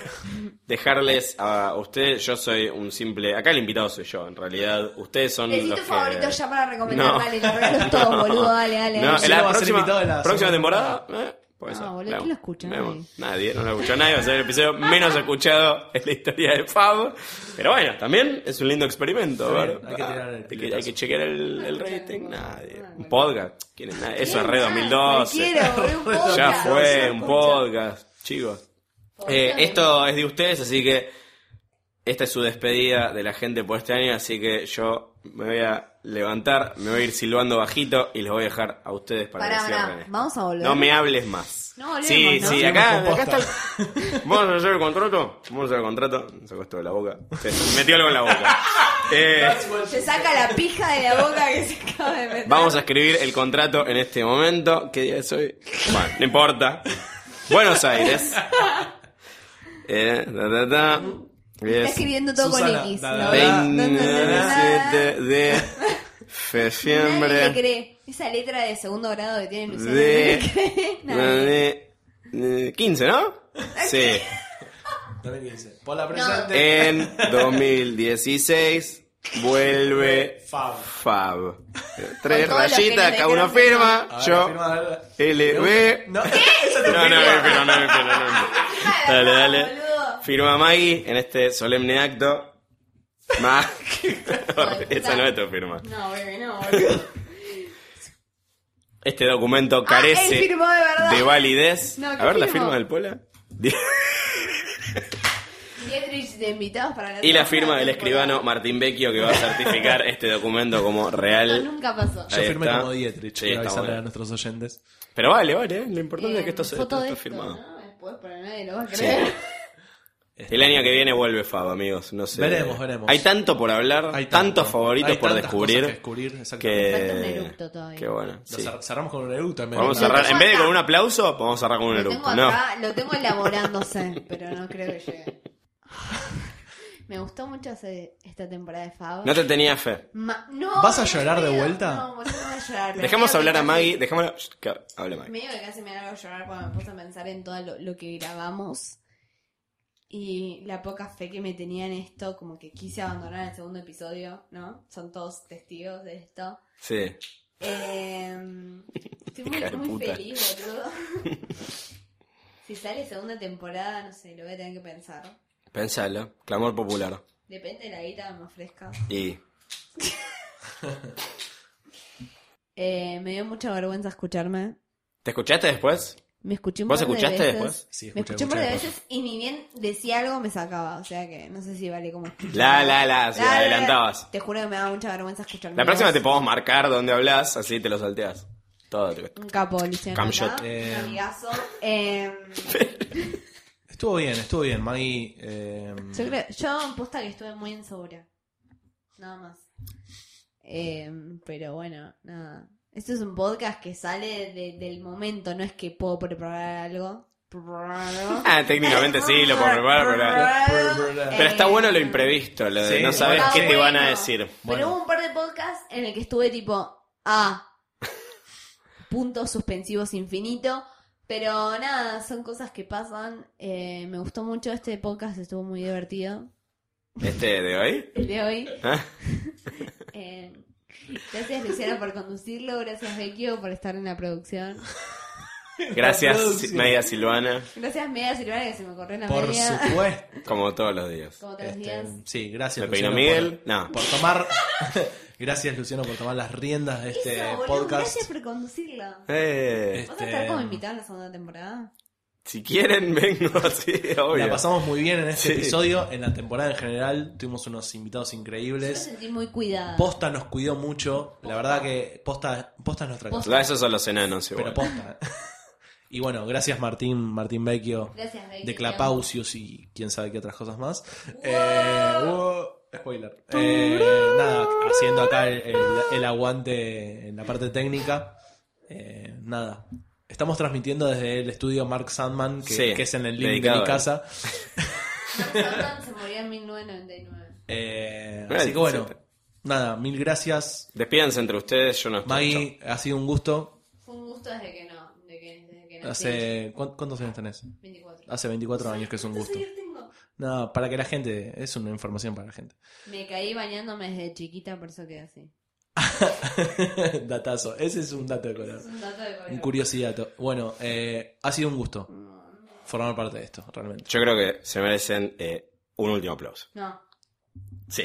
S6: dejarles a ustedes, yo soy un simple, acá el invitado soy yo, en realidad, ustedes son
S7: Decí
S6: los
S7: tu
S6: que-
S7: favorito ya para recomendar,
S6: No.
S7: dale, los regalos todos, boludo, dale, dale.
S6: No,
S7: dale.
S8: Sí,
S6: en la
S8: va a ser
S6: próxima,
S8: invitado en la
S6: próxima
S8: segunda
S6: temporada. eh, puede
S7: No,
S6: ser.
S7: boludo,
S6: Veamos.
S7: ¿quién lo escucha?
S6: Veamos.
S7: Nadie.
S6: Nadie, no lo escucha nadie. Va a ser el episodio menos escuchado en la historia de Fab. Pero bueno, también es un lindo experimento.
S8: Está
S6: a ver.
S8: bien, hay que tirar el
S6: hay, que,
S8: piletazo.
S6: hay que chequear el, el rating.
S7: No,
S6: Nadie.
S7: no,
S6: Un
S7: no.
S6: podcast. ¿Quién es nadie? Eso es re
S7: Ah,
S6: 2012.
S7: cualquiera, boludo, un podcast.
S6: Ya fue,
S7: No
S6: un
S7: escucha.
S6: podcast, chicos.
S7: Podcast
S6: Eh,
S7: de-
S6: esto es de ustedes, así que esta es su despedida de la gente por este año, así que yo me voy a levantar, me voy a ir silbando bajito y les voy a dejar a ustedes para
S7: Pará,
S6: que cierren.
S7: pará,
S6: esto.
S7: vamos a volver.
S6: No me hables más.
S7: No volvemos,
S6: sí,
S7: ¿no?
S6: sí,
S7: Volvemos
S6: acá,
S8: con
S6: acá está.
S8: posta.
S6: el- Vamos a hacer el contrato. Vamos a hacer el contrato. Me sacó esto de la boca. Se metió algo en la boca. Eh,
S7: Se saca la pija de la boca que se acaba de meter.
S6: Vamos a escribir el contrato en este momento. ¿Qué día es hoy? Bueno, no importa. Buenos Aires. Eh, da, da, da.
S7: Está
S6: Es
S7: escribiendo todo
S8: Susana,
S7: con X.
S8: da, da,
S7: ¿no?
S8: da.
S7: Da, da, da, da, da.
S6: 27 de
S7: Nadie le
S6: septiembre
S7: cree. Esa letra de segundo grado que tiene Luciano. nadie
S6: de,
S7: le cree. Nadie.
S6: de, de 15, ¿no? Sí.
S8: También dice, por la presente...
S6: En 2016 vuelve
S8: Fab.
S6: Fab. Tres
S7: Con todos los que
S6: rayitas,
S7: nos
S6: cada uno
S7: dejaron
S6: firma.
S8: A ver,
S6: Yo
S8: firma, a ver.
S6: LB.
S8: No,
S6: No, no, no, no, no, no, no, no. Dale, dale.
S7: boludo.
S6: Firma Maggie en este solemne acto. Ma. Esa no es tu firma.
S7: No, bebé, no, boludo.
S6: Este documento
S7: Ah,
S6: carece
S7: él firmó de verdad.
S6: de validez.
S7: No, ¿qué
S6: A ver la
S7: firmó?
S6: firma del Pola.
S7: Dietrich de invitados para la
S6: Y la
S7: segunda
S6: firma del
S7: temporada.
S6: escribano Martín Vecchio que va a certificar este documento como
S7: No,
S6: real.
S7: nunca pasó.
S8: Yo
S6: Ahí
S8: firmé
S6: está.
S8: como Dietrich,
S6: Sí,
S8: quiero
S6: está
S8: avisarle
S6: bueno.
S8: a nuestros oyentes.
S6: Pero vale, vale. ¿eh? Lo importante es
S7: Eh,
S6: que esto se
S7: foto
S6: esto
S7: de
S6: está
S7: esto,
S6: firmado.
S7: ¿no? Después, pero nadie lo va a
S6: Sí.
S7: creer.
S6: El año que viene vuelve Fab, amigos. No sé.
S8: Veremos, veremos.
S6: Hay tanto por hablar,
S8: Hay tanto.
S6: tantos favoritos
S8: Hay
S6: por
S8: tantas
S6: descubrir.
S8: cosas que descubrir,
S6: que...
S8: exactamente.
S7: Falta un eructo eh. todavía.
S6: que Eh, bueno.
S8: Lo
S6: sí.
S8: cer- cerramos con un eructo en vez de
S6: Vamos a
S8: una-
S6: cerrar. En vez de
S7: acá.
S6: con un aplauso, vamos a cerrar con un
S7: Lo tengo
S6: eructo. No.
S7: acá, lo tengo elaborándose, pero no creo que llegue. Me gustó mucho ese- esta temporada de Fab.
S6: No te tenía fe.
S7: Ma- no,
S8: ¿Vas a
S7: no
S8: llorar de
S7: creo.
S8: vuelta?
S7: No, boludo, no voy a llorar. pero
S6: Dejamos
S7: creo que
S6: hablar a
S7: casi-
S6: Maggie. Dejémosla. Shh, que Hable Maggie.
S7: Medio que casi me hago llorar cuando me puse a pensar en todo lo, lo que grabamos y la poca fe que me tenía en esto, como que quise abandonar el segundo episodio, ¿no? Son todos testigos de esto.
S6: Sí.
S7: Eh, estoy muy,
S6: Hija de
S7: muy
S6: puta.
S7: feliz, boludo. si sale segunda temporada, no sé, lo voy a tener que pensar.
S6: Pensalo. Clamor popular.
S7: Depende de la guita que me ofrezca.
S6: Y.
S7: Eh, me dio mucha vergüenza escucharme.
S6: ¿Te escuchaste después?
S7: Me escuché un
S6: ¿Vos
S7: par de
S6: escuchaste
S7: veces.
S6: después?
S8: Sí,
S7: me escuché
S8: escuché
S7: un par de
S8: muchas
S7: veces y ni bien decía algo me sacaba. O sea que no sé si vale como escuchar.
S6: La, la, la. Si
S7: La, la, la.
S6: adelantabas.
S7: Te juro que me daba mucha vergüenza escucharme.
S6: La próxima
S7: voz.
S6: te podemos marcar donde hablas, así te lo salteas. Todo.
S7: Un capo, Luciano.
S6: Cam
S7: acá,
S6: shot.
S8: Eh.
S7: Un amigazo. Eh,
S8: Estuvo bien, estuvo bien, Maggie. eh,
S7: yo creo, yo en posta que estuve muy insegura. Nada más. Eh, pero bueno, nada. Esto es un podcast que sale de- del momento, no es que puedo preparar algo.
S6: Ah, técnicamente sí, lo puedo preparar, pero. Pero está bueno lo
S7: Eh,
S6: imprevisto, lo de
S8: Sí,
S6: no sabes
S7: está
S6: qué te van a
S7: bueno.
S6: decir.
S8: Bueno.
S7: Pero hubo un par de podcasts en el que estuve tipo, ah, puntos suspensivos infinito. Pero nada, son cosas que pasan. Eh, me gustó mucho este podcast, estuvo muy divertido.
S6: ¿Este de hoy?
S7: El de hoy.
S6: ¿Ah?
S7: Eh, gracias Luciana por conducirlo, gracias Vecchio por estar en la producción.
S6: Gracias, Nadia Silvana,
S7: Gracias Media Silvana que se me corrió en la
S8: por
S7: media.
S8: supuesto.
S6: como todos los días.
S7: Como todos los
S8: Este,
S7: días.
S8: sí, gracias.
S6: ¿Me peinó
S8: Luciano, por-
S6: Miguel? No.
S8: Por tomar. gracias, Luciano, por tomar las riendas de este
S7: Eso, boludo,
S8: podcast. Este,
S7: gracias por conducirlo.
S6: Eh,
S7: ¿Vas a estar como invitado en la segunda temporada?
S6: si quieren, vengo así, obvio.
S8: La pasamos muy bien en este
S6: Sí.
S8: episodio. En la temporada en general tuvimos unos invitados
S7: Yo me
S8: increíbles.
S7: sentí muy cuidada.
S8: Posta nos cuidó mucho. La verdad que Posta, posta es nuestra casa.
S6: Ah, Esos son los enanos,
S8: Pero
S6: igual.
S8: posta. Y bueno, gracias Martín, Martín Vecchio,
S7: Gracias, Vecchio,
S8: de
S7: te amo.
S8: Clapausios y quién sabe qué otras cosas más. Eh, wow, spoiler. Eh, nada, haciendo acá el, el- el aguante en la parte técnica. Eh, nada. Estamos transmitiendo desde el estudio Mark Sandman, que,
S6: Sí,
S8: que es en el link de
S6: dedicado
S8: mi
S6: a él.
S8: casa.
S7: Mark Sandman se murió en 1999.
S8: Eh,
S6: Bueno,
S8: así que bueno,
S6: siempre.
S8: nada, mil gracias.
S6: Despídanse entre ustedes, yo no estoy.
S8: Maggie, ha sido un gusto.
S7: Fue un gusto desde que no, de que, desde que nací.
S8: Hace, ¿cuán- ¿Cuántos años tenés?
S7: 24.
S8: Hace 24 años que es un
S7: ¿Cuántos
S8: gusto.
S7: años tengo?
S8: No, para que la gente, es una información para la gente.
S7: Me caí bañándome desde chiquita, por eso quedé así.
S8: Datazo, ese es un dato de color.
S7: Es un dato de color.
S8: Un curiosidad. Bueno, eh, ha sido un gusto formar parte de esto, realmente.
S6: Yo creo que se merecen eh, un último aplauso.
S7: No.
S6: Sí.